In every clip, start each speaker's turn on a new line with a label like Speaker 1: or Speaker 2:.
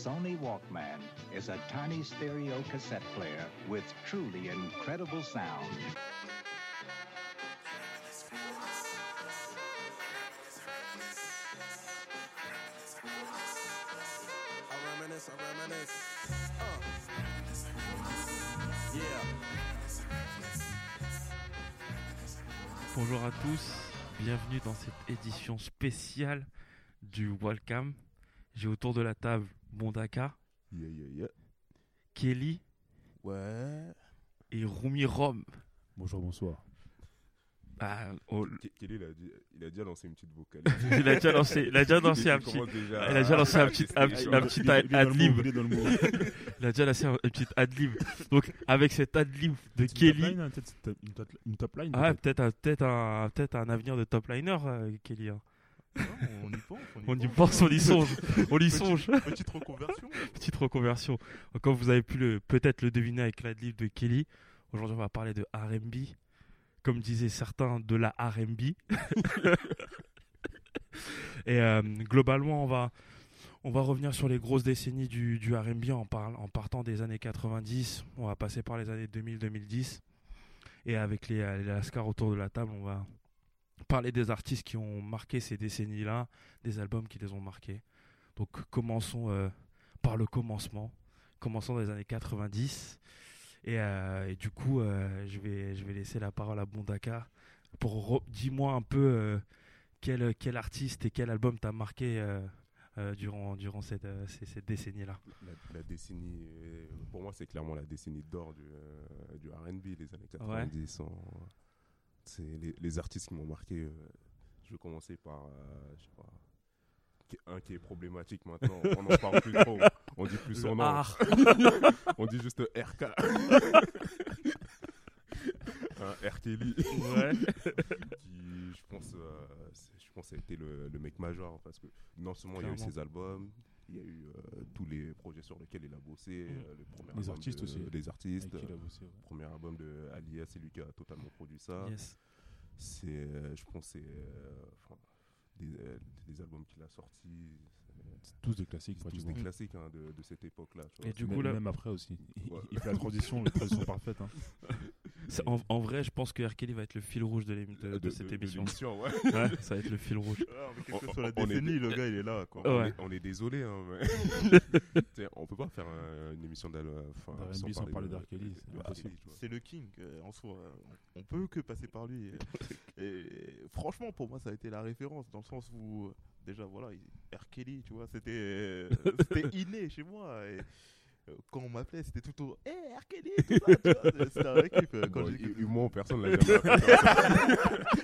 Speaker 1: Sony Walkman is a tiny stereo cassette player with truly incredible sound.
Speaker 2: I reminisce, I reminisce. Uh. Yeah.
Speaker 3: Bonjour à tous, bienvenue dans cette édition spéciale du Walcam. J'ai autour de la table Mondaka,
Speaker 4: Yeah, yeah, yeah.
Speaker 3: Kelly
Speaker 2: Ouais.
Speaker 3: et Rumi Rom.
Speaker 5: Bonjour, bonsoir.
Speaker 3: Ah, oh,
Speaker 4: Ke- Kelly, il a, dit- il a déjà lancé une petite vocale.
Speaker 3: il a déjà lancé, il a déjà lancé un petit, il a déjà lancé un petit- un petit- un petit-
Speaker 5: Il est- il est dans le
Speaker 3: Adlib.
Speaker 5: mot, il est dans le mot.
Speaker 3: il a déjà lancé un- une petite adlib. Donc avec cette adlib de
Speaker 5: C'est une top
Speaker 3: Kelly,
Speaker 5: line, hein, peut-être, c'est top- Une top- une top line.
Speaker 3: ah
Speaker 5: peut-être.
Speaker 3: peut-être un, peut-être un, peut-être un avenir de top liner, euh, Kelly. hein.
Speaker 6: on y pense.
Speaker 3: On y pense, on y songe, on y songe.
Speaker 6: Petite reconversion.
Speaker 3: Petite reconversion. Comme vous avez pu le- peut-être le deviner avec l'adlib de Kelly, aujourd'hui on va parler de RB. Comme disaient certains, de la RB. Et euh, globalement, on va, on va revenir sur les grosses décennies du, du RB en, parle- en partant des années 90. On va passer par les années 2000-2010. Et avec les, euh, les Lascars autour de la table, on va parler des artistes qui ont marqué ces décennies-là, des albums qui les ont marqués. Donc commençons euh, par le commencement, commençons dans les années 90. Et, euh, et du coup, euh, je, vais, je vais laisser la parole à Bondaka pour re- dis-moi un peu euh, quel, quel artiste et quel album t'a marqué euh, euh, durant, durant cette, euh, ces- cette décennie-là.
Speaker 4: La, la décennie, euh, pour moi, c'est clairement la décennie d'or du, euh, du RB, les années 90. en- c'est les, les artistes qui m'ont marqué. euh, je vais commencer par, euh, je sais pas, qui- un qui est problématique maintenant. On n'en parle plus trop. On dit plus son nom.
Speaker 3: art.
Speaker 4: On dit juste RK. un R. Kelly. qui, je pense, euh, c'est- je pense, a été le, le mec major parce que non seulement il y a eu
Speaker 3: Clairement.
Speaker 4: ses albums, il y a eu euh, tous les projets sur lesquels il a bossé,
Speaker 3: Mm.
Speaker 4: euh, le premier
Speaker 5: Les
Speaker 4: album
Speaker 5: artistes
Speaker 4: de-
Speaker 5: aussi.
Speaker 4: les artistes,
Speaker 5: Avec qui il a
Speaker 4: euh,
Speaker 5: bossé, ouais.
Speaker 4: premier album de Alias, c'est lui qui a totalement produit
Speaker 6: Ah.
Speaker 4: ça.
Speaker 3: Yes.
Speaker 4: C'est, euh, je pense, c'est euh, enfin, des, euh, des albums qu'il a sortis,
Speaker 5: C'est tous des classiques.
Speaker 4: c'est tous
Speaker 5: pratiquement.
Speaker 4: des classiques hein, de, de cette époque-là. tu vois.
Speaker 3: Et du
Speaker 5: Mais-
Speaker 3: coup, là,
Speaker 5: Même après aussi. Il-
Speaker 4: Ouais.
Speaker 5: Il fait la transition, la transition parfaite. hein.
Speaker 3: c'est- en, en vrai, je pense que R. Kelly va être le fil rouge de, l'ém-
Speaker 6: Euh,
Speaker 3: de- de cette émission.
Speaker 4: l'émission, ouais.
Speaker 3: Ouais, ça va être le fil rouge.
Speaker 4: On-
Speaker 6: sur la
Speaker 4: on- on est-
Speaker 6: décennie, le gars, il est là. Quoi.
Speaker 4: On,
Speaker 3: Ouais.
Speaker 4: est, on est désolé, hein, mais Tu sais, on peut pas faire euh, une émission d'Al- enfin,
Speaker 5: D'R&B sans parler d'R. Kelly, c'est
Speaker 4: de- de-
Speaker 5: impossible.
Speaker 4: tu vois.
Speaker 6: C'est le king euh, en soi. On peut que passer par lui. Et, et franchement, pour moi, ça a été la référence dans le sens où euh, déjà, voilà, il- R. Kelly, tu vois, c'était euh, c'était inné chez moi. Et, euh, quand on m'appelait, c'était tout au Hé, R. Kelly, tout ça, tu vois, c'est- C'était un vrai kiff. euh, Quand
Speaker 4: Bon,
Speaker 6: j'ai-
Speaker 4: hu- humour, personne l'a jamais appris.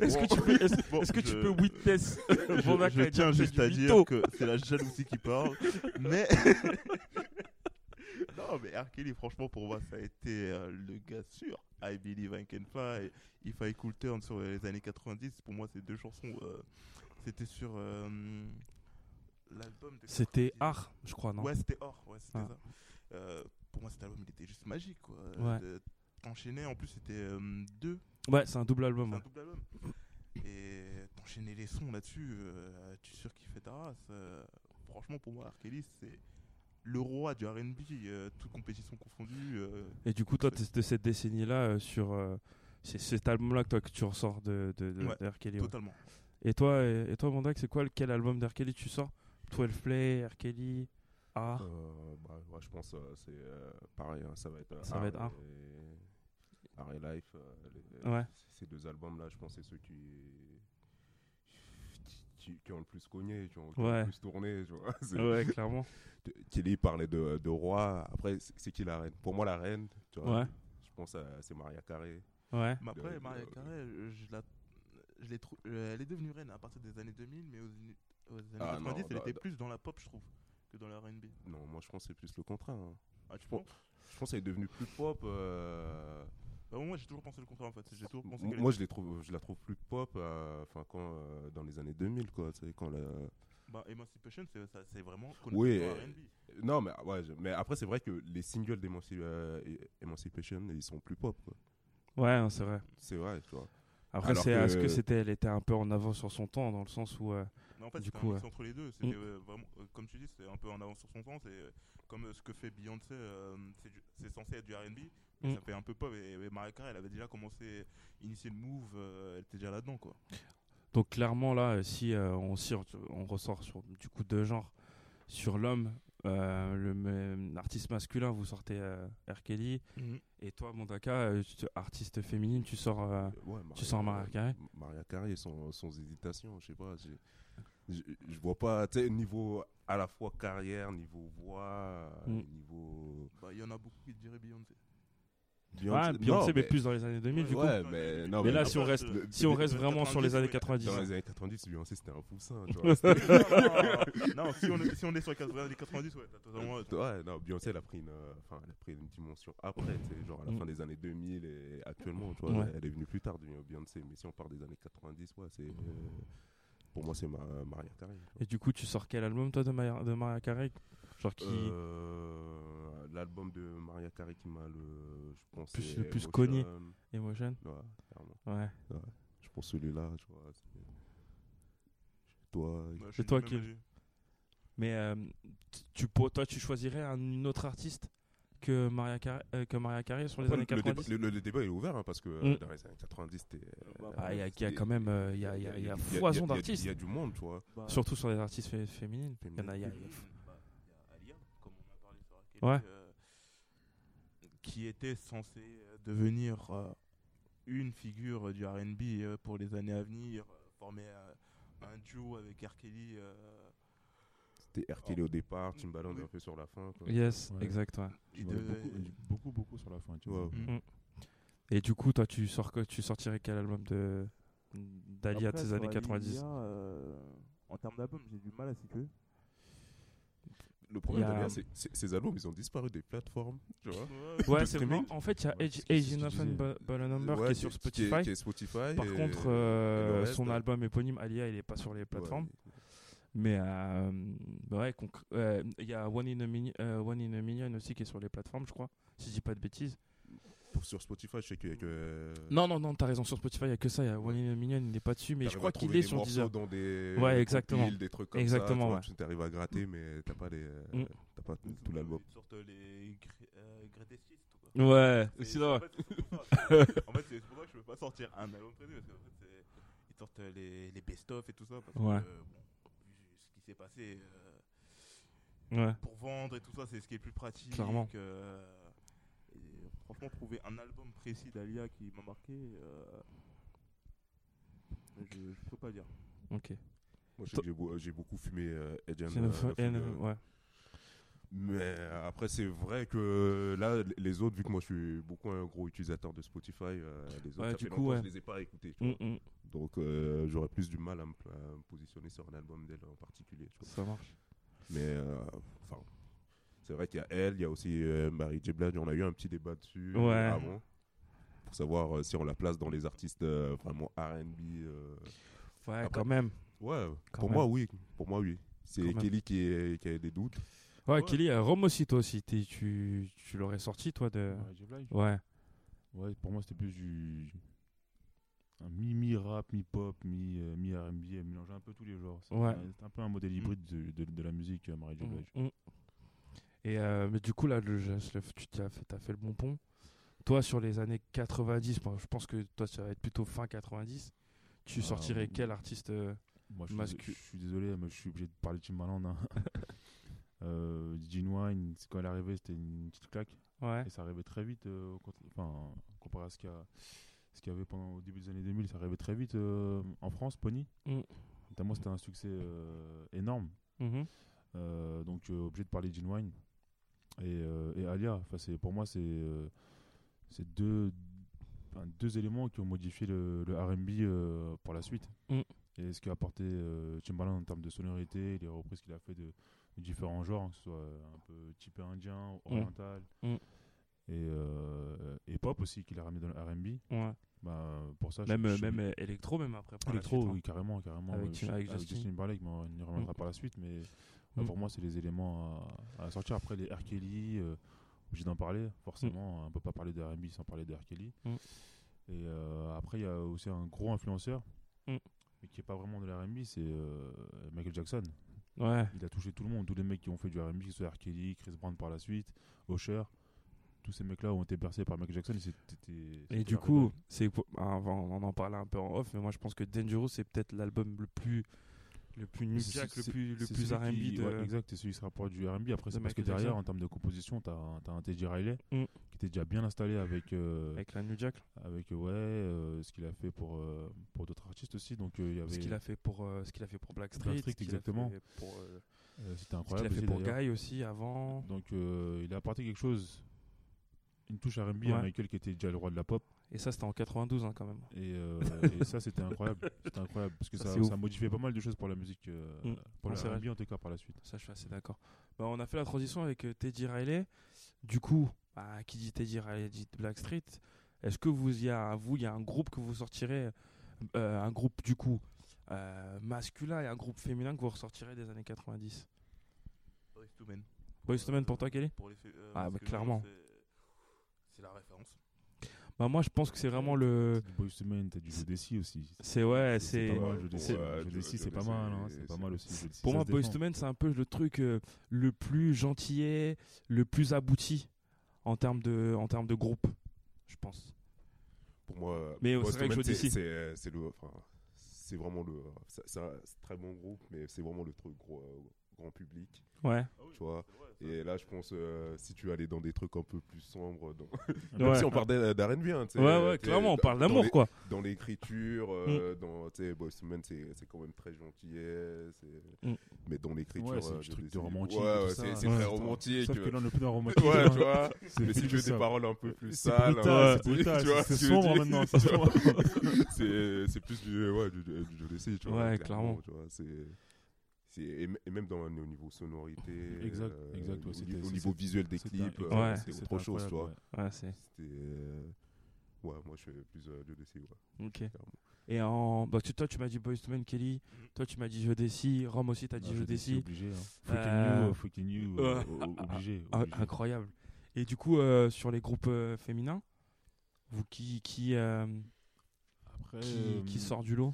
Speaker 3: Est-ce que tu peux, est-ce,
Speaker 6: Bon,
Speaker 3: est-ce que tu
Speaker 6: je-
Speaker 3: peux witness
Speaker 6: je,
Speaker 3: Vonda
Speaker 6: je
Speaker 3: Kaja
Speaker 6: tiens
Speaker 3: fait
Speaker 6: juste
Speaker 3: du
Speaker 6: à dire
Speaker 3: mytho.
Speaker 6: que c'est la jalousie qui parle, mais non, mais R. Kelly, franchement, pour moi, ça a été euh, le gars sûr. I Believe I Can Fly, If I Cool Turn sur les années 90. Pour moi, ces deux chansons, euh, c'était sur euh, l'album. de
Speaker 3: C'était
Speaker 6: 90.
Speaker 3: art, je crois, non
Speaker 6: Ouais, c'était or, ouais, c'était
Speaker 3: Ah.
Speaker 6: ça. Euh, pour moi, cet album, il était juste magique, quoi.
Speaker 3: Ouais.
Speaker 6: De- T'enchaînais, en plus, c'était euh, deux
Speaker 3: Ouais, c'est un double album.
Speaker 6: c'est un
Speaker 3: ouais.
Speaker 6: double album. Et t'enchaîner les sons là-dessus, euh, tu surkiffais ta race. euh, franchement, pour moi, Arkelis, c'est le roi du RB, euh, toute compétition confondue. euh,
Speaker 3: Et du coup, toi, t'es de cette décennie-là, euh, sur euh, c'est c'est cet album-là que toi que tu ressors de, de, de,
Speaker 6: Ouais,
Speaker 3: de R. Kelly, ouais.
Speaker 6: totalement.
Speaker 3: Et toi, euh, et toi, Mandak, c'est quoi le- quel album d'R. Kelly tu sors 12 Play, R. Kelly, A.
Speaker 4: Euh, bah, ouais, je pense euh, c'est euh, pareil, hein, ça va être euh,
Speaker 3: Ça va être
Speaker 4: Art et- Art et Life. euh, les-
Speaker 3: Ouais.
Speaker 4: Ces deux albums-là, je pense c'est ceux qui... Qui, qui ont le plus cogné, qui ont, qui ont
Speaker 3: Ouais.
Speaker 4: le plus tourné. Tu vois. C'est-
Speaker 3: Ouais, clairement.
Speaker 4: Kelly parlait de, de roi. Après, c'est c'est qui la reine Pour moi, la reine, tu vois,
Speaker 3: Ouais,
Speaker 4: je pense à- c'est Maria Carré.
Speaker 3: ouais.
Speaker 6: Mais après,
Speaker 4: Euh,
Speaker 6: Maria
Speaker 4: euh,
Speaker 6: Carey, euh, je la- je l'ai trou- euh, elle est devenue reine à partir des années 2000, mais aux, aux années
Speaker 4: Ah,
Speaker 6: 90,
Speaker 4: non,
Speaker 6: elle
Speaker 4: non,
Speaker 6: était
Speaker 4: non.
Speaker 6: plus dans la pop, je trouve, que dans la RB.
Speaker 4: Non, moi, je pense que c'est plus le contraire. hein.
Speaker 6: Ah, tu
Speaker 4: Bon.
Speaker 6: penses
Speaker 4: Je pense qu'elle est devenue plus pop. euh,
Speaker 6: Bah, Moi, j'ai toujours pensé le contraire, en fait. J'ai toujours pensé
Speaker 4: m-
Speaker 6: qu'elle
Speaker 4: Moi, je, les trouve, je la trouve plus pop euh, enfin, quand, euh, dans les années 2000. Quoi, tu sais, quand la...
Speaker 6: était- bah, Emancipation, c'est ça- c'est vraiment
Speaker 4: Oui,
Speaker 6: connecté au
Speaker 4: euh,
Speaker 6: RB.
Speaker 4: Non, mais, ouais, je- mais après, c'est vrai que les singles d'Emancipation, ils sont plus pop. quoi.
Speaker 3: Ouais, non, c'est vrai.
Speaker 4: C'est vrai, tu vois.
Speaker 3: Après,
Speaker 4: Alors
Speaker 3: c'est
Speaker 4: que-
Speaker 3: est-ce que c'était, elle était un peu en avance sur son temps dans le sens où euh,
Speaker 6: Non, en fait,
Speaker 3: Du
Speaker 6: c'était un
Speaker 3: coup,
Speaker 6: mix entre les deux. C'était
Speaker 3: Mm.
Speaker 6: euh, vraiment, euh, comme tu dis, c'était un peu en avance sur son temps. C'est euh, comme euh, ce que fait Beyoncé, euh, c'est du- c'est censé être du R&B, mais
Speaker 3: Mm.
Speaker 6: ça fait un peu pop. Et, et Mariah Carey, elle avait déjà commencé, initié le move, euh, elle était déjà là-dedans, quoi.
Speaker 3: Donc clairement là, euh, si euh, on, si on- on ressort sur du coup deux genres, sur l'homme, euh, le même artiste masculin, vous sortez euh, R. Kelly, et toi, Mondaka, euh, tu- artiste féminine, tu sors. euh,
Speaker 4: Ouais,
Speaker 3: Tu sens Mariah Carey
Speaker 4: Maria Carré, sans, sans hésitation, je sais pas. j'ai- Je, je vois pas, tu sais, niveau à la fois carrière, niveau voix,
Speaker 3: Mm.
Speaker 4: niveau.
Speaker 6: Bah, il y en a beaucoup qui diraient Beyoncé.
Speaker 3: Ah,
Speaker 4: non,
Speaker 3: Beyoncé, mais
Speaker 4: mais-
Speaker 3: plus dans les années 2000 du coup.
Speaker 4: Ouais, mais, non,
Speaker 3: Mais euh, là,
Speaker 4: dans-
Speaker 3: si on reste-
Speaker 4: le-
Speaker 3: Si on reste
Speaker 6: Dans
Speaker 3: vraiment sur les
Speaker 6: 90,
Speaker 3: années
Speaker 6: oui.
Speaker 3: 90.
Speaker 4: Dans les années 90, Beyoncé, c'était un fou sain, tu vois.
Speaker 6: non, non, non, si on est, si on est sur les 80, les 90, ouais, t'as
Speaker 3: Euh,
Speaker 6: totalement. raison.
Speaker 4: Ouais, non, Beyoncé, elle a pris une, euh, enfin, elle a pris une dimension après, tu sais, genre à la
Speaker 3: Mm.
Speaker 4: fin des années 2000 et actuellement, tu vois,
Speaker 3: Ouais.
Speaker 4: elle est venue plus tard devenir Beyoncé, mais si on part des années 90, ouais, c'est, euh, pour moi, c'est Ma- Mariah Carey. tu vois.
Speaker 3: Et du coup, tu sors quel album toi de, Maria, de Mariah Carey Genre qui
Speaker 4: Euh, l'album de Mariah Carey qui m'a le, je pense,
Speaker 3: Plus-
Speaker 4: c'est
Speaker 3: le plus
Speaker 4: Emotion.
Speaker 3: cogné. Emotion
Speaker 4: Ouais, clairement.
Speaker 3: Ouais.
Speaker 4: Je pense celui-là, tu vois. c'est- Toi,
Speaker 6: Ouais, je
Speaker 3: C'est
Speaker 6: suis
Speaker 3: toi
Speaker 6: du
Speaker 3: qui-
Speaker 6: même avis.
Speaker 3: Mais euh, t- tu, pour- toi, tu choisirais un une autre artiste que Mariah Carey, euh, que Mariah Carey sur les
Speaker 4: Après,
Speaker 3: années
Speaker 4: le, débat-
Speaker 3: 90
Speaker 4: le- le débat est ouvert hein, parce que euh,
Speaker 3: Mm.
Speaker 4: dans les années 90, c'était. euh,
Speaker 3: Ah, Il y, a- il y a
Speaker 4: c'était-
Speaker 3: quand même euh, il y a, il y a- il y a
Speaker 4: il y a-
Speaker 3: foison
Speaker 4: il y a- il y a-
Speaker 3: d'artistes.
Speaker 4: Il y a du monde, tu vois.
Speaker 3: Surtout sur les artistes fé- féminines. Il y en a, il y a-
Speaker 6: Bah, il y a Alia, comme on a parlé sur Kelly,
Speaker 3: Mm. Ouais.
Speaker 6: euh, qui était censée euh, devenir euh, une figure euh, du RB euh, pour les années à venir, euh, former euh, un duo avec R. Kelly. euh,
Speaker 4: C'était R. Kelly au départ, Timbaland
Speaker 6: Oui.
Speaker 4: un peu sur la fin. Quoi.
Speaker 3: Yes,
Speaker 5: Ouais.
Speaker 3: exact. ouais.
Speaker 5: Je
Speaker 6: il
Speaker 5: voyais
Speaker 6: devait-
Speaker 5: beaucoup, euh, beaucoup, beaucoup sur la fin. Tu vois.
Speaker 4: Ouais.
Speaker 6: Mm.
Speaker 3: Mm. Et du coup, toi, tu, sors, que- tu sortirais quel album de d'Alia de
Speaker 6: Après,
Speaker 3: ces
Speaker 6: sur
Speaker 3: années
Speaker 6: Alia,
Speaker 3: 90
Speaker 6: euh, en termes d'album, j'ai du mal à situer.
Speaker 4: Le
Speaker 3: Il y
Speaker 4: problème,
Speaker 3: a- Mm.
Speaker 4: d'ailleurs, c'est c'est- ces albums, ils ont disparu des plateformes, tu vois.
Speaker 3: Ouais,
Speaker 4: euh, de
Speaker 3: c'est
Speaker 4: streaming.
Speaker 3: vrai. En fait, il y a
Speaker 5: Ouais,
Speaker 3: Age,
Speaker 5: c'est ce que
Speaker 3: Age
Speaker 5: je
Speaker 3: Enough
Speaker 5: disais.
Speaker 3: and Ball Number
Speaker 4: Ouais,
Speaker 3: qui est sur
Speaker 4: qui
Speaker 3: Spotify.
Speaker 4: est- qui est Spotify,
Speaker 3: Par
Speaker 4: et-
Speaker 3: contre,
Speaker 4: et le
Speaker 3: euh,
Speaker 4: reste,
Speaker 3: son
Speaker 4: euh,
Speaker 3: album éponyme, Alia, il est pas sur les plateformes.
Speaker 4: ouais.
Speaker 3: Mais euh, bah ouais, concr- euh, il y a One in, a Mini- euh, One in a Million aussi qui est sur les plateformes, je crois, si je dis pas de bêtises.
Speaker 4: Pour- Sur Spotify, je sais qu'il y a que.
Speaker 3: Non, non, non, t'as raison, sur Spotify, il y a que ça, il y a One in a Million, il n'est pas dessus, mais je
Speaker 4: T'arrives
Speaker 3: crois
Speaker 4: à trouver
Speaker 3: qu'il est
Speaker 4: des
Speaker 3: sur
Speaker 4: morceaux
Speaker 3: Deezer.
Speaker 4: dans des
Speaker 3: Ouais, exactement.
Speaker 4: compiles, des trucs comme
Speaker 3: Exactement,
Speaker 4: ça, tu vois,
Speaker 3: ouais.
Speaker 4: tu t'arrives à gratter mais t'as pas les euh,
Speaker 3: Mm.
Speaker 4: t'as pas tout, tout l'album
Speaker 6: Ils sortent les Gre- euh, Greatest Hits, tout quoi.
Speaker 3: Ouais,
Speaker 6: C'est-
Speaker 3: sinon,
Speaker 6: en
Speaker 3: ouais.
Speaker 6: fait, c'est pour ça. En fait, c'est pour ça que je peux pas sortir un album prévu parce qu'en fait, c'est- ils sortent euh, les, les best-of et tout ça. Parce que,
Speaker 3: Ouais.
Speaker 6: euh, bon, vu ce qui s'est passé euh,
Speaker 3: ouais.
Speaker 6: pour vendre et tout ça, c'est ce qui est plus pratique.
Speaker 3: Clairement.
Speaker 6: euh, et franchement, trouver un album précis d'Alia qui m'a marqué, euh, je, je peux pas dire.
Speaker 3: Ok.
Speaker 4: moi je sais que j'ai beau- j'ai beaucoup fumé euh, Edge and, euh, Full,
Speaker 3: Xenophone-
Speaker 4: euh,
Speaker 3: ouais.
Speaker 4: Mais après, c'est vrai que là, les autres, vu que moi je suis beaucoup un gros utilisateur de Spotify, euh, les autres,
Speaker 3: Ouais,
Speaker 4: ça
Speaker 3: du
Speaker 4: fait
Speaker 3: coup,
Speaker 4: longtemps que
Speaker 3: ouais.
Speaker 4: je les ai pas écoutés. tu
Speaker 3: Mm,
Speaker 4: vois.
Speaker 3: mm,
Speaker 4: Donc euh, j'aurais plus du mal à me, à me positionner sur un album d'elle en particulier. tu vois.
Speaker 3: Ça marche.
Speaker 4: Mais euh, enfin, c'est vrai qu'il y a elle, il y a aussi euh, Marie J. Blige, on a eu un petit débat dessus euh,
Speaker 3: Ouais.
Speaker 4: avant. Pour savoir euh, si on la place dans les artistes euh, vraiment RB. euh,
Speaker 3: Ouais,
Speaker 4: Après-
Speaker 3: quand même.
Speaker 4: Ouais,
Speaker 3: Quand
Speaker 4: pour
Speaker 3: même.
Speaker 4: moi, oui. Pour moi, oui.
Speaker 3: Quand
Speaker 4: C'est
Speaker 3: même.
Speaker 4: Kelly qui, est- qui avait des doutes.
Speaker 3: Ouais,
Speaker 6: Ouais.
Speaker 3: Kelly, euh, Romosito aussi, t'es- tu, tu l'aurais sorti, toi, de.
Speaker 5: Mary J. Blige.
Speaker 3: Ouais.
Speaker 5: Ouais, pour moi, c'était plus du. un mi- mi-rap, mi-pop, mi- euh, mi-RB, elle mélangeait un peu tous les genres. C'était
Speaker 3: Ouais.
Speaker 5: un- c'était un peu un modèle hybride de, de- de la musique, euh, Marie J. Blige.
Speaker 3: Mm, mm. Et euh, mais du coup, là, le, je- je- tu t'as fait, t'as fait le bon pont. Toi, sur les années 90, bon, je pense que toi, ça va être plutôt fin 90. Tu
Speaker 5: Ah,
Speaker 3: sortirais
Speaker 5: oui.
Speaker 3: quel artiste euh,
Speaker 5: Moi, je,
Speaker 3: Mascu-
Speaker 5: suis, je suis désolé, mais je suis obligé de parler de Timbaland. Hein. euh, Gene Wine, c'est- quand elle est arrivée, c'était une petite claque.
Speaker 3: Ouais.
Speaker 5: Et ça arrivait très vite, euh, au contra- enfin, comparé à ce qu'il y, a- ce qu'il y avait pendant, au début des années 2000, ça arrivait très vite euh, en France, Pony.
Speaker 3: Mm.
Speaker 5: Notamment, c'était un succès euh, énorme.
Speaker 3: Mhm.
Speaker 5: Euh, donc euh, obligé de parler de Gene Wine et, euh, et Alia. Enfin, c'est, pour moi, c'est, euh, c'est deux, enfin, deux éléments qui ont modifié le, le RB euh, pour la suite.
Speaker 3: Mm.
Speaker 5: Et ce qu'a apporté euh, Timbaland en termes de sonorité, les reprises qu'il a fait de, de différents genres, hein, que ce soit euh, un peu typé indien, oriental.
Speaker 3: Mm.
Speaker 5: Et, euh, et pop aussi qu'il a ramené dans le RB.
Speaker 3: Ouais.
Speaker 5: Bah, pour ça, je-
Speaker 3: Même,
Speaker 5: je
Speaker 3: euh,
Speaker 5: suis-
Speaker 3: même euh, électro, même après. par la
Speaker 5: Electro,
Speaker 3: suite, hein.
Speaker 5: oui, carrément, carrément.
Speaker 3: Avec
Speaker 5: euh,
Speaker 3: Tim-
Speaker 5: je-
Speaker 3: avec Justin.
Speaker 5: Justin Timberlake, mais on y reviendra par la suite. Mais ouais,
Speaker 3: Mm.
Speaker 5: pour moi, c'est les éléments à, à sortir. Après, les R. hein, Kelly, euh, obligé d'en parler, forcément. On peut pas parler de R&B sans parler de R. Kelly.
Speaker 3: Mm.
Speaker 5: Et euh, après, il y a aussi un gros influenceur,
Speaker 3: Mm.
Speaker 5: mais qui est pas vraiment de l'RB, c'est euh, Michael Jackson.
Speaker 3: Ouais.
Speaker 5: Il a touché tout le monde, tous les mecs qui ont fait du RB, que ce soit R. Kelly, Chris Brown par la suite, Usher. Tous ces mecs-là ont été bercés par Michael Jackson. Et, c'était- c'était
Speaker 3: Et du
Speaker 5: leur
Speaker 3: coup,
Speaker 5: idole.
Speaker 3: c'est pour- ah, on on en parlait un peu en off, mais moi je pense que Dangerous c'est peut-être l'album le plus le plus New
Speaker 5: C'est-
Speaker 3: Jack, le
Speaker 5: c'est-
Speaker 3: plus le
Speaker 5: c'est
Speaker 3: plus
Speaker 5: celui
Speaker 3: R&B
Speaker 5: qui-
Speaker 3: de
Speaker 5: ouais, exact, c'est celui qui se rapproche du RB.
Speaker 3: de
Speaker 5: Après, c'est parce que
Speaker 3: Michael Jackson.
Speaker 5: derrière, en termes de composition, t'as un, t'as un Teddy Riley
Speaker 3: Mm.
Speaker 5: qui était déjà bien installé avec. euh,
Speaker 3: avec la New Jack,
Speaker 5: avec euh, ouais euh, ce qu'il a fait pour euh, pour d'autres artistes aussi donc euh, il y avait
Speaker 3: ce qu'il a fait pour euh, ce qu'il a fait pour Blackstreet,
Speaker 5: Blackstreet,
Speaker 3: ce qu'il a
Speaker 5: exactement.
Speaker 3: fait pour, euh,
Speaker 5: euh, c'était
Speaker 3: ce qu'il a
Speaker 5: incroyable
Speaker 3: fait
Speaker 5: aussi,
Speaker 3: pour
Speaker 5: d'ailleurs.
Speaker 3: Guy hein. aussi avant.
Speaker 5: donc euh, il a apporté quelque chose une touche R&B
Speaker 3: Ouais.
Speaker 5: à Michael qui était déjà le roi de la pop
Speaker 3: Et ça c'était en 92 hein, quand même.
Speaker 5: et, euh, et ça c'était incroyable c'était incroyable parce que
Speaker 3: Ça,
Speaker 5: ça,
Speaker 3: c'est
Speaker 5: ça modifiait pas mal de choses pour la musique euh,
Speaker 3: Mm. Non,
Speaker 5: pour le
Speaker 3: c'est vrai.
Speaker 5: R&B en tout cas par la suite
Speaker 3: Ça je suis assez d'accord. Bah, on a fait la transition avec euh, Teddy Riley. Du coup, bah, qui dit Teddy Riley dit Blackstreet. Est-ce que vous y a vous il y a un groupe que vous sortirez euh, un groupe du coup euh, masculin et un groupe féminin que vous ressortirez des années 90
Speaker 6: Boyz II Men.
Speaker 3: Boyz II Men pour toi, Kelly
Speaker 6: Pour les faits, euh,
Speaker 3: Ah,
Speaker 6: parce
Speaker 3: bah,
Speaker 6: que moi,
Speaker 3: clairement.
Speaker 6: c'est- C'est la référence.
Speaker 3: Bah moi je pense que c'est vraiment le
Speaker 5: Petite Boys II Men, t'as du
Speaker 3: C'est-
Speaker 5: Jodeci aussi
Speaker 3: c'est ouais, c'est
Speaker 5: pas mal
Speaker 4: Ouais,
Speaker 5: Jodeci
Speaker 4: c'est- ouais,
Speaker 5: Jodeci, c'est
Speaker 4: Jodeci,
Speaker 5: pas mal hein,
Speaker 4: c'est-
Speaker 5: c'est pas mal aussi
Speaker 3: c'est-
Speaker 5: Jodeci,
Speaker 3: pour
Speaker 5: ça
Speaker 3: moi
Speaker 5: se
Speaker 3: Boys
Speaker 5: défend.
Speaker 3: to Men c'est un peu le truc euh, le plus gentillet, le plus abouti en termes de en termes de groupe, je pense.
Speaker 4: Pour moi,
Speaker 3: Mais
Speaker 4: pour moi,
Speaker 3: c'est vrai que
Speaker 4: Stoneman,
Speaker 3: je dis
Speaker 4: c'est-
Speaker 3: si.
Speaker 4: c'est euh, c'est le, enfin, c'est vraiment le, euh, ça- c'est un c'est un très bon groupe, mais c'est vraiment le truc gros, euh, grand public,
Speaker 3: Ouais.
Speaker 5: Ah
Speaker 4: tu vois. Et là, je pense, euh, si tu allais dans des trucs un peu plus sombres, dans-
Speaker 3: Ouais.
Speaker 4: Ah, même si on parlait d'R&B, hein, tu sais,
Speaker 3: ouais ouais,
Speaker 4: tu sais,
Speaker 3: clairement on
Speaker 4: dans-
Speaker 3: parle
Speaker 4: dans
Speaker 3: d'amour
Speaker 4: les-
Speaker 3: quoi. Mm.
Speaker 4: dans l'écriture, euh, dans tu sais, Boyz II Men, c'est c'est quand même très gentil, euh, c'est-
Speaker 3: Mm.
Speaker 4: mais dans l'écriture,
Speaker 5: Ouais, c'est
Speaker 4: euh,
Speaker 5: du
Speaker 4: je
Speaker 5: truc de
Speaker 4: sais-
Speaker 5: romantique
Speaker 4: ouais,
Speaker 5: et tout
Speaker 4: ouais, c'est
Speaker 5: ça.
Speaker 4: c'est
Speaker 3: Ouais.
Speaker 4: très romantique.
Speaker 5: sauf que
Speaker 4: euh,
Speaker 5: là on est plus dans le romantique
Speaker 4: ouais, tu vois.
Speaker 5: C'est
Speaker 4: Mais si
Speaker 5: plus
Speaker 4: tu veux des
Speaker 5: ça.
Speaker 4: paroles un peu plus
Speaker 5: C'est
Speaker 4: sales,
Speaker 5: brutal,
Speaker 4: hein,
Speaker 5: c'est brutal,
Speaker 4: tu vois
Speaker 5: c'est
Speaker 4: ce que je veux
Speaker 5: sombre
Speaker 4: dire,
Speaker 5: maintenant,
Speaker 4: tu vois.
Speaker 5: c'est
Speaker 4: c'est c'est plus du ouais du, du, du Jodeci, tu vois.
Speaker 3: Ouais, clairement.
Speaker 4: tu vois, c'est c'est et m- et même dans au niveau sonorité,
Speaker 5: Exact,
Speaker 4: euh,
Speaker 5: exact, ouais,
Speaker 4: au,
Speaker 5: c'était-
Speaker 4: niveau- au
Speaker 5: c'est-
Speaker 4: niveau visuel des
Speaker 5: C'était-
Speaker 4: clips, euh,
Speaker 3: Ouais.
Speaker 4: c'est
Speaker 5: c'était
Speaker 4: autre chose, tu vois.
Speaker 5: incroyable,
Speaker 3: Ouais, c'est
Speaker 4: C'était euh, ouais, moi je suis plus euh, Jodeci, ouais.
Speaker 3: OK.
Speaker 4: Clairement.
Speaker 3: Et en bah tu- toi tu m'as dit Boyz to Men Kelly,
Speaker 4: Mm.
Speaker 3: toi tu m'as dit Jodeci, Rome aussi t'as
Speaker 5: Ah,
Speaker 3: dit
Speaker 5: je dis, c'est
Speaker 3: Jodeci.
Speaker 5: obligé. Hein.
Speaker 3: Euh,
Speaker 5: Freaking you, euh, freaking you, euh,
Speaker 3: ouais.
Speaker 5: o- o- obligé.
Speaker 3: Ah,
Speaker 5: obligé.
Speaker 3: Incroyable. Et du coup euh, sur les groupes euh, féminins, vous qui qui euh,
Speaker 5: Après,
Speaker 3: qui, qui
Speaker 5: euh,
Speaker 3: sort du lot.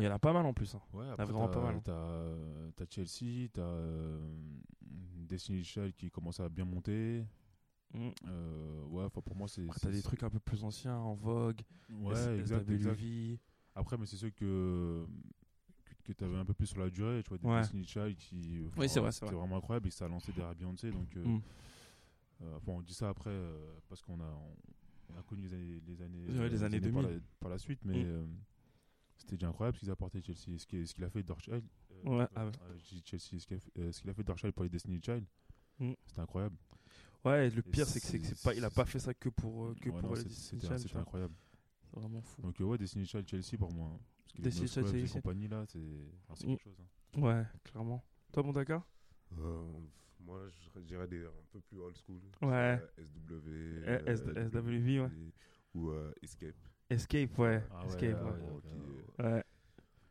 Speaker 3: Il y en a pas mal en plus. hein.
Speaker 5: Ouais, après,
Speaker 3: vraiment
Speaker 5: t'as-
Speaker 3: pas mal.
Speaker 5: T'as euh, t'as Chelsea, t'as euh, Destiny Child qui commence à bien monter. Euh, ouais, enfin, pour moi, c'est.
Speaker 3: Après,
Speaker 5: c'est-
Speaker 3: t'as des
Speaker 5: c'est-
Speaker 3: trucs un peu plus anciens en vogue.
Speaker 5: Ouais, exact, exact. Après, mais c'est ceux que que- que t'avais un peu plus sur la durée, tu vois, des
Speaker 3: Ouais.
Speaker 5: Destiny Child qui, euh,
Speaker 3: Oui, c'est vrai, c'est
Speaker 5: c'était
Speaker 3: vrai.
Speaker 5: vraiment incroyable et ça a lancé derrière Beyoncé, donc euh,
Speaker 3: Mm.
Speaker 5: euh, bon, on dit ça après euh, parce qu'on a on, on a connu les années les années,
Speaker 3: Ouais, les années
Speaker 5: par la,
Speaker 3: 2000.
Speaker 5: par la suite, mais
Speaker 3: Mm.
Speaker 5: euh, c'était déjà incroyable ce qu'ils apportaient Chelsea, ce qu'il ce qu'il a fait euh, Dorchel,
Speaker 3: Ouais,
Speaker 4: Euh,
Speaker 3: ah ouais.
Speaker 5: Chelsea, ce qu'il a, fait- euh, ce qu'il a fait Dorchel pour les Destiny Child,
Speaker 3: Mm.
Speaker 5: c'était incroyable.
Speaker 3: Ouais, et le
Speaker 5: Et
Speaker 3: pire, c'est que c'est que
Speaker 5: c'est-
Speaker 3: c'est pas, il a pas fait ça que pour, euh, que
Speaker 5: Ouais,
Speaker 3: pour
Speaker 5: non,
Speaker 3: les
Speaker 5: c'est-
Speaker 3: Destiny
Speaker 5: c'était
Speaker 3: Child,
Speaker 5: c'était
Speaker 3: tu vois.
Speaker 5: incroyable.
Speaker 3: C'est vraiment fou.
Speaker 5: Donc euh, ouais, Destiny Child, Chelsea pour moi. hein, parce que les
Speaker 3: Destiny Child,
Speaker 5: Moscovs et
Speaker 3: Chelsea.
Speaker 5: compagnie là, c'est alors, c'est
Speaker 3: Mm.
Speaker 5: quelque chose. hein.
Speaker 3: Ouais, clairement. Toi, mon Dakar
Speaker 4: Euh, moi, je dirais des un peu plus old school.
Speaker 3: Ouais.
Speaker 4: Euh, SW. euh,
Speaker 3: Eh, S- SWV, ouais.
Speaker 4: Ou euh, Escape.
Speaker 3: Escape, ouais.
Speaker 5: Ah ouais,
Speaker 3: Escape,
Speaker 5: ah
Speaker 3: ouais.
Speaker 5: ouais.
Speaker 4: vraiment, qui est
Speaker 3: ouais.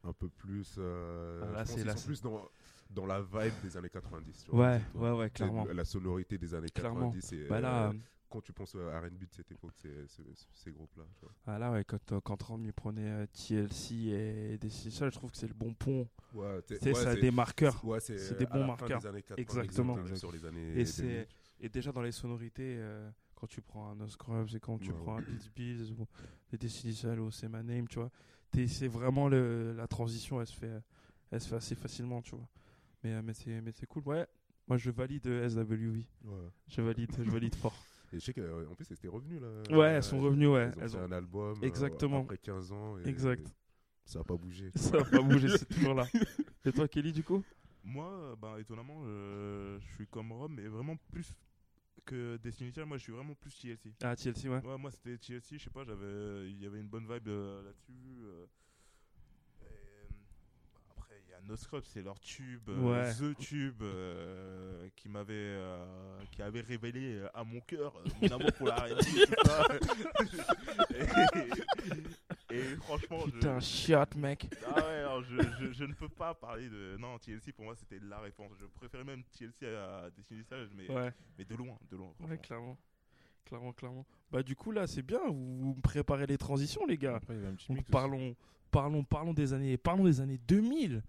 Speaker 4: un peu plus. euh,
Speaker 3: Ah, là,
Speaker 4: je pense
Speaker 3: c'est-
Speaker 4: qu'ils
Speaker 3: là,
Speaker 4: sont
Speaker 3: c'est-
Speaker 4: plus dans, dans la vibe des années 90. tu vois.
Speaker 3: Ouais, ouais, ouais,
Speaker 4: C'est
Speaker 3: clairement.
Speaker 4: La sonorité des années
Speaker 3: Clairement.
Speaker 4: 90. c'est,
Speaker 3: Bah là,
Speaker 4: euh, quand tu penses à RB de cette époque, c'est c'est- c'est- ces groupes-là. tu vois.
Speaker 3: ah là, ouais, quand, euh, quand Rome lui prenait euh, TLC et Destiny Child, je trouve que c'est le bon pont.
Speaker 4: Ouais, t'es-
Speaker 3: C'est
Speaker 4: ouais,
Speaker 3: ça a
Speaker 4: c'est-
Speaker 3: des marqueurs.
Speaker 4: ouais, c'est
Speaker 3: C'est des
Speaker 4: à
Speaker 3: bons
Speaker 4: la fin
Speaker 3: marqueurs.
Speaker 4: des années 90,
Speaker 3: Exactement.
Speaker 4: on est Sur les années
Speaker 3: Et c'est-
Speaker 4: 2000.
Speaker 3: Et déjà dans les sonorités, euh, quand tu prends un No Scrubs et quand tu
Speaker 4: Ouais.
Speaker 3: prends un Bills Bills ou des Destiny Child ou C'est My Name, tu vois, t'es- c'est vraiment le, la transition, elle se, fait, elle se fait assez facilement, tu vois. Mais, euh, mais c'est mais c'est cool, ouais. Moi je valide euh, SWV,
Speaker 4: Ouais.
Speaker 3: je valide, je valide fort.
Speaker 4: Et je sais qu'en plus, elles étaient revenues là.
Speaker 3: Ouais, elles sont revenues, ouais.
Speaker 4: Elles ont
Speaker 3: Elles
Speaker 4: fait
Speaker 3: ont-
Speaker 4: un album. euh,
Speaker 3: Exactement.
Speaker 4: après 15 ans. et
Speaker 3: Exact.
Speaker 4: Ça n'a pas bougé.
Speaker 3: Ça va pas bouger, c'est toujours là. Et toi Kelly du coup
Speaker 6: Moi, euh, bah, étonnamment, euh, je suis comme Rome, mais vraiment plus que Destiny Child, moi je suis vraiment plus TLC.
Speaker 3: Ah TLC, ouais.
Speaker 6: Ouais, moi c'était TLC, je sais pas, j'avais, il y avait une bonne vibe euh, là-dessus. euh, et, euh, après, il y a No Scrubs, c'est leur tube, euh, The Tube, euh, qui m'avait, euh, qui avait révélé euh, à mon cœur euh, mon amour pour la R&B et tout ça. et, et franchement, je-
Speaker 3: Putain, chiotte mec.
Speaker 6: ah ouais, alors je, je, je ne peux pas parler de. Non, TLC pour moi c'était la réponse. Je préférais même TLC à Destiny Child, mais,
Speaker 3: Ouais,
Speaker 6: mais de loin, de loin.
Speaker 3: ouais
Speaker 6: franchement.
Speaker 3: clairement. Clairement, clairement. Bah, du coup, là, c'est bien. Vous, vous me préparez les transitions, les gars.
Speaker 5: Après, il y avait un petit
Speaker 3: Donc,
Speaker 5: mix aussi.
Speaker 3: parlons, parlons, parlons des années, parlons des années 2000,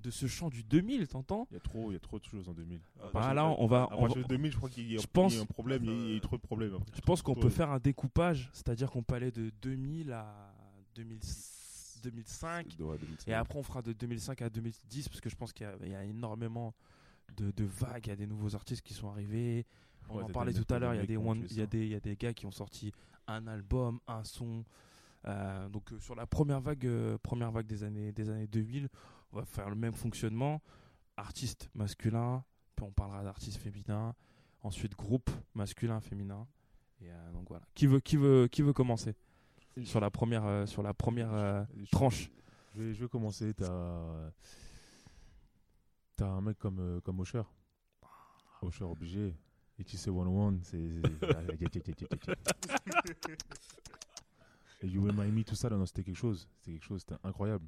Speaker 3: de ce chant du 2000, t'entends
Speaker 5: Il y, a trop, il y a trop de choses en 2000.
Speaker 6: Ah,
Speaker 3: Bah, là, on va,
Speaker 5: À
Speaker 3: on va-
Speaker 5: partir de 2000, je crois qu'il y, a-
Speaker 3: Je pense-
Speaker 5: il y a un problème, il y a- il y a eu trop de problèmes. après.
Speaker 3: je pense qu'on
Speaker 5: Trop-
Speaker 3: peut faire un découpage, c'est-à-dire qu'on peut aller de 2000 à 2000 2005,
Speaker 4: Ouais, 2005.
Speaker 3: Et après, on fera de 2005 à 2010, parce que je pense qu'il y a- il y, a énormément de, de vagues. Il y a des nouveaux artistes qui sont arrivés. On
Speaker 5: Ouais,
Speaker 3: en
Speaker 5: t'as
Speaker 3: parlait
Speaker 5: des
Speaker 3: tout à l'heure. Il y, a
Speaker 5: mecs
Speaker 3: des
Speaker 5: qui ont
Speaker 3: one-
Speaker 5: tué
Speaker 3: il y a
Speaker 5: ça.
Speaker 3: des- il y a des gars qui ont sorti un album, un son. Euh, donc, euh, sur la première vague, euh, première vague des, années, des années 2000, on va faire le même fonctionnement. Artistes masculins, puis on parlera d'artistes féminins. Ensuite, groupe masculin, féminin. Et euh, donc voilà. Qui veut, qui veut, qui veut commencer sur la première, euh, sur la première euh,
Speaker 5: Je-
Speaker 3: tranche
Speaker 5: Je vais, je vais commencer. T'as t'as un mec comme, euh, comme Osher. Osher obligé. Et tu sais, One One, c'est. Et You and My Me, tout ça, là, non, c'était quelque chose. C'était quelque chose, c'était incroyable.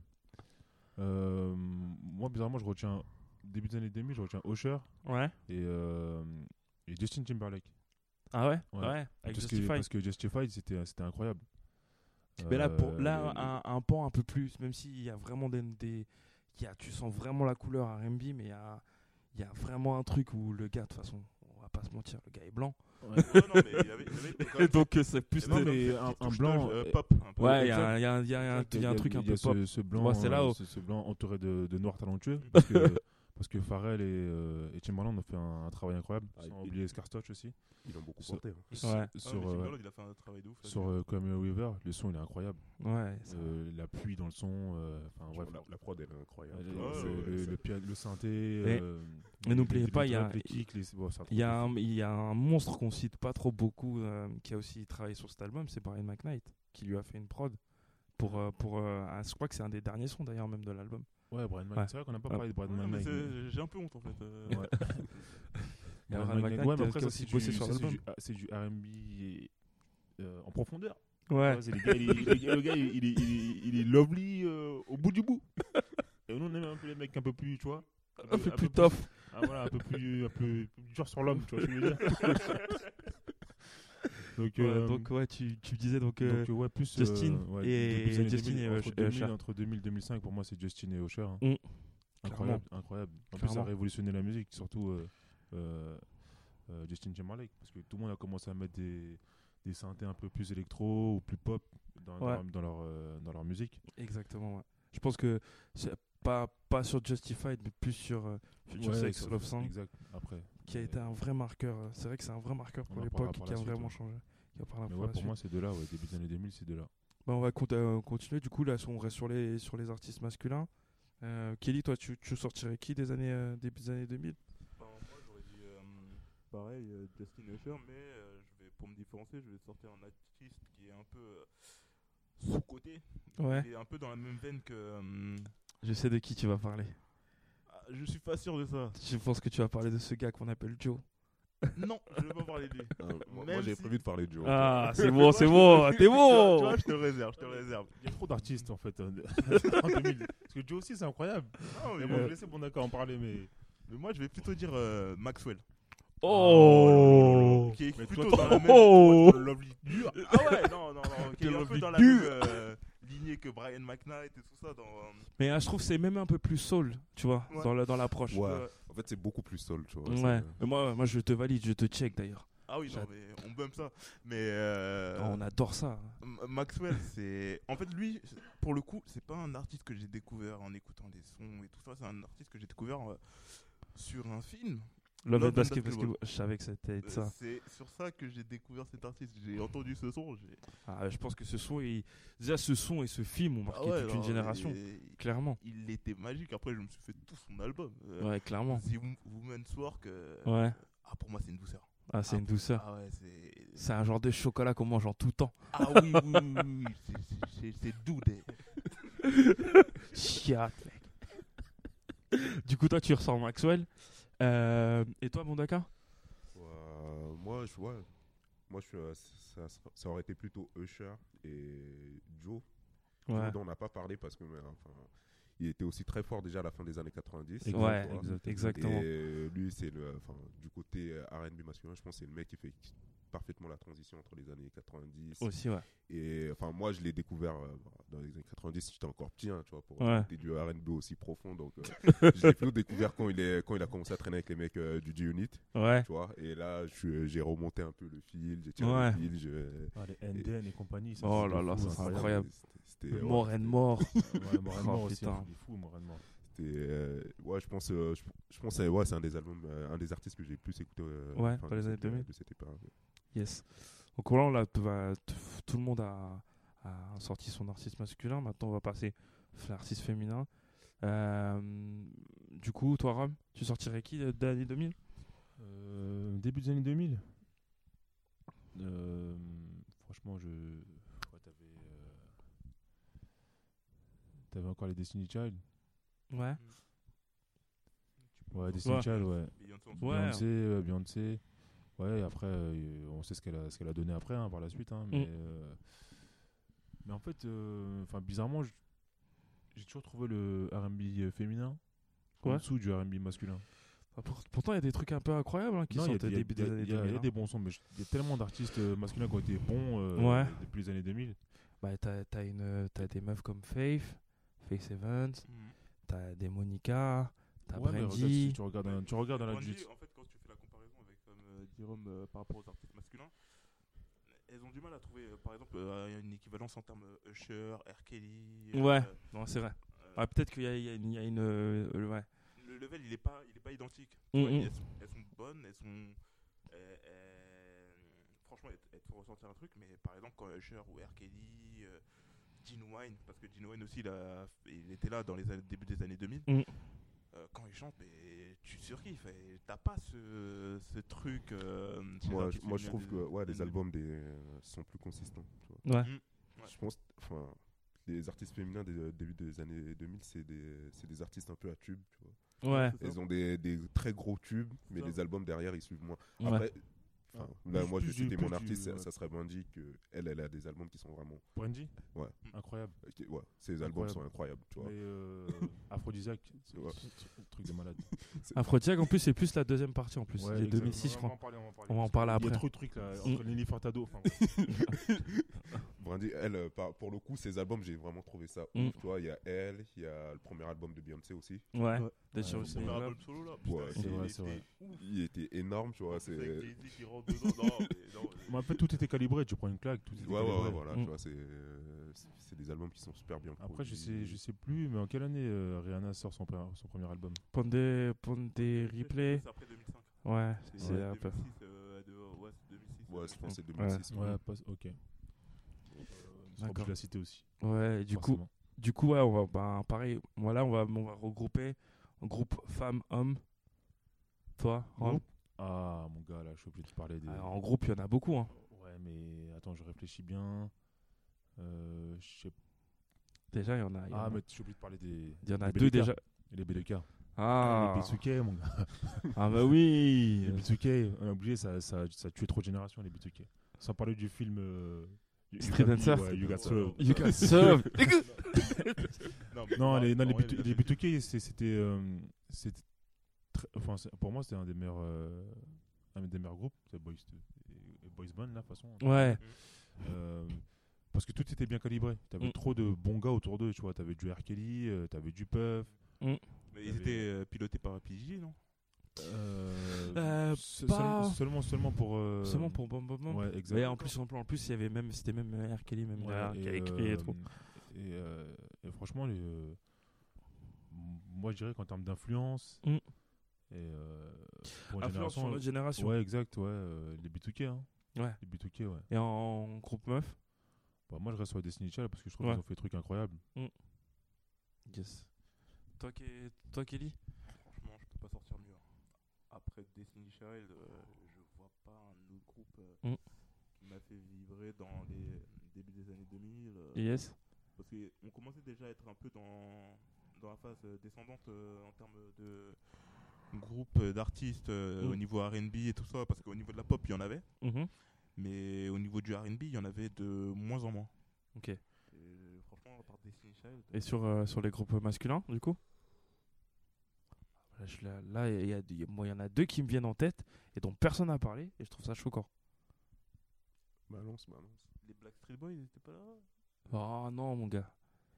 Speaker 5: Euh, moi, bizarrement, je retiens. Début des années 2000, je retiens Osher
Speaker 3: Ouais.
Speaker 5: et, euh, et Justin Timberlake.
Speaker 3: Ah ouais Ouais,
Speaker 5: Ouais.
Speaker 3: avec
Speaker 5: Parce que-
Speaker 3: Justified.
Speaker 5: Parce que Justified, c'était c'était incroyable.
Speaker 3: Mais là, pour,
Speaker 5: Euh,
Speaker 3: là
Speaker 5: et-
Speaker 3: un, un pan un peu plus, même s'il y a vraiment des. des il y a, tu sens vraiment la couleur RB, mais il y a, il y a vraiment un truc où le gars, de toute façon, on va pas se mentir, le gars est blanc.
Speaker 6: Ouais, non, mais il y avait- il y avait quand même
Speaker 3: donc euh, c'est plus.
Speaker 5: Euh, Non,
Speaker 6: des-
Speaker 5: mais
Speaker 6: des
Speaker 5: un-
Speaker 6: petites
Speaker 5: un
Speaker 6: touches
Speaker 5: blanc,
Speaker 6: de,
Speaker 5: euh,
Speaker 6: pop un peu.
Speaker 3: Ouais, il y a, un- il y a un- il y a un- Ah, il y a un
Speaker 5: Il
Speaker 3: truc un
Speaker 5: il y a
Speaker 3: peu
Speaker 5: ce-
Speaker 3: pop.
Speaker 5: Ce, blanc,
Speaker 3: vois, c'est là
Speaker 5: euh,
Speaker 3: où-
Speaker 5: ce, ce blanc entouré de, de noirs talentueux. Parce que, parce que Pharrell et, euh, et Timbaland ont fait un, un travail incroyable.
Speaker 4: Ah,
Speaker 5: Sans
Speaker 4: il-
Speaker 5: oublier Scartouch aussi.
Speaker 4: Ils l'ont beaucoup
Speaker 5: Sur-
Speaker 4: porté. hein.
Speaker 5: Sur,
Speaker 3: Ouais.
Speaker 6: Ah, mais
Speaker 5: sur, euh,
Speaker 6: Timbaland, il a fait un travail de ouf. là,
Speaker 5: sur, euh, Come Here River, le son il est incroyable.
Speaker 3: Ouais, ça-
Speaker 5: Euh, la pluie dans le son, euh, enfin
Speaker 4: Genre,
Speaker 5: bref.
Speaker 4: la, la prod, elle est
Speaker 5: Euh,
Speaker 4: incroyable.
Speaker 5: le-
Speaker 6: ouais,
Speaker 5: le-
Speaker 6: ouais,
Speaker 5: le, le pia- le synthé. euh,
Speaker 3: mais n'oubliez
Speaker 5: les-
Speaker 3: pas,
Speaker 5: les
Speaker 3: il y a-
Speaker 5: drops, les kicks, les- bon, c'est un
Speaker 3: Il y, a
Speaker 5: truc
Speaker 3: un- il y a un monstre qu'on cite pas trop beaucoup euh, qui a aussi travaillé sur cet album, c'est Brian McKnight qui lui a fait une prod pour euh, pour euh, un- je crois que c'est un des derniers sons d'ailleurs même de l'album.
Speaker 5: de fou. Ouais, Brian Mike,
Speaker 3: Ouais.
Speaker 5: c'est vrai qu'on n'a pas
Speaker 3: Ah.
Speaker 5: parlé de Brian
Speaker 6: Ouais, non, mais
Speaker 5: Mike.
Speaker 6: c'est- J'ai un peu honte en fait. euh,
Speaker 5: Ouais.
Speaker 3: Il y a
Speaker 5: Brian
Speaker 3: Brian euh,
Speaker 5: Mike-
Speaker 3: McKnight
Speaker 5: ouais, mais
Speaker 3: qui a-
Speaker 5: après,
Speaker 3: qui a
Speaker 5: ça,
Speaker 3: aussi
Speaker 5: c'est
Speaker 3: bossé
Speaker 5: du-
Speaker 3: sur
Speaker 5: ça, c'est
Speaker 3: l'album.
Speaker 5: du- ah, C'est du RB euh, en profondeur.
Speaker 3: Ouais.
Speaker 5: Ouais, c'est les gars, il- il- le gars, le gars, il, il, il- il est lovely euh, au bout du bout. Et nous, on aime un peu les mecs un peu plus, tu vois.
Speaker 3: un peu plus tough.
Speaker 5: ah, voilà, un peu plus, un peu plus dur sur l'homme, tu vois ce que je veux dire. donc,
Speaker 3: Ouais,
Speaker 5: euh,
Speaker 3: donc ouais, tu, tu disais donc, euh,
Speaker 5: donc, ouais, plus.
Speaker 3: Justin
Speaker 5: euh, ouais,
Speaker 3: et-
Speaker 5: début des années
Speaker 3: Justin
Speaker 5: 2000,
Speaker 3: et
Speaker 5: entre
Speaker 3: Usher.
Speaker 5: 2000, Entre 2000 et 2005, pour moi, c'est Justin et Osher.
Speaker 3: Mm.
Speaker 5: Incroyable, incroyable. En plus, ça
Speaker 3: Clairement.
Speaker 5: a révolutionné la musique, surtout euh, euh, euh, Justin Timberlake, parce que tout le monde a commencé à mettre des, des synthés un peu plus électro ou plus pop dans, dans
Speaker 3: Ouais.
Speaker 5: leur, dans, leur, euh, dans leur musique.
Speaker 3: exactement. ouais. Je pense que c'est pas pas sur Justified mais plus sur euh, Future
Speaker 5: Ouais,
Speaker 3: Sex
Speaker 5: sur-
Speaker 3: Love Song
Speaker 5: Exact, après.
Speaker 3: qui a
Speaker 5: Mais-
Speaker 3: été un vrai marqueur. euh, C'est vrai que c'est un vrai marqueur
Speaker 5: On
Speaker 3: pour
Speaker 5: en parlera
Speaker 3: l'époque et
Speaker 5: par
Speaker 3: qui a
Speaker 5: la suite,
Speaker 3: vraiment
Speaker 5: ouais.
Speaker 3: changé. Qui en parlera
Speaker 5: Mais
Speaker 3: par
Speaker 5: ouais,
Speaker 3: la
Speaker 5: pour
Speaker 3: suite.
Speaker 5: moi, c'est de là, ouais, début des années 2000, c'est de là.
Speaker 3: Bah, on va cont- euh, continuer du coup là, on reste sur les sur les artistes masculins. Euh, Kelly, toi, tu, tu sortirais qui des années euh, début des années 2000
Speaker 6: Bah, moi j'aurais dit euh, pareil euh, Justin Usher mais euh, je vais pour me différencier je vais sortir un artiste qui est un peu sous côté
Speaker 3: Ouais.
Speaker 6: il est un peu dans la même veine que euh,
Speaker 3: Je sais de qui tu vas parler.
Speaker 6: ah, je suis pas sûr de ça
Speaker 3: Je pense que tu vas parler de ce gars qu'on appelle Joe.
Speaker 6: non je vais pas parler de lui
Speaker 4: Ah, moi, moi
Speaker 6: Même
Speaker 4: j'avais
Speaker 6: si-
Speaker 4: prévu de parler de Joe.
Speaker 3: Ah, c'est
Speaker 6: Moi,
Speaker 3: bon, c'est
Speaker 6: je-
Speaker 3: bon,
Speaker 6: tu
Speaker 3: t'es
Speaker 6: vois- tu
Speaker 3: bon.
Speaker 6: vois, je te réserve je te réserve
Speaker 5: Il y a trop d'artistes en fait hein, en 2000. Parce que Joe aussi, c'est incroyable.
Speaker 6: Non, mais,
Speaker 5: Mais bon,
Speaker 6: moi, je
Speaker 3: Euh.
Speaker 5: je
Speaker 6: vais-
Speaker 5: laissais bon d'accord en parler, mais.
Speaker 6: mais moi, je vais plutôt dire euh, Maxwell
Speaker 3: Oh.
Speaker 6: qui est
Speaker 5: Mais toi,
Speaker 6: plutôt
Speaker 5: t'es-
Speaker 6: dans la même
Speaker 3: Oh.
Speaker 5: Le lovely dur.
Speaker 6: ah ouais non non non qui est un peu dans la même euh, lignée que Brian McKnight et tout ça dans euh,
Speaker 3: Mais euh, je trouve que c'est même un peu plus soul, tu vois,
Speaker 6: Ouais.
Speaker 3: dans la- dans l'approche.
Speaker 4: Ouais.
Speaker 6: euh,
Speaker 4: En fait, c'est beaucoup plus sol, tu vois.
Speaker 3: Ouais.
Speaker 4: c'est- euh,
Speaker 3: Mais moi, moi, je te valide, je te check d'ailleurs.
Speaker 6: ah oui non
Speaker 3: J'ad-
Speaker 6: mais on bump ça mais euh,
Speaker 3: on adore ça.
Speaker 6: M- Maxwell, c'est. En fait, lui, c'est- pour le coup, c'est pas un artiste que j'ai découvert en écoutant des sons et tout ça. C'est un artiste que j'ai découvert euh, sur un film.
Speaker 3: Love,
Speaker 6: Love
Speaker 3: and
Speaker 6: and
Speaker 3: Basketball,
Speaker 6: Basketball.
Speaker 3: je savais que c'était
Speaker 6: Euh,
Speaker 3: ça.
Speaker 6: C'est sur ça que j'ai découvert cet artiste. J'ai entendu ce son. j'ai-
Speaker 3: Ah, je pense que ce son, il- déjà ce son et ce film ont marqué
Speaker 6: Ah ouais,
Speaker 3: toute
Speaker 6: alors,
Speaker 3: une génération,
Speaker 6: il-
Speaker 3: clairement.
Speaker 6: Il était magique. Après, je me suis fait tout son album. Euh,
Speaker 3: Ouais, clairement.
Speaker 6: The Wom- Woman's Work. euh,
Speaker 3: Ouais.
Speaker 6: Ah, pour moi, c'est une douceur.
Speaker 3: Ah, c'est
Speaker 6: Ah,
Speaker 3: une douceur.
Speaker 6: Ah ouais, c'est.
Speaker 3: C'est un genre de chocolat qu'on mange en tout temps.
Speaker 6: Ah oui, oui, oui, oui, oui, c'est- c'est- c'est- C'est doux. des-
Speaker 3: Chiat, mec. du coup, toi, tu ressors Maxwell. Euh, et toi, Bondaka
Speaker 4: Euh, moi, je vois. Moi, je suis, euh, ça, sera- ça aurait été plutôt Usher et Joe. Joe, dont on n'a pas parlé parce que, mais, enfin, il était aussi très fort déjà à la fin des années 90. tu vois.
Speaker 3: Ouais, exact- exactement.
Speaker 4: Et lui, c'est le, enfin, du côté euh, R&B masculin, je pense, que c'est le mec qui fait parfaitement la transition entre les années 90
Speaker 3: Aussi, ouais.
Speaker 4: et enfin moi je l'ai découvert euh, dans les années 90 j'étais encore petit hein, tu vois pour
Speaker 3: Ouais.
Speaker 4: écouter du R&B aussi profond donc euh, je l'ai plutôt découvert quand il est quand il a commencé à traîner avec les mecs euh, du G-Unit
Speaker 3: Ouais.
Speaker 4: tu vois et là je suis- euh, j'ai remonté un peu le fil j'ai tiré
Speaker 3: Ouais.
Speaker 4: le fil je-
Speaker 5: Ah, les NDN et compagnie. ça,
Speaker 3: Oh
Speaker 5: c'est
Speaker 3: là
Speaker 5: des
Speaker 3: là,
Speaker 5: fous,
Speaker 3: ça,
Speaker 5: hein.
Speaker 3: c'est incroyable.
Speaker 4: C'était- c'était- ouais,
Speaker 3: More and more.
Speaker 5: Ouais, Moran
Speaker 3: Oh,
Speaker 5: Mort aussi,
Speaker 3: putain.
Speaker 5: hein, il est fou, Moran Mort.
Speaker 4: c'était, euh, ouais je pense euh, je, je pense euh, ouais c'est un des albums euh, un des artistes que j'ai le plus écouté euh,
Speaker 3: Ouais,
Speaker 4: enfin,
Speaker 3: dans les
Speaker 4: de
Speaker 3: années
Speaker 4: cette, euh,
Speaker 3: 2000.
Speaker 4: de cette époque.
Speaker 3: Yes. Donc voilà, on l'a- bah, t- tout le monde a, a sorti son artiste masculin. Maintenant, on va passer à l'artiste féminin. Euh, du coup, toi, Rome, tu sortirais qui de, de l'année 2000
Speaker 5: Euh, début des années 2000 Euh, Franchement, je. ouais, t'avais. euh, T'avais encore les Destiny Child
Speaker 3: Ouais.
Speaker 5: Mm. Ouais, Destiny
Speaker 3: Ouais.
Speaker 5: Child, ouais.
Speaker 3: Ouais.
Speaker 6: Beyoncé,
Speaker 3: hein.
Speaker 5: Beyoncé, euh, Beyoncé. Ouais, et après, euh, on sait ce qu'elle a, ce qu'elle a donné après, hein, par la suite. hein, mais,
Speaker 3: Mm.
Speaker 5: euh, mais en fait, euh, enfin bizarrement, j- j'ai toujours trouvé le RB euh, féminin en
Speaker 3: Ouais.
Speaker 5: dessous du RB masculin.
Speaker 3: Ah, pour- pourtant, il y a des trucs un peu incroyables hein, qui
Speaker 5: Non, il y a-
Speaker 3: sortent au
Speaker 5: il y a-
Speaker 3: début
Speaker 5: il y a-
Speaker 3: des années
Speaker 5: il y a-
Speaker 3: 2000.
Speaker 5: Il y a
Speaker 3: hein.
Speaker 5: des bons sons, mais je- il y a tellement d'artistes euh, masculins qui ont été bons euh,
Speaker 3: Ouais.
Speaker 5: depuis les années 2000.
Speaker 3: Bah, t'as t'as une- t'as des meufs comme Faith, Faith Evans, t'as des Monica, t'as
Speaker 5: Ouais, mais regarde, si
Speaker 3: Brandy.
Speaker 5: tu regardes, dans- tu regardes dans la
Speaker 6: Brandy,
Speaker 5: jute.
Speaker 6: En fait, quand tu fais la comparaison avec comme euh, dit Rome, euh, par rapport aux artistes masculins, elles ont du mal à trouver, euh, par exemple, euh, une équivalence en termes euh, Usher, R. Kelly. euh,
Speaker 3: Ouais.
Speaker 6: euh,
Speaker 3: Non, c'est vrai. Ah, Peut-être qu'il y a, il y a une. il y a une, euh, euh, ouais.
Speaker 6: le level, il est pas, il est pas identique.
Speaker 3: Mm,
Speaker 6: Ouais,
Speaker 3: mm.
Speaker 6: Elles, sont, elles sont bonnes, elles sont. euh, euh, franchement, elles, elles te font ressentir un truc, mais par exemple, quand Usher ou R. Kelly, euh, Gene Wine, parce que Gene Wine aussi, il, a- il était là dans les années- début des années 2000.
Speaker 3: Mm.
Speaker 6: euh, quand il chante, mais tu surkiffes et t'as pas ce, ce truc. euh, chez
Speaker 4: moi je,
Speaker 6: l'artiste
Speaker 4: moi, je
Speaker 6: féminin
Speaker 4: trouve que
Speaker 6: des-
Speaker 4: ouais
Speaker 6: des
Speaker 4: les
Speaker 6: années
Speaker 4: albums des euh, sont plus consistants tu vois.
Speaker 3: Ouais.
Speaker 6: Ouais.
Speaker 4: je pense enfin les artistes féminins des euh, début des années 2000 c'est des c'est des artistes un peu à tube tu vois.
Speaker 3: Ouais.
Speaker 6: C'est ça.
Speaker 4: Ils ont des, des très gros tubes, mais
Speaker 6: Ça.
Speaker 4: les albums derrière ils suivent moins.
Speaker 3: ouais.
Speaker 4: Après, enfin, là,
Speaker 5: Plus-
Speaker 4: moi je vais
Speaker 5: plus du-
Speaker 4: citer
Speaker 5: plus
Speaker 4: mon
Speaker 5: du-
Speaker 4: artiste, ça-
Speaker 5: ouais.
Speaker 4: ça serait Brandy, que elle, elle a des albums qui sont vraiment.
Speaker 5: Brandy
Speaker 4: Ouais.
Speaker 5: Incroyable.
Speaker 4: ok, ouais, ses albums
Speaker 5: Incroyable.
Speaker 4: sont incroyables, tu vois.
Speaker 5: Mais euh, Aphrodisiac, c'est
Speaker 4: Ouais.
Speaker 5: c'est un truc de malade.
Speaker 3: Aphrodisiaque, en plus, c'est plus la deuxième partie en plus.
Speaker 5: Ouais,
Speaker 3: c'est
Speaker 5: exactement.
Speaker 3: 2006, je
Speaker 5: On va
Speaker 3: crois.
Speaker 5: en parler, on va en parler.
Speaker 3: On va en parler
Speaker 5: Il y
Speaker 3: après.
Speaker 5: a trop de trucs là,
Speaker 3: Mm.
Speaker 5: entre Nelly Furtado. enfin, bref.
Speaker 4: Brandy, elle, euh, par- pour le coup, ses albums, j'ai vraiment trouvé ça. ouf,
Speaker 3: Mm.
Speaker 4: Tu vois, il y a elle, il y a le premier album de Beyoncé aussi.
Speaker 3: Ouais.
Speaker 6: Ouais.
Speaker 3: T'as
Speaker 5: Ouais,
Speaker 3: sur-
Speaker 5: on
Speaker 6: Son
Speaker 5: c'est-
Speaker 6: premier album solo là,
Speaker 4: Ouais,
Speaker 6: putain,
Speaker 4: c'est
Speaker 6: il
Speaker 5: vrai, Ah,
Speaker 6: était
Speaker 5: Oh, c'est vrai.
Speaker 6: ouf.
Speaker 4: Il était énorme, tu vois.
Speaker 6: C'est
Speaker 4: C'est.
Speaker 6: avec
Speaker 4: Ouais,
Speaker 6: Jay-Z qui rentre dedans. Non, mais non, mais-
Speaker 5: Mais en fait, tout était calibré, tu prends une claque, tout était
Speaker 4: ouais,
Speaker 5: calibré.
Speaker 4: ouais, voilà,
Speaker 3: Mm.
Speaker 4: tu vois, c'est, euh, c'est- c'est des albums qui sont super bien.
Speaker 5: Après, je sais,
Speaker 4: produits.
Speaker 5: je sais plus, mais en quelle année euh, Rihanna sort son, pre- son premier album
Speaker 3: Pondé, Pondé, replay.
Speaker 6: C'est après 2005.
Speaker 3: Ouais, c'est
Speaker 6: C'est
Speaker 3: un peu.
Speaker 6: 2006, euh, de- ouais, c'est 2006.
Speaker 4: Ouais, je pense que c'est
Speaker 3: Ouais.
Speaker 4: 2006. ouais.
Speaker 5: Ouais, pas, ok. Euh, je
Speaker 3: D'accord.
Speaker 5: la cité aussi.
Speaker 3: Ouais, et du coup,
Speaker 5: forcément.
Speaker 3: du coup, ouais, on va, bah, pareil, voilà, on va, on va regrouper. Groupe femmes, hommes. Toi, Rome.
Speaker 5: Groupe. Ah, mon gars, là, je suis obligé de parler des.
Speaker 3: Alors, Ah, en groupe, il y en a beaucoup. Hein.
Speaker 5: Ouais, mais attends, je réfléchis bien. Euh, je sais
Speaker 3: Déjà, il y en a. Ah, il y en
Speaker 5: Ah,
Speaker 3: a-
Speaker 5: mais je suis obligé de parler des.
Speaker 3: il y en a
Speaker 5: des
Speaker 3: deux
Speaker 5: BDK.
Speaker 3: déjà.
Speaker 5: Les BDK.
Speaker 3: Ah,
Speaker 5: Les Bitsuke, mon gars.
Speaker 3: ah bah oui.
Speaker 5: Les B2K, on a oublié, ça, ça, ça a tué trop de générations, les B2K. Sans parler du film. euh, You-
Speaker 3: Street
Speaker 5: You Got Me,
Speaker 3: Dancer.
Speaker 5: ouais, You Got Served.
Speaker 3: You can serve.
Speaker 5: Non, les, non, les, B2- les
Speaker 6: les
Speaker 5: B2K, c'est- c'était. euh, c'était très- enfin, c'est- pour moi, c'était un des meilleurs. euh, un des meilleurs groupes. C'est Boys, euh, et Boys Band, là, de toute façon.
Speaker 3: Ouais,
Speaker 5: Euh, parce que tout était bien calibré. T'avais
Speaker 3: Mm.
Speaker 5: trop de bons gars autour d'eux, tu vois. T'avais du R. Kelly, euh, t'avais du Puff.
Speaker 6: Mais ils étaient euh, pilotés par PJ, non
Speaker 5: euh,
Speaker 3: Euh,
Speaker 5: se-
Speaker 3: pas-
Speaker 5: seulement, seulement, seulement pour. euh,
Speaker 3: seulement pour Bom Bom Bom.
Speaker 5: Ouais,
Speaker 3: Mais
Speaker 5: exactement.
Speaker 3: en plus, en plus, en plus, il y avait même, c'était même euh, R. Kelly même
Speaker 5: Ouais,
Speaker 3: derrière,
Speaker 5: et,
Speaker 3: qui a écrit et
Speaker 5: euh,
Speaker 3: trop.
Speaker 5: et, euh, et franchement, les, euh, m- moi je dirais qu'en termes d'influence,
Speaker 3: Mm.
Speaker 5: et, euh, pour une
Speaker 3: Influence sur
Speaker 5: génération,
Speaker 3: notre génération.
Speaker 5: ouais, exact, ouais, euh, les B2K, hein.
Speaker 3: Ouais.
Speaker 5: les B2K, ouais.
Speaker 3: Et en groupe meuf.
Speaker 5: Bah, moi je reste sur Destiny Child parce que je trouve
Speaker 3: Ouais.
Speaker 5: qu'ils ont fait des trucs incroyables.
Speaker 3: Yes. Toi, qui... Toi Kelly
Speaker 6: Franchement, je peux pas sortir mieux. hein. Après Destiny Child, euh, je vois pas un autre groupe euh,
Speaker 3: Mm.
Speaker 6: qui m'a fait vibrer dans les débuts des années 2000. euh,
Speaker 3: Yes.
Speaker 6: Parce qu'on commençait déjà à être un peu dans, dans la phase euh, descendante euh, en termes de groupe euh, d'artistes euh,
Speaker 3: Mm.
Speaker 6: au niveau RB et tout ça, parce qu'au niveau de la pop, il y en avait,
Speaker 3: Mhm.
Speaker 6: mais au niveau du RB, il y en avait de moins en moins.
Speaker 3: Ok.
Speaker 6: Et franchement, à part Destiny Child,
Speaker 3: Et sur, euh, sur les groupes masculins, du coup Là, je- là- là, il y, a- il y a- moi, il y en a deux qui me viennent en tête et dont personne n'a parlé et je trouve ça choquant.
Speaker 4: Balance, balance.
Speaker 6: Les Black Street Boys, ils étaient pas là
Speaker 3: Oh non, mon gars.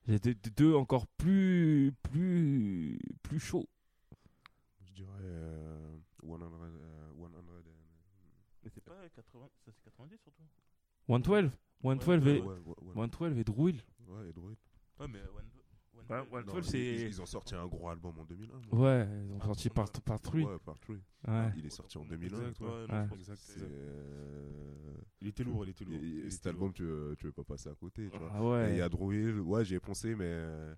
Speaker 3: J'étais deux encore plus. plus. plus chaud.
Speaker 4: Je dirais euh, 100, euh, 100 and- euh,
Speaker 6: Mais c'est pas 80, ça c'est 90 surtout.
Speaker 3: 112 112
Speaker 6: Ouais,
Speaker 3: et.
Speaker 4: ouais, ouais, ouais.
Speaker 3: 112 et Drouil.
Speaker 4: Ouais, et Droid.
Speaker 6: Ouais, mais One, One
Speaker 3: Ouais,
Speaker 6: Drive-
Speaker 3: One
Speaker 4: Non,
Speaker 3: Twelve,
Speaker 4: ils-
Speaker 3: c'est-
Speaker 4: Ils, ils ont sorti un gros album en 2001. moi.
Speaker 3: Ouais, ils ont
Speaker 6: Ah,
Speaker 3: sorti
Speaker 6: on
Speaker 3: par,
Speaker 6: a-
Speaker 3: par Truy.
Speaker 4: Ouais, par Tree.
Speaker 3: Ouais.
Speaker 4: Il est sorti en
Speaker 6: Ouais,
Speaker 4: 2001.
Speaker 6: exact,
Speaker 4: toi.
Speaker 6: ouais, non, je
Speaker 3: Ouais.
Speaker 6: pense que
Speaker 5: Exact,
Speaker 6: c'est-
Speaker 4: C'est, euh,
Speaker 5: Il était lourd, il était
Speaker 4: et-
Speaker 5: lourd.
Speaker 4: et
Speaker 5: Il
Speaker 4: cet
Speaker 5: était
Speaker 4: album, tu, veux- tu veux pas passer à côté. Tu vois.
Speaker 3: Ah
Speaker 4: Et il y
Speaker 3: ouais.
Speaker 4: a Droid, ouais, j'y ai pensé, mais euh,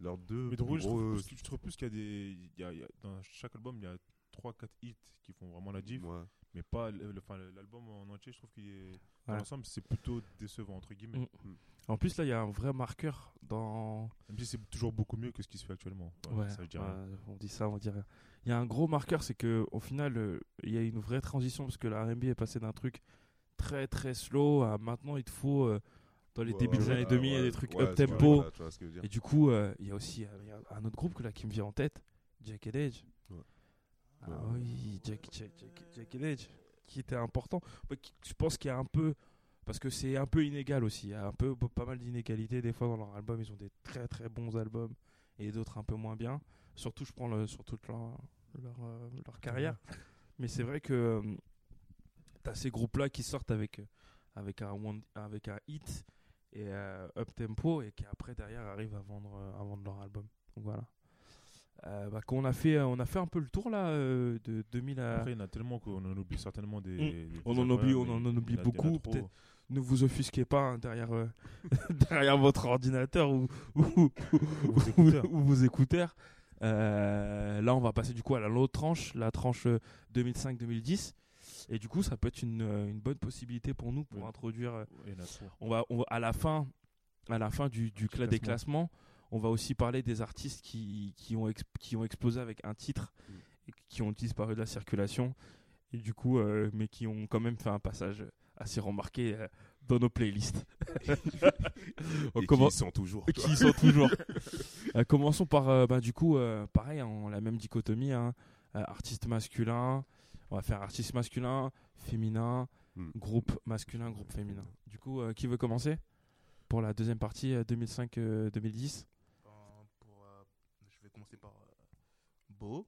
Speaker 4: leurs deux.
Speaker 5: Mais drôle, je
Speaker 4: gros,
Speaker 5: trouve,
Speaker 4: euh,
Speaker 5: plus, que- je trouve plus qu'il y a des. il y a- il y a- dans chaque album, il y a 3-4 hits qui font vraiment la diff.
Speaker 4: ouais.
Speaker 5: Mais pas. le- le- enfin, l'album en entier, je trouve qu'il est. Dans
Speaker 3: Ouais.
Speaker 5: l'ensemble, c'est plutôt décevant, entre guillemets.
Speaker 3: Mm. En plus, là, il y a un vrai marqueur dans.
Speaker 5: Même si c'est toujours beaucoup mieux que ce qui se fait actuellement. Voilà,
Speaker 3: Ouais,
Speaker 5: ça veut dire
Speaker 3: ouais,
Speaker 5: rien.
Speaker 3: on dit ça, on dit rien. Il y a un gros marqueur, c'est que au final, euh, il y a une vraie transition parce que la R&B est passée d'un truc très très slow à maintenant il te faut euh, dans les
Speaker 4: Ouais,
Speaker 3: débuts
Speaker 4: ouais,
Speaker 3: des années
Speaker 4: ouais,
Speaker 3: 2000 il y a
Speaker 4: ouais,
Speaker 3: des trucs
Speaker 4: ouais,
Speaker 3: up
Speaker 4: c'est
Speaker 3: tempo.
Speaker 4: vrai, tu vois ce que je veux dire.
Speaker 3: Et du coup, euh, il y a aussi euh, il y a un autre groupe que là qui me vient en tête, Jack and Edge.
Speaker 4: Ouais.
Speaker 3: Ah
Speaker 4: Ouais.
Speaker 3: oui, Jack, Jack, Jack, Jack and Edge, qui était important. Bah, qui- je pense qu'il y a un peu, parce que c'est un peu inégal aussi. Il y a un peu p- pas mal d'inégalités des fois dans leur album. Ils ont des très très bons albums et d'autres un peu moins bien. Surtout, je prends le, sur toute leur leur, euh, leur carrière. Mais c'est vrai que tu as ces groupes-là qui sortent avec euh, avec un one- avec un hit et euh, up tempo et qui après derrière arrivent à vendre euh, à vendre leur album donc voilà euh, bah, qu'on a fait euh, on a fait un peu le tour là euh, de 2000 à
Speaker 5: Après, il y en a tellement qu'on en oublie certainement des.
Speaker 3: Mm.
Speaker 5: des
Speaker 3: On en
Speaker 5: incroyables,
Speaker 3: oublie, on
Speaker 5: mais
Speaker 3: en
Speaker 5: il y a-
Speaker 3: oublie
Speaker 5: il y a
Speaker 3: beaucoup,
Speaker 5: trop.
Speaker 3: peut-être. ne vous offusquez pas hein, derrière euh, derrière votre ordinateur ou ou,
Speaker 5: vos écouteurs.
Speaker 3: ou vos écouteurs. Euh, là on va passer du coup à la- l'autre tranche la tranche euh, 2005-2010 et du coup ça peut être une, euh, une bonne possibilité pour nous pour
Speaker 5: Oui.
Speaker 3: introduire euh,
Speaker 5: Il y en a trop.
Speaker 3: on va, on va- à la fin, à la fin du, du
Speaker 5: Petit
Speaker 3: cla- des classements, on va aussi parler des artistes qui, qui, ont, ex- qui ont explosé avec un titre et qui ont disparu de la circulation et du coup, euh, mais qui ont quand même fait un passage assez remarqué euh, dans nos playlists. on
Speaker 4: Et
Speaker 3: commence-
Speaker 4: qui sont toujours. tu
Speaker 3: qui y sont toujours. Euh, commençons par, euh, bah, du coup, euh, pareil, hein, on- la même dichotomie, hein, euh, artiste masculin, on va faire artiste masculin, féminin,
Speaker 4: Hmm.
Speaker 3: groupe masculin, groupe féminin. Du coup, euh, qui veut commencer pour la deuxième partie euh, 2005-2010
Speaker 6: Ben, pour, euh, je vais commencer par euh, Bo.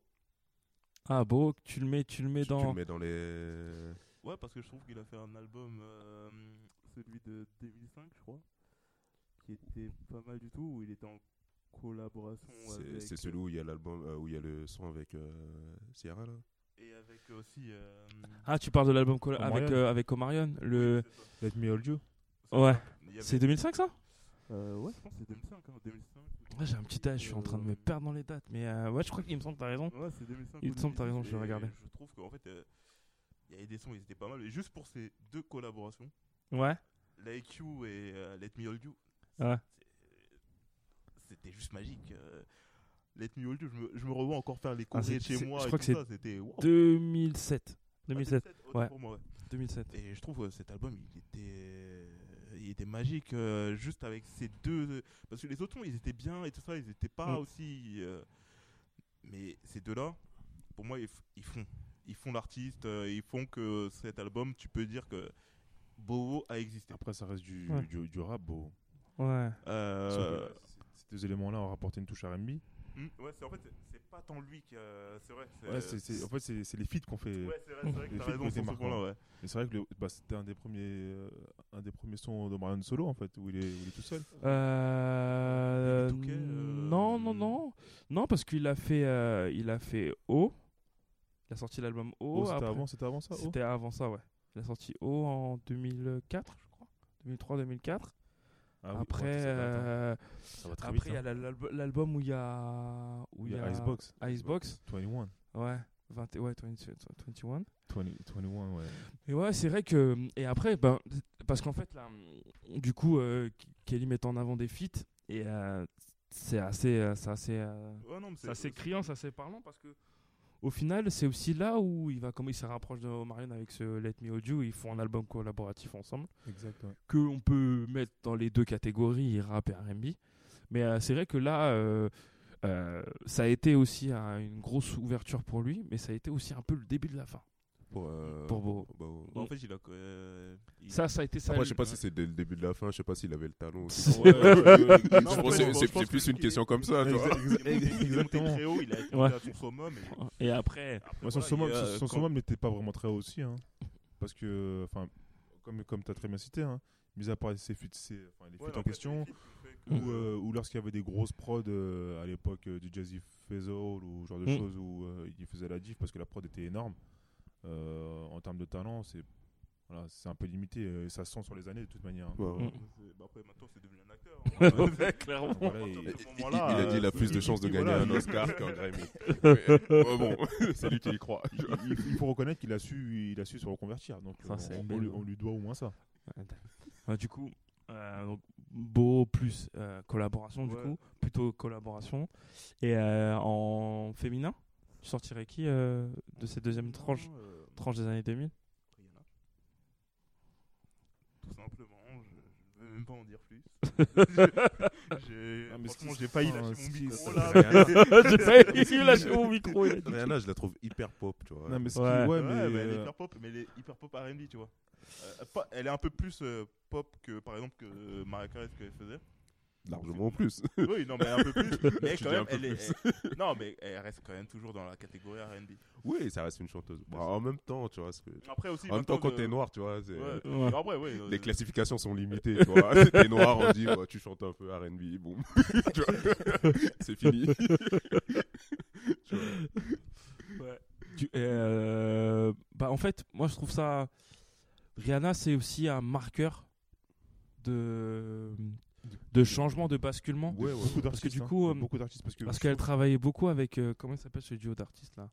Speaker 3: Ah, beau, tu le mets, tu le mets
Speaker 4: tu le
Speaker 3: dans...
Speaker 4: mets dans les.
Speaker 6: Ouais, parce que je trouve qu'il a fait un album, euh, celui de 2005, je crois, qui était pas mal du tout, où il était en collaboration
Speaker 4: C'est
Speaker 6: avec.
Speaker 4: c'est celui où il y a l'album, euh, où il y a le son avec euh, Sierra là.
Speaker 6: Et avec aussi. euh,
Speaker 3: Ah, tu parles de l'album colla-
Speaker 5: Omarion.
Speaker 3: avec, euh, avec Omarion le...
Speaker 6: oui, c'est ça.
Speaker 5: Let me hold you.
Speaker 6: C'est
Speaker 3: Ouais.
Speaker 6: ça. Il y avait-
Speaker 3: C'est 2005 ça
Speaker 6: Euh, ouais, je pense que c'est 2005. hein, 2005
Speaker 3: Ouais, J'ai un petit âge, je suis en train de me perdre dans les dates, mais euh, ouais, je crois qu'il me semble que t'as raison.
Speaker 6: Ouais, c'est 2005.
Speaker 3: Il me semble, t'as
Speaker 6: 2010,
Speaker 3: raison, je vais
Speaker 6: et
Speaker 3: regarder.
Speaker 6: Je trouve qu'en fait, euh, il y avait des sons, ils étaient pas mal. Et juste pour ces deux collaborations,
Speaker 4: Oh.
Speaker 3: Ouais.
Speaker 6: Like You et euh, Let Me Hold You,
Speaker 3: Ouais.
Speaker 6: c'était juste magique. euh, Let Me Hold You, je me, je me revois encore faire les
Speaker 3: Ah,
Speaker 6: courriers
Speaker 3: c'est-
Speaker 6: de chez
Speaker 3: c'est-
Speaker 6: moi.
Speaker 3: je
Speaker 6: et
Speaker 3: crois
Speaker 6: tout
Speaker 3: que c'est
Speaker 6: ça, c'était wow.
Speaker 3: 2007.
Speaker 6: Ah,
Speaker 3: 2007.
Speaker 6: autant
Speaker 3: ouais.
Speaker 6: pour moi, ouais.
Speaker 3: 2007.
Speaker 6: Et je trouve euh, cet album, il était, il était magique, euh, juste avec ces deux. euh, Parce que les autres sons, ils étaient bien et tout ça, ils n'étaient pas
Speaker 3: Mm.
Speaker 6: aussi. euh, Mais ces deux-là, pour moi, ils, f- ils font. Ils font l'artiste, euh, ils font que cet album, tu peux dire que Bobo a existé.
Speaker 5: Après, ça reste du,
Speaker 3: Ouais.
Speaker 5: du, du rap. Bon.
Speaker 3: Ouais.
Speaker 5: Sauf que
Speaker 6: Euh,
Speaker 5: là, c- Ces deux éléments-là ont rapporté une touche RB.
Speaker 6: mm, ouais, c'est- en fait, c'est- c'est pas tant lui que. euh, C'est vrai.
Speaker 5: Hmm. Ouais, c'est- c'est- en fait, c'est c'est les feats qu'on fait.
Speaker 6: Ouais, c'est vrai, c'est vrai que
Speaker 5: Les
Speaker 6: t'as
Speaker 5: filles
Speaker 6: raison
Speaker 5: côté
Speaker 6: sur ce
Speaker 5: marquant.
Speaker 6: point-là, ouais.
Speaker 5: Mais c'est vrai que le- bah, c'était un des premiers, euh, un des premiers sons de Marion Solo en fait, où il est, où il est tout seul.
Speaker 3: Oh, Euh,
Speaker 6: Il est touquet, euh,
Speaker 3: Non, non, non. Non, parce qu'il a fait, euh, il a fait O. Il a sorti l'album O.
Speaker 5: Oh, c'était
Speaker 3: après-
Speaker 5: avant, c'était avant ça. oh.
Speaker 3: C'était avant ça, ouais. Il a sorti O en 2004, je crois. 2003-2004.
Speaker 5: Ah oui,
Speaker 3: après,
Speaker 5: ouais, c'est- attends,
Speaker 3: euh,
Speaker 5: ça va très
Speaker 3: après il y
Speaker 5: vite.
Speaker 3: a
Speaker 5: hein.
Speaker 3: la- l'albu- l'album où il y a, où
Speaker 5: Il y a Icebox.
Speaker 3: Icebox.
Speaker 5: 21.
Speaker 3: Ouais. 20, ouais, 20, 21.
Speaker 5: 20 21, ouais.
Speaker 3: Et ouais, c'est vrai que. Et après, ben, parce qu'en fait, là, du coup, euh, Kelly met en avant des feats. Et euh, c'est assez. euh, c'est assez, euh,
Speaker 6: Ouais, non, mais
Speaker 3: c'est assez criant, c'est assez parlant parce que. Au final, c'est aussi là où il va comme il se rapproche de Marion avec ce Let Me Audio, ils font un album collaboratif ensemble
Speaker 5: Exact.
Speaker 3: que on peut mettre dans les deux catégories rap et R&B. Mais euh, c'est vrai que là, euh, euh, ça a été aussi un- une grosse ouverture pour lui, mais ça a été aussi un peu le début de la fin
Speaker 4: Pour, euh,
Speaker 3: pour Boho.
Speaker 4: Boho.
Speaker 6: Bah, en fait, il a, euh, il il-
Speaker 7: Ça, ça a été ça.
Speaker 4: Après,
Speaker 7: le-
Speaker 4: je sais pas si c'est dès le début de la fin, je sais pas s'il avait le talon. aussi.
Speaker 7: C'est-
Speaker 4: Ouais,
Speaker 6: Ouais, ouais, ouais, ouais. Non,
Speaker 4: je
Speaker 6: en
Speaker 4: pense
Speaker 6: fait,
Speaker 4: que
Speaker 6: je
Speaker 4: c'est
Speaker 6: pense
Speaker 4: c'est plus une
Speaker 6: qu'il-
Speaker 4: question comme ça, tu vois.
Speaker 6: Il est monté- il est monté
Speaker 5: Exactement.
Speaker 6: très haut, il a été
Speaker 7: Ouais.
Speaker 6: à son summum. et après,
Speaker 7: Et après,
Speaker 5: Ouais, son
Speaker 6: voilà,
Speaker 5: summum,
Speaker 6: il y a, euh,
Speaker 5: son- son
Speaker 6: quand-
Speaker 5: summum n'était pas vraiment très haut aussi. hein. parce que, enfin, comme, comme tu as très bien cité, hein, mis à part ses fuites, ses- enfin, les
Speaker 6: Ouais,
Speaker 5: fuites
Speaker 6: non,
Speaker 5: en
Speaker 6: après,
Speaker 5: question,
Speaker 6: c'est le fait que-
Speaker 4: Mm.
Speaker 5: ou, euh, ou lorsqu'il y avait des grosses prods euh, à l'époque euh, du Jazzy Faisal ou ce genre de
Speaker 7: Mm.
Speaker 5: choses où euh, il faisait la diff parce que la prod était énorme. Euh, en termes de talent, c'est voilà, c'est un peu limité. euh, et ça se sent sur les années de toute manière. hein.
Speaker 4: Ouais.
Speaker 6: C'est- bah après, maintenant, c'est devenu un acteur. hein.
Speaker 4: Ah
Speaker 7: clairement.
Speaker 5: Donc voilà, il-
Speaker 6: À partir de ce
Speaker 4: Il, il
Speaker 6: moment-là,
Speaker 4: a dit il a
Speaker 6: euh,
Speaker 4: plus de
Speaker 6: il-
Speaker 4: chances de
Speaker 6: il-
Speaker 4: gagner
Speaker 6: voilà,
Speaker 4: un
Speaker 6: il-
Speaker 4: Oscar qu'un Grammy. Ouais, Ah bon, c'est lui qui y croit. tu vois.
Speaker 5: il, il faut reconnaître qu'il a su, il a su se reconvertir. Donc
Speaker 7: Ça,
Speaker 5: euh,
Speaker 7: c'est
Speaker 5: on,
Speaker 7: belle.
Speaker 5: lui, on lui doit au moins ça.
Speaker 3: Ouais, du coup, euh, donc, beau plus euh, collaboration, du
Speaker 6: Ouais.
Speaker 3: coup, plutôt collaboration. Et euh, en féminin, tu sortirais qui euh, de cette deuxième tranche,
Speaker 6: Non, euh,
Speaker 3: tranche des années 2000
Speaker 6: Rihanna. Tout simplement, je ne veux même pas en dire plus. J'ai-
Speaker 5: Ah, mais ce
Speaker 6: Franchement,
Speaker 5: qui-
Speaker 6: j'ai failli
Speaker 5: enfin,
Speaker 6: lâcher
Speaker 5: ce
Speaker 6: mon
Speaker 5: qui-
Speaker 6: micro
Speaker 5: ça-
Speaker 6: là.
Speaker 4: Rihanna.
Speaker 6: mais-
Speaker 3: Il a lâché mon micro. il a dit.
Speaker 4: Rihanna, je la trouve hyper pop, tu vois.
Speaker 5: Non, mais ce qui-
Speaker 3: Ouais.
Speaker 5: ouais,
Speaker 6: Ouais,
Speaker 5: mais,
Speaker 6: mais elle est
Speaker 5: euh,
Speaker 6: hyper pop, mais elle est hyper pop R&B, tu vois. Euh, pas- elle est un peu plus euh, pop que, par exemple, que euh, Mariah Carey, ce qu'elle faisait.
Speaker 4: Largement plus.
Speaker 6: Oui, non, mais elle est un peu plus. Mais
Speaker 4: Tu
Speaker 6: quand
Speaker 4: dis un
Speaker 6: même,
Speaker 4: peu
Speaker 6: elle est.
Speaker 4: plus.
Speaker 6: elle- non, mais elle reste quand même toujours dans la catégorie R&B.
Speaker 4: Oui, ça reste une chanteuse. Bah, en même temps, tu vois. parce que-
Speaker 6: Après aussi.
Speaker 4: En même temps, quand
Speaker 6: de-
Speaker 4: t'es noir, tu vois, c'est-
Speaker 6: Ouais.
Speaker 3: Ouais.
Speaker 6: Après, ouais. euh,
Speaker 4: les classifications sont limitées, tu vois. t'es noir, on dit, ouais, tu chantes un peu R&B, bon, Tu vois. c'est fini. Tu vois.
Speaker 3: Tu- euh, bah, en fait, moi je trouve ça. Rihanna, c'est aussi un marqueur de, de changement, de basculement.
Speaker 5: Ouais, ouais, beaucoup
Speaker 3: Parce que
Speaker 5: d'artistes,
Speaker 3: du
Speaker 5: hein.
Speaker 3: coup, euh,
Speaker 5: beaucoup d'artistes parce que
Speaker 3: Parce qu'elle travaillait beaucoup avec. euh, comment il s'appelle ce duo d'artistes là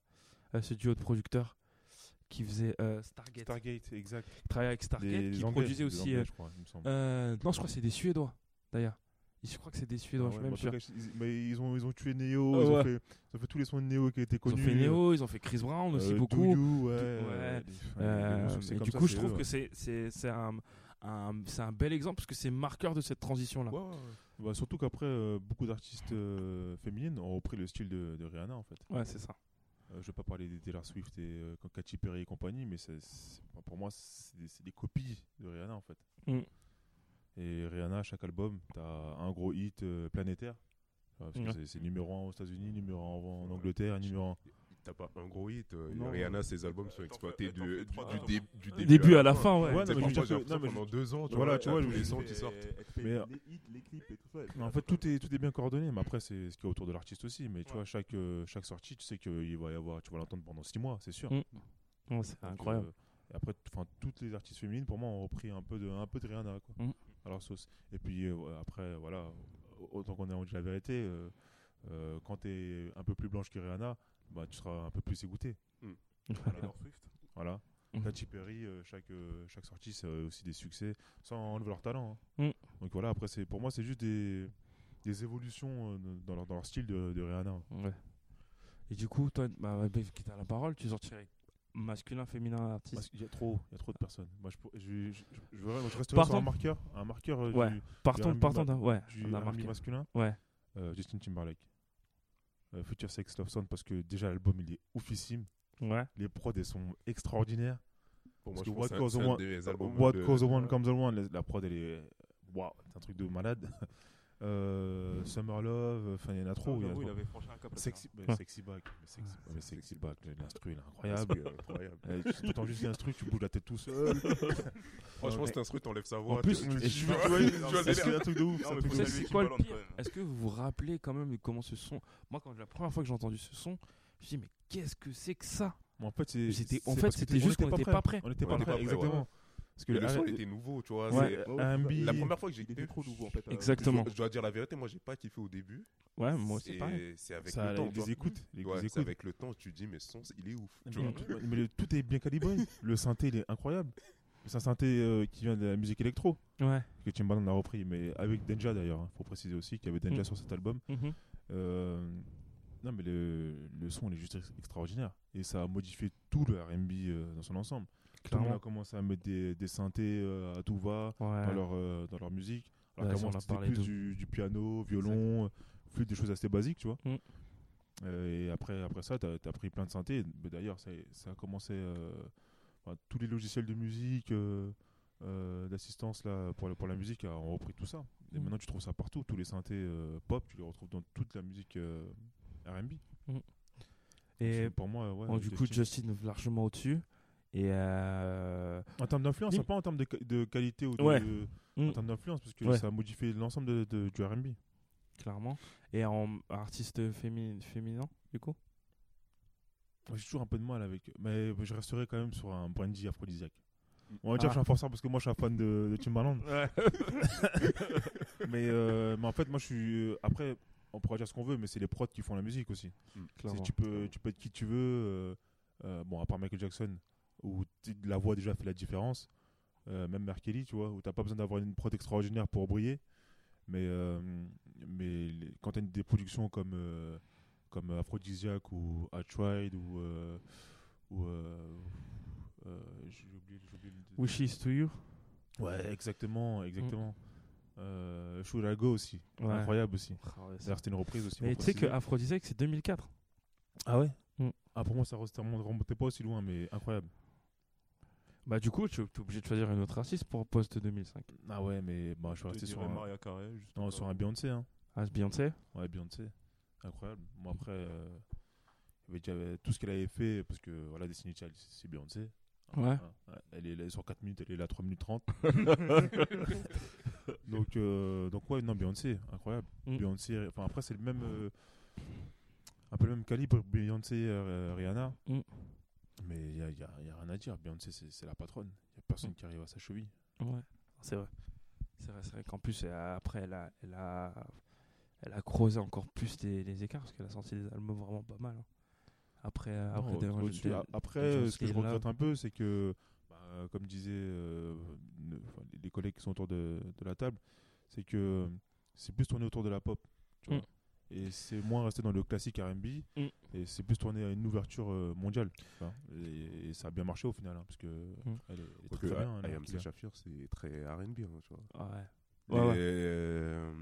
Speaker 3: Euh, Ce duo de producteurs qui faisait euh, Stargate.
Speaker 5: Stargate, exact.
Speaker 3: Qui travaillait avec Stargate, qui produisait aussi. euh,
Speaker 5: je crois, il me semble.
Speaker 3: euh, non, je crois que c'est des Suédois d'ailleurs. Je crois que c'est des Suédois,
Speaker 5: Ah
Speaker 3: je
Speaker 5: ouais,
Speaker 3: suis même
Speaker 5: bah, en tout
Speaker 3: sûr.
Speaker 5: cas, ils, mais ils ont, ils ont tué Neo,
Speaker 3: Ah
Speaker 5: ils,
Speaker 3: ouais.
Speaker 5: ont fait, ils ont fait tous les sons de Neo qui étaient
Speaker 3: Ils ont
Speaker 5: connus.
Speaker 3: fait Neo, ils ont fait Chris Brown
Speaker 5: euh,
Speaker 3: aussi
Speaker 5: Do
Speaker 3: beaucoup.
Speaker 5: You, ouais,
Speaker 3: Do-
Speaker 5: euh,
Speaker 3: ouais.
Speaker 5: des-
Speaker 3: Euh,
Speaker 5: des gros succès
Speaker 3: et
Speaker 5: comme
Speaker 3: du
Speaker 5: ça,
Speaker 3: coup,
Speaker 5: c'est
Speaker 3: je trouve
Speaker 5: eux,
Speaker 3: que
Speaker 5: ouais.
Speaker 3: c'est c'est- c'est un, un, c'est un bel exemple parce que c'est marqueur de cette transition là.
Speaker 5: Ouais, ouais, ouais. Bah, surtout qu'après, euh, beaucoup d'artistes euh, féminines ont repris le style de, de Rihanna en fait.
Speaker 3: Ouais, c'est ça.
Speaker 5: Euh, je vais pas parler des Taylor Swift et euh, quand Katy Perry et compagnie, mais c'est- c'est- pour moi, c'est des, c'est des copies de Rihanna en fait.
Speaker 3: Mm.
Speaker 5: Et Rihanna, à chaque album, tu as un gros hit euh, planétaire. Enfin, parce que
Speaker 3: Ouais.
Speaker 5: c'est- c'est numéro 1 aux États-Unis, numéro 1 en Angleterre, numéro 1.
Speaker 4: T'as pas un gros hit. euh,
Speaker 5: Non.
Speaker 4: Rihanna, ses albums sont
Speaker 6: T'en
Speaker 4: exploités
Speaker 6: fais-
Speaker 4: du,
Speaker 6: t'en fais
Speaker 4: du-
Speaker 6: trois
Speaker 4: du
Speaker 6: dans
Speaker 4: dé-
Speaker 6: ton-
Speaker 4: du
Speaker 6: Ouais,
Speaker 4: début,
Speaker 3: Début à la fin, ouais.
Speaker 5: Ouais,
Speaker 4: Tu sais,
Speaker 5: non, mais
Speaker 4: parfois,
Speaker 5: je-
Speaker 4: j'ai
Speaker 5: non,
Speaker 4: l'impression
Speaker 5: mais
Speaker 4: pendant
Speaker 5: je-
Speaker 4: deux ans, tu
Speaker 5: Voilà,
Speaker 4: vois,
Speaker 5: tu vois,
Speaker 4: tous
Speaker 5: je-
Speaker 4: les
Speaker 5: je-
Speaker 4: sons
Speaker 6: et-
Speaker 4: qui sortent.
Speaker 6: et-
Speaker 5: Mais, euh,
Speaker 6: les hits, les clips et tout ça. et puis
Speaker 5: Mais en
Speaker 6: après,
Speaker 5: fait, tout est, tout est bien coordonné, mais après, c'est ce qui est autour de l'artiste aussi. Mais tu
Speaker 6: Ouais.
Speaker 5: vois, chaque, euh, chaque sortie, tu sais qu'il va y avoir, tu vas l'entendre pendant 6 mois, c'est sûr.
Speaker 3: Mm. Ouais, c'est
Speaker 5: Donc,
Speaker 3: incroyable.
Speaker 5: euh, et après, t- enfin, toutes les artistes féminines, pour moi, ont repris un peu de, un peu de Rihanna, quoi,
Speaker 3: Mm.
Speaker 5: à leur sauce. Et puis, euh, après, voilà, autant qu'on ait honte de la vérité, euh, euh, quand tu es un peu plus blanche que Rihanna, bah, tu seras un peu plus écouté.
Speaker 6: Taylor Swift.
Speaker 5: Voilà.
Speaker 3: Mhm.
Speaker 5: Katy Perry, euh, chaque, euh, chaque sortie, c'est euh, aussi des succès, sans enlever leur talent. hein.
Speaker 3: Mm.
Speaker 5: Donc voilà, après, c'est- pour moi, c'est juste des, des évolutions euh, dans, leur, dans leur style de, de Rihanna.
Speaker 3: Ouais. Et du coup, toi, bah, bah, qui t'as la parole, tu sortirais masculin, féminin, artiste.
Speaker 5: Parce qu'il y a trop, il y a trop de personnes. Moi, je, pour- je, je, je, je verrais- moi, je resterai
Speaker 3: Partons.
Speaker 5: sur un marqueur, un marqueur euh,
Speaker 3: Ouais. Partons,
Speaker 5: R&B
Speaker 3: partons
Speaker 5: ma-
Speaker 3: d'un. hein. Ouais,
Speaker 5: du, du
Speaker 3: on a
Speaker 5: R&B
Speaker 3: marqué.
Speaker 5: masculin.
Speaker 3: Ouais.
Speaker 5: Euh, Justin Timberlake. Euh, Future Sex Love Sound, parce que déjà, l'album, il est oufissime.
Speaker 3: Ouais.
Speaker 5: Les prods, elles sont extraordinaires.
Speaker 4: Pour moi,
Speaker 5: Parce que
Speaker 4: je
Speaker 5: What
Speaker 4: pense que
Speaker 5: Goes
Speaker 4: c'est un-
Speaker 5: On-
Speaker 4: c'est un des albums
Speaker 5: What
Speaker 4: de-
Speaker 5: Cause the One Comes the One, la- la prod elle est. Waouh, c'est un truc de malade. Euh, Summer Love, enfin il y en a trop. il y en a
Speaker 6: Ah, J'avoue, il
Speaker 5: trop.
Speaker 6: avait franchi un cap. là,
Speaker 5: Sexy, mais
Speaker 3: Ah.
Speaker 5: sexy Back, mais Sexy,
Speaker 4: Ah,
Speaker 5: mais
Speaker 4: c'est
Speaker 5: Sexy Back, l'instru il est incroyable.
Speaker 4: Incroyable. incroyable.
Speaker 5: Euh, tu entends juste l'instru, tu bouges la tête tout seul.
Speaker 4: Franchement, c'est un truc, t'enlèves sa voix.
Speaker 5: En plus,
Speaker 4: tu- tu-
Speaker 5: je-
Speaker 4: tu-
Speaker 5: je-
Speaker 4: tu vois,
Speaker 5: tu vois,
Speaker 4: tu
Speaker 5: c'est-
Speaker 4: vois le
Speaker 5: c'est
Speaker 4: délire.
Speaker 5: un truc de ouf.
Speaker 6: Non,
Speaker 5: c'est un
Speaker 6: mais
Speaker 5: truc
Speaker 6: faut
Speaker 3: C'est
Speaker 5: de ouf.
Speaker 6: saluer-
Speaker 3: c'est
Speaker 6: qui
Speaker 3: quoi le
Speaker 6: balance
Speaker 3: pire
Speaker 6: quand même.
Speaker 3: Est-ce que vous vous rappelez quand même comment ce son Moi, quand la première fois que j'ai entendu ce son, je me suis dit mais qu'est-ce que c'est que ça
Speaker 5: Mais en fait, c'est-
Speaker 3: J'étais- en
Speaker 5: c'est
Speaker 3: fait,
Speaker 5: parce que
Speaker 3: c'était
Speaker 5: t'es- on
Speaker 3: juste qu'on était pas prêts.
Speaker 5: On était
Speaker 4: On
Speaker 5: pas
Speaker 4: était pas
Speaker 5: prêts,
Speaker 4: prêts, ouais.
Speaker 5: exactement. Parce que
Speaker 4: Le son,
Speaker 5: R-
Speaker 4: il était nouveau, tu vois.
Speaker 5: Ouais,
Speaker 4: c'est-
Speaker 5: R&B.
Speaker 4: La première fois que j'ai
Speaker 6: Il était
Speaker 4: écouté,
Speaker 6: trop nouveau en fait.
Speaker 3: Exactement.
Speaker 4: Je, je dois dire la vérité, moi j'ai pas kiffé au début.
Speaker 3: Ouais, moi aussi
Speaker 4: Et
Speaker 3: pareil.
Speaker 4: C'est avec
Speaker 5: ça,
Speaker 4: le temps. tu vois.
Speaker 5: les écoutes, les
Speaker 4: Ouais,
Speaker 5: les
Speaker 4: c'est
Speaker 5: écoutes.
Speaker 4: avec le temps, tu dis, mais ce son, il est ouf. Tu
Speaker 5: Mais,
Speaker 4: vois.
Speaker 5: tout- mais le- tout est bien calibré. le synthé, il est incroyable. C'est un synthé euh, qui vient de la musique électro,
Speaker 3: Ouais.
Speaker 5: que Timbaland a repris, mais avec Denja d'ailleurs. Il faut préciser aussi qu'il y avait Denja
Speaker 3: Mm.
Speaker 5: sur cet album.
Speaker 3: Mhm.
Speaker 5: Euh, non, mais le, le son, il est juste ex- extraordinaire. Et ça a modifié tout le RB euh, dans son ensemble. Clairement. On a
Speaker 3: Clairement.
Speaker 5: commencé à mettre des, des synthés euh, à tout va
Speaker 3: Ouais.
Speaker 5: dans, leur, euh, dans leur musique. Alors
Speaker 3: Ouais,
Speaker 5: qu'avant,
Speaker 3: ça, on en
Speaker 5: c'était
Speaker 3: parlait
Speaker 5: plus
Speaker 3: de-
Speaker 5: du, du piano, violon, euh, flûte, des choses assez basiques, tu vois.
Speaker 3: Mm.
Speaker 5: Euh, et après, après ça, tu as, pris plein de synthés. Mais D'ailleurs, ça, ça a commencé. euh, enfin, tous les logiciels de musique, euh, euh, d'assistance là, pour, la- pour la musique a- ont repris tout ça. Et
Speaker 3: Mm.
Speaker 5: maintenant, tu trouves ça partout. Tous les synthés euh, pop, tu les retrouves dans toute la musique euh, RB.
Speaker 3: Et
Speaker 5: Donc, pour moi, ouais,
Speaker 3: bon, du
Speaker 5: Justin-
Speaker 3: coup, Justin largement au-dessus. Et euh,
Speaker 5: En termes d'influence,
Speaker 3: Lim-
Speaker 5: hein, pas en termes de, ca- de qualité ou de,
Speaker 3: Ouais.
Speaker 5: en
Speaker 3: Mm.
Speaker 5: termes d'influence, parce que
Speaker 3: Ouais.
Speaker 5: ça a modifié l'ensemble de- de- du RB.
Speaker 3: clairement. Et en artiste féminin, féminin du coup
Speaker 5: Moi, J'ai toujours un peu de mal avec. Mais je resterai quand même sur un brandy aphrodisiaque. On va
Speaker 3: Ah.
Speaker 5: dire que je suis un forceur parce que moi je suis un fan de, de Timbaland. mais, euh, mais en fait, moi je suis. euh, Après, on pourra dire ce qu'on veut, mais c'est les prods qui font la musique aussi. C'est-
Speaker 3: Clairement.
Speaker 5: Tu peux, tu peux être qui tu veux. euh, euh, bon, à part Michael Jackson, où t- la voix déjà fait la différence. euh, même Merkelly, tu vois, où t'as pas besoin d'avoir une prod extraordinaire pour briller. Mais, euh, mais les- quand t'as une- des productions comme, euh, comme Aphrodisiac ou I Tried ou. euh, ou euh, euh, j'ai oublié, j'ai oublié le-
Speaker 3: Wishes to You.
Speaker 5: Ouais, exactement, exactement. Euh, Should I Go aussi,
Speaker 3: Ouais.
Speaker 5: incroyable aussi.
Speaker 3: Ah ouais, c'est-
Speaker 5: D'ailleurs, c'était une reprise aussi.
Speaker 3: Mais
Speaker 5: pour
Speaker 3: tu sais que
Speaker 5: préciser.
Speaker 3: Aphrodisiaque, c'est 2004.
Speaker 5: Ah ouais
Speaker 3: Mm.
Speaker 5: Ah pour moi ça restait- remontait pas aussi loin mais incroyable.
Speaker 3: Bah du coup, tu es obligé de choisir une autre artiste pour poste 2005.
Speaker 5: Ah ouais mais bah, je suis resté sur un,
Speaker 7: Maria Carré. juste
Speaker 5: non,
Speaker 7: encore.
Speaker 5: sur un Beyoncé hein.
Speaker 3: Ah, c'est Beyoncé
Speaker 5: Ouais Beyoncé. Incroyable. Moi après euh, il y avait déjà tout ce qu'elle avait fait parce que voilà Destiny Child c'est c'est Beyoncé. Hein,
Speaker 3: Ouais.
Speaker 5: Ouais, Elle est là sur 4 minutes, elle est là 3 minutes 30. donc euh, donc ouais non Beyoncé, incroyable.
Speaker 3: Mm.
Speaker 5: Beyoncé enfin après c'est le même euh, un peu le même calibre Beyoncé euh, Rihanna.
Speaker 3: Mm.
Speaker 5: Mais il y a, y a- y a rien à dire, Beyoncé c'est c'est la patronne. Il y a personne
Speaker 3: Mm.
Speaker 5: qui arrive à sa cheville.
Speaker 3: Ouais, c'est vrai. C'est vrai, c'est vrai qu'en plus, elle a- après, elle a, elle a, elle a creusé encore plus les, les écarts parce qu'elle a sorti des albums vraiment pas mal. hein. Après, euh,
Speaker 5: Non,
Speaker 3: après,
Speaker 5: euh,
Speaker 3: Devil-
Speaker 5: au-dessus.
Speaker 3: Devil-
Speaker 5: A- après,
Speaker 3: Devil
Speaker 5: euh, ce que je
Speaker 3: Slay, là,
Speaker 5: regrette un peu, c'est que, bah, euh, comme disaient euh, ne- enfin, les- les collègues qui sont autour de, de la table, c'est que c'est plus tourné autour de la pop. tu vois.
Speaker 3: Mm.
Speaker 5: Et c'est moins resté dans le classique RB.
Speaker 3: Mm.
Speaker 5: Et c'est plus tourné à une ouverture euh, mondiale. tu vois. et, et ça a bien marché au final. hein, parce que
Speaker 3: Mm.
Speaker 5: elle est, elle est très,
Speaker 4: Quoique,
Speaker 5: très bien. hein,
Speaker 4: I- I
Speaker 5: la
Speaker 4: Am
Speaker 5: Killa.
Speaker 4: Sasha Fierce, c'est très RB, hein, tu vois.
Speaker 3: Ouais.
Speaker 4: Les,
Speaker 3: Ouais, ouais.
Speaker 4: euh,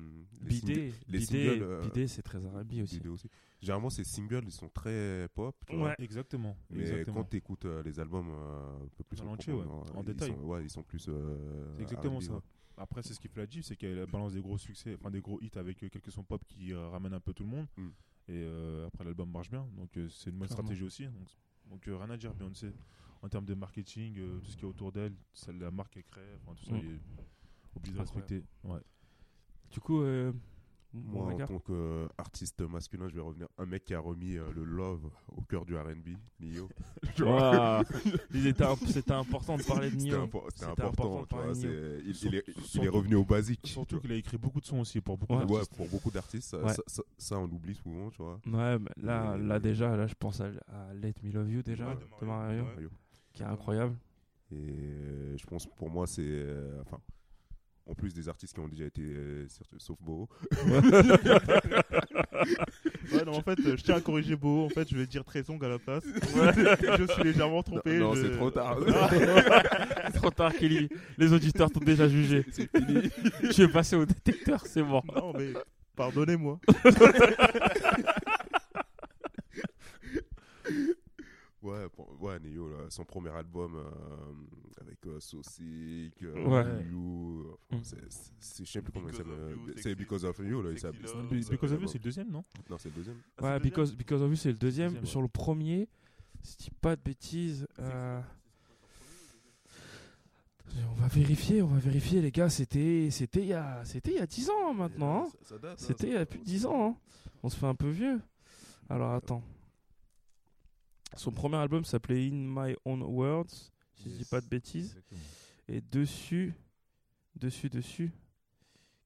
Speaker 4: les singles-
Speaker 3: Bidé,
Speaker 4: les
Speaker 3: Bidé-
Speaker 4: singles, euh,
Speaker 3: Bidé, c'est très R&B aussi.
Speaker 4: Bidé aussi. Généralement, ces singles, ils sont très pop, tu vois.
Speaker 3: Ouais.
Speaker 5: Exactement.
Speaker 4: Mais
Speaker 5: exactement.
Speaker 4: quand tu écoutes les albums euh, un peu plus
Speaker 5: Dans
Speaker 4: en
Speaker 5: l'entier,
Speaker 4: profondeur,
Speaker 5: ouais,
Speaker 4: euh,
Speaker 5: en
Speaker 4: ils
Speaker 5: détail.
Speaker 4: sont- ouais, ils sont plus. euh,
Speaker 5: C'est exactement
Speaker 4: R&B,
Speaker 5: ça.
Speaker 4: ouais.
Speaker 5: Après, c'est ce qui fait la diff, c'est qu'elle balance des gros succès, enfin des gros hits avec euh, quelques sons pop qui euh, ramènent un peu tout le monde.
Speaker 4: Mm.
Speaker 5: Et euh, après, l'album marche bien. Donc, euh, c'est une bonne
Speaker 3: Clairement.
Speaker 5: stratégie aussi. Donc, donc, euh, rien à dire, Beyoncé. En termes de marketing, euh, tout ce qui est autour d'elle, celle la marque qu'elle crée, enfin, tout ça,
Speaker 3: Mm.
Speaker 5: il est obligé de respecter. Ouais.
Speaker 3: Du coup, euh, mon
Speaker 4: Moi, en
Speaker 3: regard
Speaker 4: tant qu'artiste masculin, je vais revenir. Un mec qui a remis euh, le love au cœur du RB, Nio.
Speaker 3: Ouah. Il était imp- C'était important de parler de
Speaker 4: C'était
Speaker 3: Nio.
Speaker 4: impor- c'était
Speaker 3: C'était important
Speaker 4: important.
Speaker 3: de
Speaker 4: tu vois,
Speaker 3: parler de
Speaker 4: c'est-
Speaker 3: Nio.
Speaker 4: il- il
Speaker 5: Surtout-
Speaker 4: est- Il
Speaker 5: surtout-
Speaker 4: est revenu au basique.
Speaker 5: Surtout
Speaker 4: tu
Speaker 5: qu'il a écrit beaucoup de sons aussi pour beaucoup
Speaker 3: Ouais.
Speaker 4: vois. Ouais,
Speaker 5: d'artistes.
Speaker 4: pour beaucoup d'artistes, ça-
Speaker 3: Ouais.
Speaker 4: ça- ça- ça, on l'oublie souvent, tu vois.
Speaker 3: Ouais, mais là,
Speaker 4: Et-
Speaker 3: là déjà, là je pense à, à Let Me Love You déjà
Speaker 4: Ouais,
Speaker 3: de
Speaker 4: de
Speaker 3: Mario,
Speaker 7: Ouais.
Speaker 4: Mario.
Speaker 3: qui est incroyable.
Speaker 4: Et euh, je pense pour moi, c'est. euh, Enfin, en plus des artistes qui ont déjà été. euh, certes- sauf Boho.
Speaker 6: Ouais, non, en fait, euh, je tiens à corriger Beau. En fait, je vais dire Trézong à la place. je suis légèrement trompé.
Speaker 4: non,
Speaker 6: je-
Speaker 4: c'est trop tard.
Speaker 3: Trop tard, Kelly. Les auditeurs t'ont déjà jugé. Je vais passer au détecteur, c'est mort.
Speaker 6: Non, mais pardonnez-moi.
Speaker 4: Ouais, pour- ouais Neo, là, son premier album euh, avec euh, Saucic, euh,
Speaker 3: Ouais.
Speaker 4: You, enfin,
Speaker 3: Mm.
Speaker 4: c'est- c'est- c'est- je sais plus comment il
Speaker 7: Because
Speaker 4: s'appelle.
Speaker 7: of
Speaker 4: euh,
Speaker 7: You,
Speaker 4: C'est
Speaker 7: Sexy-
Speaker 4: Because of You, là, il
Speaker 7: Sexy
Speaker 4: s'appelle.
Speaker 7: Love.
Speaker 5: Be- Because of You,
Speaker 4: l'album.
Speaker 5: c'est le deuxième, non
Speaker 4: Non, c'est le deuxième.
Speaker 7: Ah, c'est
Speaker 3: Ouais,
Speaker 7: le deuxième
Speaker 3: because, because of You, c'est le deuxième.
Speaker 5: Deuxième,
Speaker 3: Sur le premier, si je dis pas de bêtises. euh, On va vérifier, on va vérifier, les gars. C'était c'était il y a c'était il y a 10 ans hein, maintenant. hein.
Speaker 7: Ça- ça date, Euh. hein,
Speaker 3: C'était il y
Speaker 7: ça-
Speaker 3: a plus de 10 ans. hein. On se fait un peu vieux. Alors attends. Son premier album s'appelait In My Own Words, si je dis pas de bêtises. Et dessus, dessus, dessus,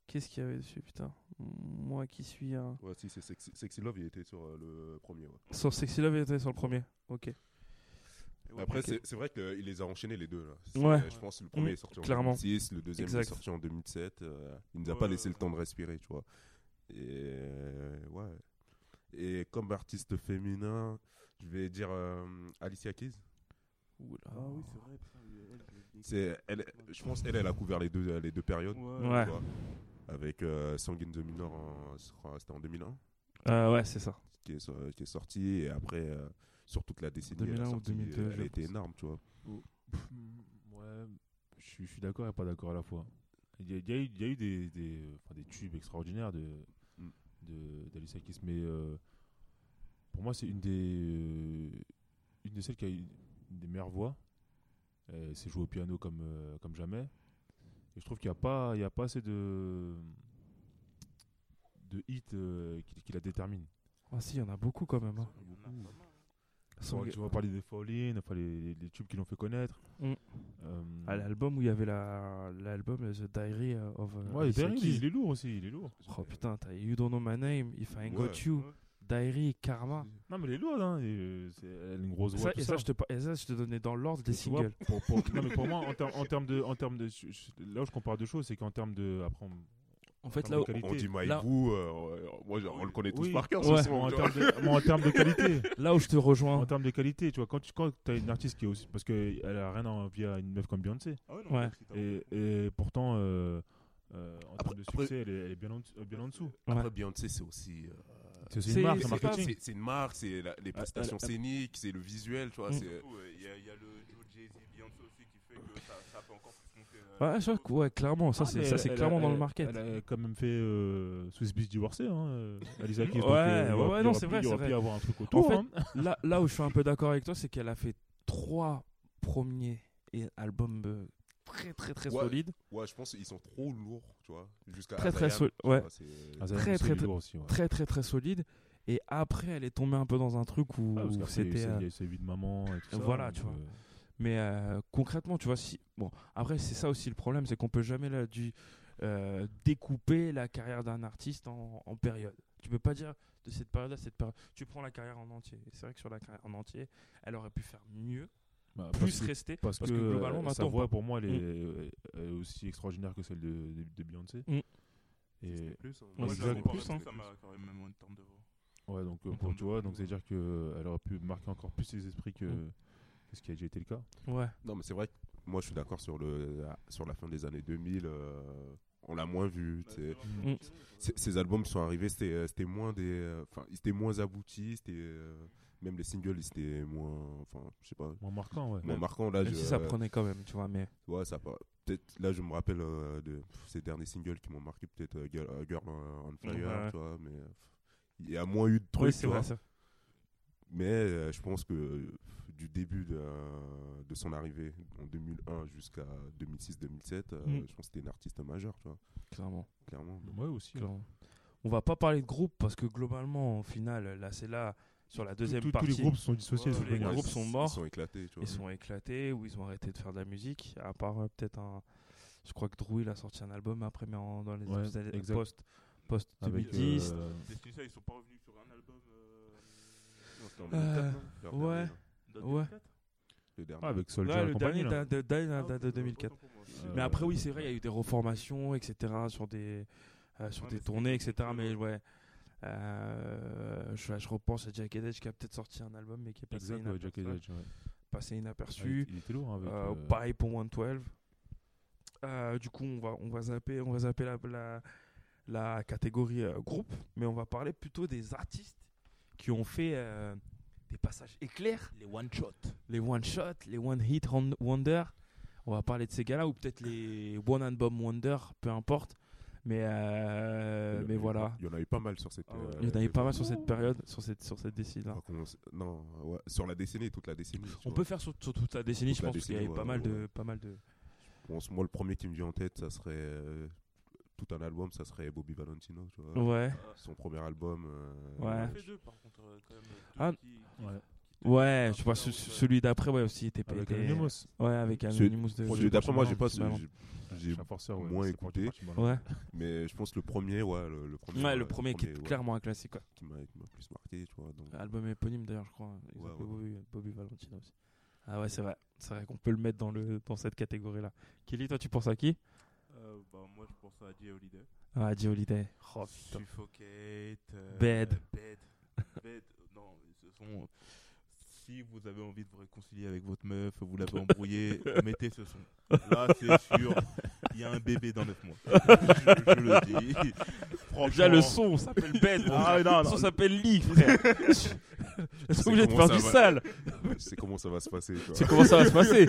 Speaker 3: qu'est-ce qu'il y avait dessus, putain Moi qui suis un.
Speaker 4: Ouais, si, c'est Sexy, Sexy Love, il était sur euh, le premier. ouais.
Speaker 3: Sauf Sexy Love était sur le premier. Ok.
Speaker 4: Après,
Speaker 3: ok.
Speaker 4: c'est- c'est vrai qu'il les a enchaînés les deux. Là. C'est-
Speaker 3: Ouais.
Speaker 4: Je pense que le premier
Speaker 3: Mm,
Speaker 4: est sorti en
Speaker 3: clairement.
Speaker 4: 2006, le deuxième
Speaker 3: Exact.
Speaker 4: est sorti en 2007. euh, il nous a pas
Speaker 7: Ouais.
Speaker 4: laissé le temps de respirer, tu vois. Et euh, ouais. Et comme artiste féminin, je vais dire euh, Alicia Keys.
Speaker 3: Oula.
Speaker 7: Ah oui, c'est vrai. putain, elle, elle-
Speaker 4: C'est, elle, je pense elle, elle a couvert les deux, euh, les deux périodes.
Speaker 7: Ouais.
Speaker 3: Ouais.
Speaker 4: tu vois. Avec euh, Song in the Minor, en- je crois que c'était en 2001,
Speaker 3: Euh, ouais, c'est ça.
Speaker 4: qui est, so- qui est sorti. Et après, euh, sur toute la décennie, elle,
Speaker 3: 2001
Speaker 4: a
Speaker 3: ou
Speaker 4: sorti,
Speaker 3: 2002,
Speaker 4: elle
Speaker 3: je
Speaker 4: a été
Speaker 3: pense.
Speaker 4: énorme, tu vois.
Speaker 5: Mm, Ouais, je je suis- je suis d'accord et pas d'accord à la fois. Il y a, il y a eu, il y a eu des, des, euh, enfin, des tubes extraordinaires de,
Speaker 4: Mm.
Speaker 5: de, d'Alicia Keys, mais euh, pour moi, c'est une des, euh, une de celles qui a eu une des meilleures voix. Euh, Elle s'est jouée au piano comme, euh, comme jamais. Et je trouve qu'il n'y a, pas- il y a pas assez de, de hits euh, qui, qui la déterminent.
Speaker 3: Ah si, il y en a beaucoup quand même. hein. Son-
Speaker 5: Tu vois parler des Fall In, enfin, les, les- les tubes qui l'ont fait connaître.
Speaker 3: Mm.
Speaker 5: Euh,
Speaker 3: À Ah, l'album où il y avait la- l'album euh, The Diary of euh,
Speaker 5: ouais,
Speaker 3: Alicia
Speaker 5: Perry, il,
Speaker 3: Keys.
Speaker 5: il est lourd aussi, il est lourd.
Speaker 3: Oh putain, t'as You Don't Know My Name, If I Ain't
Speaker 4: Ouais.
Speaker 3: Got You, Diary, Karma.
Speaker 5: Non, mais elle est lourde, hein. et, euh, c'est- elle a une grosse voix.
Speaker 3: Ça,
Speaker 5: tout
Speaker 3: et,
Speaker 5: ça.
Speaker 3: ça, je te, par- et ça, je te donnais dans l'ordre des
Speaker 5: Tu vois,
Speaker 3: singles.
Speaker 5: pour- pour- non, mais pour moi, en termes en termes de. En termes de je- je- là où je compare deux choses, c'est qu'en termes de. Après, on-
Speaker 3: En
Speaker 5: fait, là où-
Speaker 4: On dit My
Speaker 3: là-
Speaker 4: Boo, euh, moi je- on le connaît tous
Speaker 5: Oui.
Speaker 4: par cœur ce
Speaker 3: Ouais.
Speaker 4: son,
Speaker 5: en
Speaker 4: tu
Speaker 5: termes de, mais en termes de qualité.
Speaker 3: Là où je te
Speaker 5: En
Speaker 3: rejoins,
Speaker 5: termes de qualité, tu vois, quand tu quand as une artiste qui est aussi. Parce qu'elle a rien à envier à une meuf comme Beyoncé.
Speaker 7: Ah non,
Speaker 3: Ouais.
Speaker 7: mais c'est un-
Speaker 5: Et, et pourtant, euh, euh, en
Speaker 4: Après-
Speaker 5: termes de
Speaker 4: après-
Speaker 5: succès, elle, est, elle est bien en dessous. bien en dessous.
Speaker 4: vois. Après
Speaker 3: Ouais.
Speaker 4: Beyoncé c'est aussi euh,
Speaker 5: C'est aussi
Speaker 3: C'est-
Speaker 5: une marque,
Speaker 3: c'est
Speaker 5: un
Speaker 4: c'est-
Speaker 5: marketing.
Speaker 4: c'est- c'est une marque, c'est la- les prestations scéniques, c'est le visuel, tu vois,
Speaker 3: Mm.
Speaker 4: c'est-
Speaker 7: surtout, euh, Il y, a- il y a le Joe Jay-Z Beyoncé aussi qui fait que ça, ça peut encore plus monter. euh,
Speaker 3: Ouais, je crois que- ouais, clairement, ça
Speaker 5: Ah,
Speaker 3: c'est
Speaker 5: mais
Speaker 3: ça c'est
Speaker 5: elle-
Speaker 3: clairement dans le
Speaker 5: elle-
Speaker 3: market.
Speaker 5: Elle a quand même fait euh, Swiss Beats divorcé, hein, euh, Alicia Keys.
Speaker 3: Ouais,
Speaker 5: donc, euh, il y aura-
Speaker 3: ouais,
Speaker 5: il y
Speaker 3: non,
Speaker 5: aura
Speaker 3: c'est
Speaker 5: pu-
Speaker 3: vrai,
Speaker 5: Il y
Speaker 3: c'est
Speaker 5: aurait pu
Speaker 3: vrai.
Speaker 5: avoir un truc autour.
Speaker 3: fait,
Speaker 5: hein.
Speaker 3: là, là où je suis un peu d'accord avec toi, c'est qu'elle a fait trois premiers et- albums euh, très très très
Speaker 4: Ouais.
Speaker 3: solides.
Speaker 4: Ouais, je pense qu'ils sont trop lourds, tu vois, jusqu'à
Speaker 3: Très, très
Speaker 4: Azalea,
Speaker 3: sol-
Speaker 4: tu
Speaker 3: ouais.
Speaker 4: vois, c'est-
Speaker 5: Ah, Zayn
Speaker 3: Très,
Speaker 5: Moussou,
Speaker 3: très,
Speaker 5: il est
Speaker 3: très-
Speaker 5: lourd aussi, ouais.
Speaker 3: Très très très solide. Et après, elle est tombée un peu dans un truc où
Speaker 5: Ah, parce qu'après, il y a eu
Speaker 3: c'était.
Speaker 5: Céline,
Speaker 3: euh,
Speaker 5: il y a eu Séville de maman et tout ça,
Speaker 3: Voilà,
Speaker 5: donc,
Speaker 3: tu vois.
Speaker 5: euh,
Speaker 3: Mais euh, concrètement, tu vois, si. Bon, après, c'est ça aussi le problème, c'est qu'on peut jamais là, du, euh, découper la carrière d'un artiste en, en période. Tu peux pas dire de cette période à cette période. Tu prends la carrière en entier. Et C'est vrai que sur la carrière en entier, elle aurait pu faire mieux,
Speaker 5: bah,
Speaker 3: plus
Speaker 5: parce que-
Speaker 3: rester.
Speaker 5: parce,
Speaker 3: parce
Speaker 5: que,
Speaker 3: que globalement,
Speaker 5: euh, sa
Speaker 3: maintenant, on
Speaker 5: voix
Speaker 3: parle-
Speaker 5: pour moi elle est, elle est aussi extraordinaire que celle de, de, de Beyoncé.
Speaker 3: Mm.
Speaker 5: Et
Speaker 7: plus, hein.
Speaker 3: Ouais,
Speaker 7: Moi,
Speaker 5: c'est
Speaker 7: je
Speaker 5: ça,
Speaker 7: la comprends
Speaker 3: plus,
Speaker 7: même,
Speaker 3: hein.
Speaker 7: Ça m'a quand même en termes de voix.
Speaker 5: ouais donc euh,
Speaker 3: Mm,
Speaker 7: En
Speaker 5: pour,
Speaker 7: termes
Speaker 5: tu
Speaker 7: de
Speaker 5: vois
Speaker 7: contenu,
Speaker 5: donc c'est à dire que euh, elle aurait pu marquer encore plus les esprits que,
Speaker 3: Mm.
Speaker 5: que ce qui a déjà été le cas.
Speaker 3: Ouais.
Speaker 4: Non, mais c'est vrai que moi je suis d'accord sur, le, sur la fin des années 2000. euh, on l'a moins vu. tu sais.
Speaker 3: Mm.
Speaker 4: Ces ces albums qui sont arrivés, c'était euh, c'était moins des, euh, enfin, ils étaient moins aboutis. C'était euh, même les singles, c'était moins, enfin, je sais pas,
Speaker 5: Moins marquant Ah, ouais.
Speaker 4: moins
Speaker 3: Ouais.
Speaker 4: marquant. Là,
Speaker 3: Même
Speaker 4: je,
Speaker 3: si ça
Speaker 4: euh,
Speaker 3: prenait quand même, tu vois, mais.
Speaker 4: ouais, ça part- peut-être. Là, je me rappelle euh, de pff, ces derniers singles qui m'ont marqué, peut-être euh, Girl, euh, Girl on on Fire,
Speaker 3: Ouais.
Speaker 4: tu vois, mais euh, il y a moins eu de trucs.
Speaker 3: Oui,
Speaker 4: tu
Speaker 3: c'est
Speaker 4: vois.
Speaker 3: vrai, ça.
Speaker 4: Mais euh, je pense que euh, du début de, euh, de son arrivée en 2001 jusqu'à 2006-2007, euh,
Speaker 3: Mm.
Speaker 4: je pense que c'était une artiste majeure, tu vois,
Speaker 3: Clairement.
Speaker 4: clairement.
Speaker 5: Ouais aussi. hein.
Speaker 3: clairement. On va pas parler de groupe parce que globalement, au final, là, c'est là, sur la deuxième
Speaker 5: Tous- tous-
Speaker 3: partie.
Speaker 5: tous les groupes sont dissociés.
Speaker 3: Ouais,
Speaker 5: de
Speaker 3: les
Speaker 5: toute manière.
Speaker 3: groupes sont morts.
Speaker 4: Ils sont éclatés, tu vois.
Speaker 3: ils sont éclatés ou ils ont arrêté de faire de la musique à part euh, peut-être un je crois que Drew il a sorti un album après mais en- dans les
Speaker 5: Ouais,
Speaker 3: années
Speaker 5: exact.
Speaker 3: post post
Speaker 5: Avec,
Speaker 3: 2010
Speaker 5: euh,
Speaker 7: Destiné ça, ils sont pas revenus sur un album. euh,
Speaker 4: Non, c'était en 2004, non Leur
Speaker 3: ouais.
Speaker 4: dernier, là.
Speaker 7: dans
Speaker 3: Euh, Ouais.
Speaker 7: 2004.
Speaker 4: Le dernier.
Speaker 5: ah, avec Soldier
Speaker 3: Ouais,
Speaker 5: et
Speaker 3: le
Speaker 5: compagnie.
Speaker 3: dernier
Speaker 5: là.
Speaker 3: date de, date-
Speaker 7: Ah,
Speaker 3: date
Speaker 7: ok,
Speaker 3: de
Speaker 7: autant
Speaker 3: 2004
Speaker 7: pour moi.
Speaker 5: Euh,
Speaker 3: mais après oui c'est vrai il y a eu des reformations etc sur des euh, sur
Speaker 7: Ouais,
Speaker 3: des
Speaker 7: mais
Speaker 3: tournées
Speaker 7: c'était-
Speaker 3: etc mais ouais Euh, je, je repense à Jack Edge qui a peut-être sorti un album mais qui est passé,
Speaker 5: Exact ouais, Jack
Speaker 3: inaperçu,
Speaker 5: Edge, ouais.
Speaker 3: passé
Speaker 5: Ah, il-
Speaker 3: inaperçu
Speaker 5: il était lourd hein, avec.
Speaker 3: Euh,
Speaker 5: euh,
Speaker 3: pareil pour 112 Euh, du coup on va on va zapper on va zapper la la, la catégorie euh, groupe mais on va parler plutôt des artistes qui ont fait euh, des passages éclairs
Speaker 7: Les one shot.
Speaker 3: les one shot les one hit ron- wonder on va parler de ces gars là ou peut-être les one album wonder peu importe mais euh,
Speaker 4: Il y en a
Speaker 3: mais
Speaker 4: eu-
Speaker 3: voilà Ah
Speaker 4: Il y en a eu pas mal sur cette. euh,
Speaker 3: il y en avait pas mal
Speaker 4: cette-
Speaker 3: sur cette période sur cette sur cette décennie là
Speaker 4: Enfin, qu'on s- Non, ouais, sur la décennie, toute la décennie. tu
Speaker 3: on
Speaker 4: vois.
Speaker 3: peut faire sur, sur toute la décennie
Speaker 4: Toute
Speaker 3: je
Speaker 4: la
Speaker 3: pense parce qu'il y
Speaker 4: décennie,
Speaker 3: avait pas
Speaker 4: ouais,
Speaker 3: mal de
Speaker 4: ouais.
Speaker 3: pas mal de
Speaker 4: Je pense, moi, le premier qui me vient en tête, ça serait. euh, tout un album, ça serait Bobby Valentino, tu vois.
Speaker 3: ouais
Speaker 4: Son premier album. euh,
Speaker 3: Ouais.
Speaker 7: On fait deux par contre. euh, quand même, deux
Speaker 3: Ah,
Speaker 7: qui- qui-
Speaker 5: ouais.
Speaker 7: qui-
Speaker 3: Ouais, Ah,
Speaker 7: qui-
Speaker 3: tu vois,
Speaker 7: qui-
Speaker 3: ce-
Speaker 7: qui-
Speaker 3: ce- celui d'après, ouais, aussi, était
Speaker 5: Avec
Speaker 3: était-
Speaker 5: Anonymous.
Speaker 3: Ouais, avec
Speaker 4: Ce-
Speaker 3: Anonymous de.
Speaker 4: Celui d'après, moi, j'ai pas.
Speaker 3: Franchement.
Speaker 4: j'ai- J'ai
Speaker 5: Chat forceur, ouais,
Speaker 4: moins
Speaker 5: c'est pour-
Speaker 4: écouté.
Speaker 5: pour- pour-
Speaker 3: Ouais,
Speaker 4: Mais je pense le premier, ouais, le, le premier.
Speaker 3: ouais,
Speaker 4: ouais,
Speaker 3: le premier qui est Ah.
Speaker 4: ouais,
Speaker 3: clairement un classique. quoi.
Speaker 4: qui m'a qui m'a plus marqué, tu vois. donc.
Speaker 3: Album éponyme d'ailleurs, je crois. Ils
Speaker 4: Ouais,
Speaker 3: appellent
Speaker 4: ouais.
Speaker 3: Bobby, Bobby Valentino aussi. Ah ouais, c'est vrai. C'est vrai qu'on peut le mettre dans, le, dans cette catégorie-là. Kelly, toi, tu penses à qui
Speaker 7: Euh, bah, moi, je pense à Jay Holiday.
Speaker 3: Ah, J. Holiday. Oh, putain.
Speaker 7: Suffocate. euh,
Speaker 3: Bed.
Speaker 7: Bed. Bed. euh, Non, ce sont. euh, Si vous avez envie de vous réconcilier avec votre meuf, vous l'avez embrouillée, mettez ce son. Là, c'est sûr, il y a un bébé dans 9 mois. Je, je le dis.
Speaker 3: Déjà,
Speaker 7: Franchement,
Speaker 3: le son s'appelle Bed.
Speaker 7: Ah, non,
Speaker 3: le
Speaker 7: non.
Speaker 3: son s'appelle Lee, frère. Est-ce obligé de
Speaker 4: comment
Speaker 3: faire du
Speaker 4: ça va.
Speaker 3: sale
Speaker 4: Je sais comment ça va se passer, tu
Speaker 3: Tu sais
Speaker 4: vois.
Speaker 3: comment ça va se passer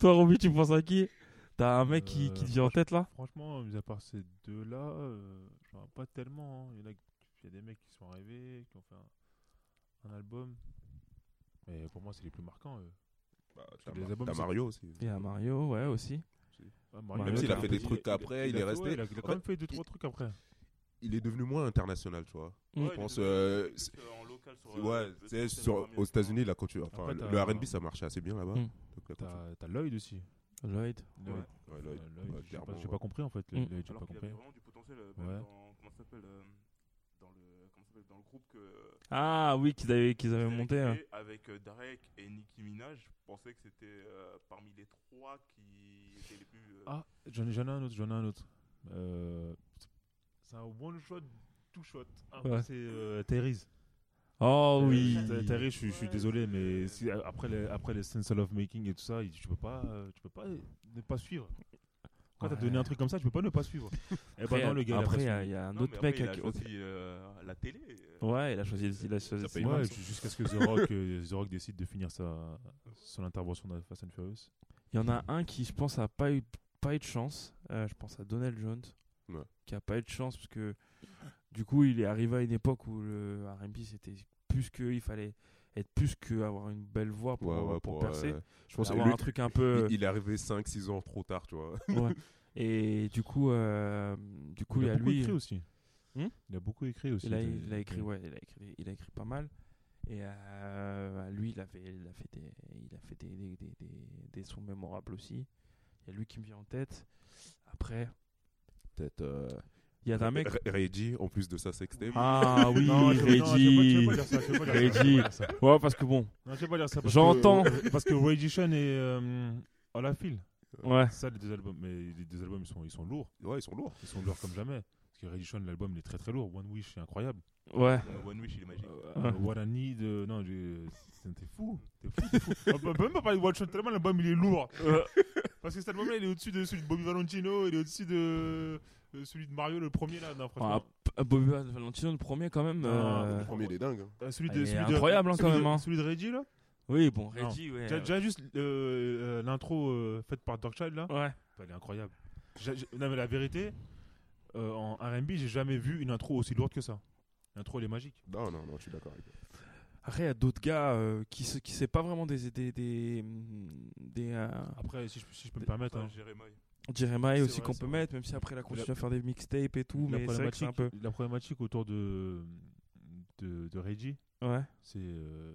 Speaker 3: Toi, Roby, tu penses à qui T'as un mec qui,
Speaker 5: Euh,
Speaker 3: qui te vient en tête là
Speaker 5: Franchement, mis à part ces deux-là, euh, j'en vois pas tellement. hein. Il y, en a, il y a des mecs qui sont arrivés, qui ont fait un, un album. Mais pour moi, c'est les plus marquants. eux.
Speaker 4: Bah,
Speaker 5: que
Speaker 4: t'as
Speaker 5: les
Speaker 4: Mar-
Speaker 5: albums,
Speaker 4: t'as
Speaker 5: c'est-
Speaker 4: Mario aussi.
Speaker 3: Il y a Mario, ouais, aussi.
Speaker 5: Ah,
Speaker 3: Même s'il a
Speaker 5: il
Speaker 3: fait
Speaker 4: des
Speaker 5: un peu-
Speaker 4: trucs
Speaker 5: il-
Speaker 4: après, il
Speaker 5: a
Speaker 4: est
Speaker 5: fait-
Speaker 4: resté.
Speaker 5: ouais, il a il a
Speaker 4: En
Speaker 5: quand
Speaker 4: fait,
Speaker 5: même fait deux,
Speaker 4: il-
Speaker 5: trois trucs après.
Speaker 4: Il est devenu moins international, tu vois.
Speaker 3: Mm.
Speaker 4: Je pense, euh, c'est-
Speaker 7: en local sur, euh,
Speaker 4: ouais, tu sais, sur- aux États-Unis, la culture. Enfin,
Speaker 5: Après,
Speaker 4: le-
Speaker 5: t'as-
Speaker 4: le RB, ça marchait assez bien là-bas.
Speaker 3: Mm.
Speaker 4: Donc, la culture-
Speaker 5: T'as t'as Lloyd aussi.
Speaker 3: Lloyd.
Speaker 5: Lloyd.
Speaker 4: Ouais, Lloyd.
Speaker 5: Euh, Lloyd,
Speaker 4: Ouais,
Speaker 5: j'ai pas,
Speaker 4: clairement,
Speaker 5: j'ai
Speaker 4: ouais.
Speaker 5: pas compris en fait.
Speaker 3: Mm.
Speaker 5: Lloyd, j'ai
Speaker 7: Alors
Speaker 5: pas
Speaker 7: qu'il avait
Speaker 5: compris.
Speaker 7: vraiment du potentiel euh, même
Speaker 5: Ouais.
Speaker 7: dans, comment ça s'appelle, euh, dans le, comment ça s'appelle, dans le groupe que
Speaker 3: Ah oui, qu'ils avaient, qu'ils
Speaker 7: qu'ils
Speaker 3: avaient
Speaker 7: avaient
Speaker 3: monté.
Speaker 7: créé
Speaker 3: euh.
Speaker 7: avec euh, Darek et Nicki Minaj. Je pensais que c'était euh, parmi les trois qui étaient les plus. euh,
Speaker 5: Ah, j'en ai, j'en ai un autre, j'en ai un autre. Euh, c'est un one shot, two shot. Ah,
Speaker 3: Ouais.
Speaker 5: C'est euh, Terry's.
Speaker 3: Oh oui.
Speaker 5: Terry's, Terry's, je, suis- je suis
Speaker 7: Ouais,
Speaker 5: désolé, mais
Speaker 7: c'est-
Speaker 5: si- après les, après les Sense of Making et tout ça, il- tu peux pas, euh, tu peux pas ne pas suivre. Quand t'as
Speaker 3: Ouais.
Speaker 5: donné un truc comme ça, tu peux pas ne pas suivre. Eh ben
Speaker 3: Après,
Speaker 5: non, le gars, il a
Speaker 3: après, il y
Speaker 5: pas
Speaker 3: a- il y a un
Speaker 7: non,
Speaker 3: autre
Speaker 7: mais
Speaker 3: mec.
Speaker 7: après,
Speaker 3: à qui-
Speaker 7: Il a choisi euh, la télé. euh,
Speaker 3: Ouais, il a choisi. Il a choisi
Speaker 5: suivi.
Speaker 3: Steven.
Speaker 5: Ouais, ju- jusqu'à ce que The Rock, euh, The Rock décide de finir sa, son intervention dans Fast and Furious.
Speaker 3: Il y en a un qui, je pense, a pas eu, pas eu de chance. Euh, je pense à Donald Jones,
Speaker 4: Ouais.
Speaker 3: qui a pas eu de chance parce que du coup, il est arrivé à une époque où le R&B c'était plus que, il fallait être plus que avoir une belle voix pour,
Speaker 4: Ouais,
Speaker 3: pour
Speaker 4: ouais, pour,
Speaker 3: percer. Euh.
Speaker 4: euh, je pense que
Speaker 3: avoir
Speaker 4: lui,
Speaker 3: un truc un peu.
Speaker 4: il, il est arrivé 5-6 ans trop tard, tu vois.
Speaker 3: ouais. Et du coup, euh, du coup, il y
Speaker 5: il
Speaker 3: a
Speaker 5: a beaucoup
Speaker 3: lui.
Speaker 5: écrit aussi.
Speaker 3: Hmm
Speaker 5: il a beaucoup écrit aussi. euh,
Speaker 3: Il a,
Speaker 5: Terry's.
Speaker 3: il a écrit, ouais, il a écrit, il a écrit pas mal. Et euh, lui, il a fait, il a fait des, il a fait des, des, des, des- des sons mémorables aussi. Il y a lui qui me vient en tête. Après,
Speaker 4: Peut-être. euh,
Speaker 3: il y a un mec.
Speaker 4: Reggie, en plus de sa sextape.
Speaker 3: Ah oui,
Speaker 5: Non, je- non, je vais pas- je vais
Speaker 3: Reggie.
Speaker 5: pas dire ça, je vais pas dire ça, je vais pas
Speaker 3: Reggie.
Speaker 5: dire ça.
Speaker 3: Ouais, parce que bon,
Speaker 5: Non, je vais pas dire ça. parce que-
Speaker 3: j'entends.
Speaker 5: Parce que Reggie Sean et euh, Olafil,
Speaker 3: Ouais.
Speaker 5: ça les deux albums, mais les deux albums ils sont, ils sont lourds,
Speaker 4: Ouais, ils sont lourds.
Speaker 5: ils sont lourds comme jamais. Parce que Reggie Sean l'album il est très très lourd, One Wish c'est incroyable.
Speaker 3: Ouais.
Speaker 7: euh, One Wish, il est magique.
Speaker 3: Ah.
Speaker 5: Euh, What I Need, euh, non j'ai- c'est- t'es fou, t'es fou, t'es fou. On peut même pas parler de One Shot tellement l'album il est lourd. Euh, Parce que cet album là il est au-dessus de celui de Bobby Valentino, il est au-dessus de, de celui de Mario le premier là, non franchement.
Speaker 3: Ah, p- Bobby Valentino, le premier quand même.
Speaker 5: Non,
Speaker 3: euh,
Speaker 4: Le premier, il est dingue. hein.
Speaker 5: Euh, celui
Speaker 3: il
Speaker 5: de
Speaker 3: est
Speaker 5: celui de-
Speaker 3: incroyable, hein, quand
Speaker 5: celui de-
Speaker 3: même, hein.
Speaker 5: Celui de Reggie là.
Speaker 3: Oui, bon, Reggie, ouais.
Speaker 5: Déjà, déjà juste euh, euh, l'intro euh, faite par Darkchild là.
Speaker 3: Ouais.
Speaker 5: Bah, Elle est incroyable. J'ai- j'ai- Non, mais la vérité, euh, en RB, j'ai jamais vu une intro aussi lourde que ça. L'intro, elle est magique.
Speaker 4: Non, non, non, je suis d'accord avec toi.
Speaker 3: Après, il y a d'autres gars euh, qui se- qui c'est pas vraiment des des des, des, euh,
Speaker 5: Après, si je, si je peux me
Speaker 7: Enfin,
Speaker 5: permettre, hein,
Speaker 7: Jérémy.
Speaker 3: Jeremiah
Speaker 5: C'est
Speaker 3: aussi
Speaker 5: vrai,
Speaker 3: qu'on
Speaker 5: c'est
Speaker 3: peut
Speaker 5: vrai.
Speaker 3: mettre, même si après, il a continué à faire des mixtapes et tout,
Speaker 5: la,
Speaker 3: mais c'est vrai que c'est un
Speaker 5: problématique,
Speaker 3: peu.
Speaker 5: la problématique autour de, de, de Reggie,
Speaker 3: Ouais,
Speaker 5: c'est euh,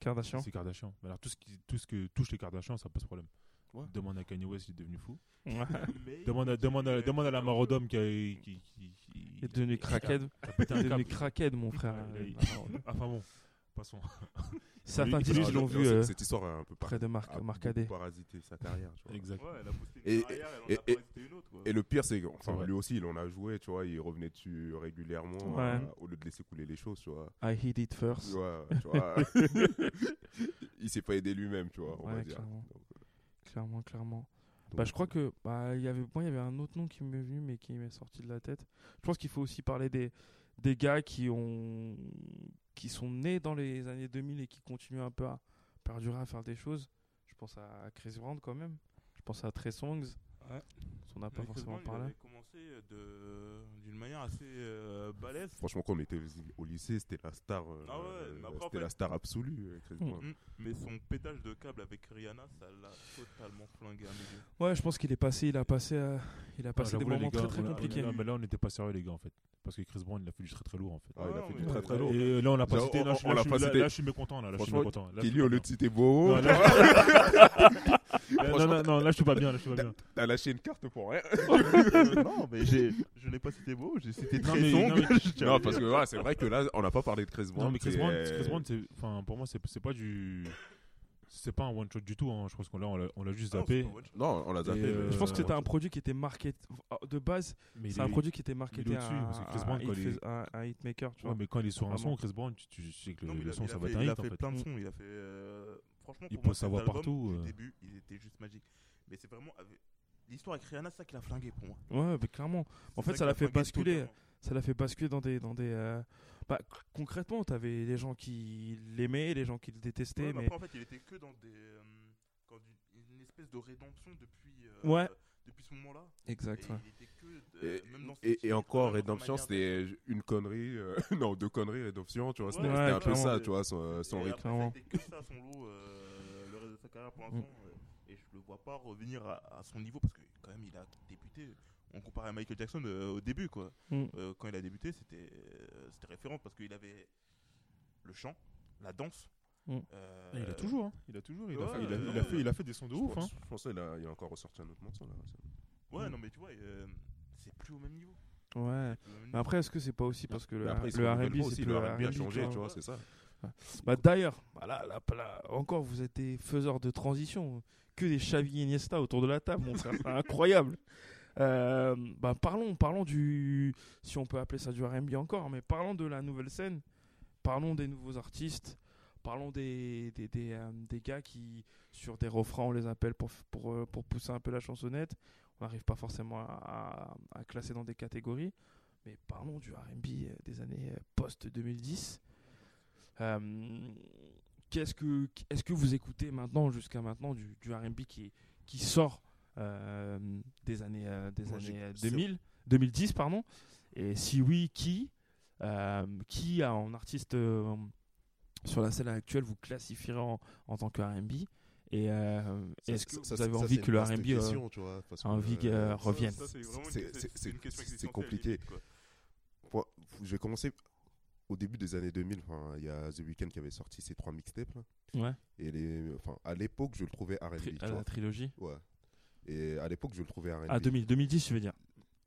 Speaker 3: Kardashian.
Speaker 5: c'est Kardashian. Alors, tout ce, qui, tout ce que touche les Kardashian, ça pose problème.
Speaker 4: Ouais.
Speaker 5: Demande à Kanye West, il est devenu fou.
Speaker 3: Ouais.
Speaker 7: Mais-
Speaker 5: Demande à, demande à, demande à la Marodome qui, a- qui, qui, qui-
Speaker 3: Il est devenu crackhead. Il
Speaker 5: un
Speaker 3: est devenu
Speaker 5: câble.
Speaker 3: crackhead, mon frère. bah,
Speaker 5: Il a- Enfin bon, passons.
Speaker 3: Certains
Speaker 5: Lui,
Speaker 4: Non,
Speaker 3: critiques
Speaker 4: Ah, non,
Speaker 3: l'ont
Speaker 4: non,
Speaker 3: vu
Speaker 5: Ah,
Speaker 4: cette-
Speaker 3: euh,
Speaker 4: Cette histoire est un peu par-
Speaker 3: près de
Speaker 4: a
Speaker 3: Marc Marcadet.
Speaker 4: beaucoup parasité sa carrière, tu vois.
Speaker 5: Exact.
Speaker 7: Ouais, elle a posté une
Speaker 4: Et-
Speaker 7: carrière, elle en
Speaker 4: et-
Speaker 7: a pas resté une autre. quoi.
Speaker 4: Et le pire, c'est que
Speaker 5: C'est
Speaker 4: enfin,
Speaker 5: vrai.
Speaker 4: lui aussi, il en a joué, tu vois. Il revenait dessus régulièrement
Speaker 3: Ouais.
Speaker 4: euh, au lieu de laisser couler les choses, tu vois.
Speaker 3: I hit it
Speaker 4: Tu
Speaker 3: first.
Speaker 4: vois, tu vois. il s'est pas aidé lui-même, tu vois, on va
Speaker 3: Ouais,
Speaker 4: dire.
Speaker 3: clairement.
Speaker 4: Donc, euh,
Speaker 3: Clairement, clairement.
Speaker 4: donc,
Speaker 5: euh,
Speaker 3: Bah, je crois que bah, il y avait, moi, il y avait un autre nom qui m'est venu, mais qui m'est sorti de la tête. Je pense qu'il faut aussi parler des, des gars qui, ont, qui sont nés dans les années 2000 et qui continuent un peu à perdurer à faire des choses. Je pense à Chris Brown quand même. Je pense à Trey Songs.
Speaker 7: Ouais.
Speaker 3: On n'a pas
Speaker 7: Mais
Speaker 3: forcément
Speaker 7: Chris Brown, il
Speaker 3: parlé.
Speaker 7: avait commencé euh, de- d'une manière assez euh, balèze.
Speaker 4: Franchement, quand on était au lycée, c'était la star. euh,
Speaker 7: Ah ouais, mais après, en
Speaker 4: c'était
Speaker 7: fait-
Speaker 4: la star absolue, euh, Chris
Speaker 3: Mm.
Speaker 4: Brown.
Speaker 7: Mm. Mais son pétage de câble avec Rihanna, ça l'a totalement flingué à mes yeux.
Speaker 3: Ouais, je pense qu'il est passé, il a passé, euh, il a passé
Speaker 5: Ah,
Speaker 3: des
Speaker 5: j'avoue, là,
Speaker 3: moments
Speaker 5: les gars,
Speaker 3: très très
Speaker 5: on a-
Speaker 3: compliqués.
Speaker 5: on a- mais là, on n'était pas sérieux, les gars, en fait. Parce que Chris Brown, il a fait du très très lourd, en fait.
Speaker 4: Ah, il a
Speaker 7: non,
Speaker 4: fait
Speaker 7: mais-
Speaker 4: du très très lourd.
Speaker 5: Et là, on l'a pas
Speaker 4: Là,
Speaker 5: cité.
Speaker 4: on-
Speaker 5: Là, je suis-
Speaker 4: on
Speaker 5: là,
Speaker 4: l'a
Speaker 5: je
Speaker 4: pas
Speaker 5: suis-
Speaker 4: cité.
Speaker 5: là, je suis mécontent. Là, là, je suis
Speaker 4: Franchement,
Speaker 5: mécontent. Là, je suis
Speaker 4: Kelly, au lieu de
Speaker 5: mécontent.
Speaker 4: citer Bobo,
Speaker 5: Non, là- Non,
Speaker 4: Franchement,
Speaker 5: non, non, là, je suis pas bien. Là, je suis pas bien.
Speaker 4: t'as lâché une carte hein. pour rien.
Speaker 6: Euh, non, mais j'ai- je n'ai pas cité beau, j'ai cité
Speaker 5: Non,
Speaker 6: très
Speaker 5: mais-
Speaker 6: sombre.
Speaker 5: non, mais-
Speaker 6: Je tiens à
Speaker 4: non,
Speaker 6: le
Speaker 4: parce
Speaker 6: dire.
Speaker 4: que voilà, c'est vrai que là, on n'a pas parlé de Chris Brown.
Speaker 5: Non, mais Chris
Speaker 4: c'est- euh,
Speaker 5: Brown, Chris Brown, c'est- enfin, pour moi, c'est c'est pas du. C'est pas un one shot du tout. hein. Je pense qu'on l'a- on l'a- on l'a juste
Speaker 7: Ah non, c'est
Speaker 5: zappé.
Speaker 7: pas one shot.
Speaker 4: Non, on l'a zappé.
Speaker 5: Et,
Speaker 4: mais-
Speaker 3: Je pense que
Speaker 5: Euh,
Speaker 3: c'était un produit qui était marketé de base.
Speaker 5: Mais il
Speaker 3: C'est un
Speaker 5: est-
Speaker 3: produit qui était marketé à
Speaker 5: au-dessus, parce que Chris
Speaker 3: à
Speaker 5: Brown,
Speaker 3: un
Speaker 5: quand il est-
Speaker 3: hit- à un hitmaker, tu
Speaker 5: Ouais,
Speaker 3: vois.
Speaker 5: mais quand il est sur un
Speaker 3: Vraiment.
Speaker 5: son, Chris Brown, tu, tu sais que le,
Speaker 7: Non, mais
Speaker 5: le
Speaker 7: il a-
Speaker 5: son,
Speaker 7: il
Speaker 5: ça
Speaker 7: a
Speaker 5: va
Speaker 7: fait-
Speaker 5: être un
Speaker 7: Il
Speaker 5: hit,
Speaker 7: a
Speaker 5: en
Speaker 7: fait
Speaker 5: fait.
Speaker 7: plein de sons. Il a fait. euh, Franchement,
Speaker 5: Il
Speaker 7: pour moi,
Speaker 5: pose sa
Speaker 7: cet
Speaker 5: voix
Speaker 7: album,
Speaker 5: partout,
Speaker 7: Du
Speaker 5: euh.
Speaker 7: début, il était juste magique. Mais c'est vraiment. avec- L'histoire avec Rihanna, c'est ça qui l'a flingué pour moi.
Speaker 3: Ouais, mais clairement. En
Speaker 7: C'est
Speaker 3: fait, ça
Speaker 7: qui
Speaker 3: l'a fait
Speaker 7: flingué
Speaker 3: basculer.
Speaker 6: hein.
Speaker 7: totalement.
Speaker 3: Ça l'a fait basculer dans des. Dans des euh, bah, c- concrètement, t'avais les gens qui l'aimaient, les gens qui le détestaient.
Speaker 6: bah,
Speaker 4: bah,
Speaker 7: Ouais, mais
Speaker 3: mais...
Speaker 7: après, en fait, il était que dans des. euh, quand du- une
Speaker 6: espèce de rédemption depuis, euh,
Speaker 3: Ouais.
Speaker 6: depuis ce moment-là.
Speaker 7: Exact. ouais.
Speaker 6: Et il était que, euh,
Speaker 4: Et,
Speaker 6: même dans euh,
Speaker 4: et-
Speaker 6: ses-
Speaker 4: et encore,
Speaker 6: dans sa
Speaker 4: Redemption,
Speaker 6: manière
Speaker 4: c'était une connerie, euh, non, deux conneries, Redemption, tu vois, c'était
Speaker 3: Ouais,
Speaker 4: c'était un peu
Speaker 3: clairement.
Speaker 4: ça, tu vois, son, euh,
Speaker 6: d'être.
Speaker 4: son
Speaker 6: Et
Speaker 4: rythme.
Speaker 6: après,
Speaker 3: clairement. Mm.
Speaker 6: C'était que ça son lot euh, le reste de sa carrière pour l'instant. euh, Et je le vois pas revenir à, à son niveau parce que quand même il a débuté. On compare à Michael Jackson euh, au début quoi.
Speaker 3: Mm.
Speaker 6: Euh, quand il a débuté, c'était euh, c'était référent parce qu'il avait le chant, la danse.
Speaker 3: Mm.
Speaker 6: euh,
Speaker 5: Il a toujours, hein. il a toujours, il, a,
Speaker 6: ouais,
Speaker 5: fait, il, a,
Speaker 6: euh,
Speaker 5: il a fait, il a fait des sons de
Speaker 4: Je
Speaker 5: ouf. Hein.
Speaker 4: pense- Je pensais qu'il a, il a encore ressorti un autre morceau, là. Mm.
Speaker 6: Ouais, non mais tu vois, euh, c'est plus au même niveau.
Speaker 3: Ouais.
Speaker 6: Plus au même
Speaker 4: Bah,
Speaker 3: Mais après, est-ce que c'est pas aussi parce que le,
Speaker 4: Mais bah, après, il se
Speaker 3: le
Speaker 4: renouvelle
Speaker 3: R&B,
Speaker 4: pas
Speaker 3: c'est
Speaker 4: aussi,
Speaker 3: plus
Speaker 4: le R&B a
Speaker 3: R&B,
Speaker 4: changé,
Speaker 3: quoi.
Speaker 4: tu vois, c'est ça.
Speaker 3: Bah, D'ailleurs, bah là, là, là, encore, vous êtes des faiseurs de transition. Que des Xavi et Iniesta autour de la table, mon frère. C'est incroyable. Euh, bah, parlons, parlons du. Si on peut appeler ça du RB encore, hein, mais parlons de la nouvelle scène. Parlons des nouveaux artistes. Parlons des, des, des, euh, des gars qui, sur des refrains, on les appelle pour, f- pour, euh, pour pousser un peu la chansonnette. On n'arrive pas forcément à, à- à classer dans des catégories. Mais parlons du RB euh, des années euh, post-2010. Euh, qu'est-ce que est-ce que vous écoutez maintenant jusqu'à maintenant du, du R&B qui qui sort euh, des années euh, des
Speaker 7: Moi,
Speaker 3: années
Speaker 7: j'écoute
Speaker 3: euh,
Speaker 7: zéro.
Speaker 3: 2000 2010 pardon et si oui qui euh, qui a en artiste euh, sur la scène actuelle vous classifierez en, en tant que R&B et euh, est-ce que vous avez envie que le R&B euh, a envie que, euh, revienne
Speaker 6: Ça, c'est vraiment une-
Speaker 4: C'est-
Speaker 6: c'est-
Speaker 4: c'est-
Speaker 6: c'est une
Speaker 4: c'est-
Speaker 6: question
Speaker 4: c'est
Speaker 6: existentielle,
Speaker 4: compliqué.
Speaker 6: limite, quoi.
Speaker 4: Moi, je vais commencer au début des années 2000. Enfin, il y a The Weeknd qui avait sorti ses trois mixtapes. là.
Speaker 3: ouais euh,
Speaker 4: Et les, enfin, à l'époque, je le trouvais R&B.
Speaker 3: tri-
Speaker 4: tu
Speaker 3: à la
Speaker 4: vois.
Speaker 3: trilogie Ah,
Speaker 4: Ouais. Et à l'époque, je le trouvais R&B.
Speaker 3: à 2000 2010 je veux dire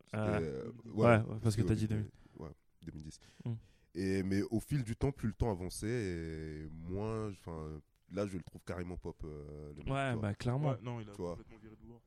Speaker 4: C'était,
Speaker 3: Euh,
Speaker 4: euh,
Speaker 3: ouais, ouais, parce que
Speaker 4: c'était
Speaker 3: t'as
Speaker 4: au
Speaker 3: dit
Speaker 4: début,
Speaker 3: 2000.
Speaker 4: Ouais, 2010.
Speaker 3: Mm.
Speaker 4: Et, mais au fil du temps, plus le temps avançait, et moins. Enfin, là, je le trouve carrément pop. euh, le mec,
Speaker 3: ouais
Speaker 4: tu vois.
Speaker 3: bah clairement
Speaker 6: Ouais, non, il a
Speaker 4: Tu vois.
Speaker 6: complètement viré de bord.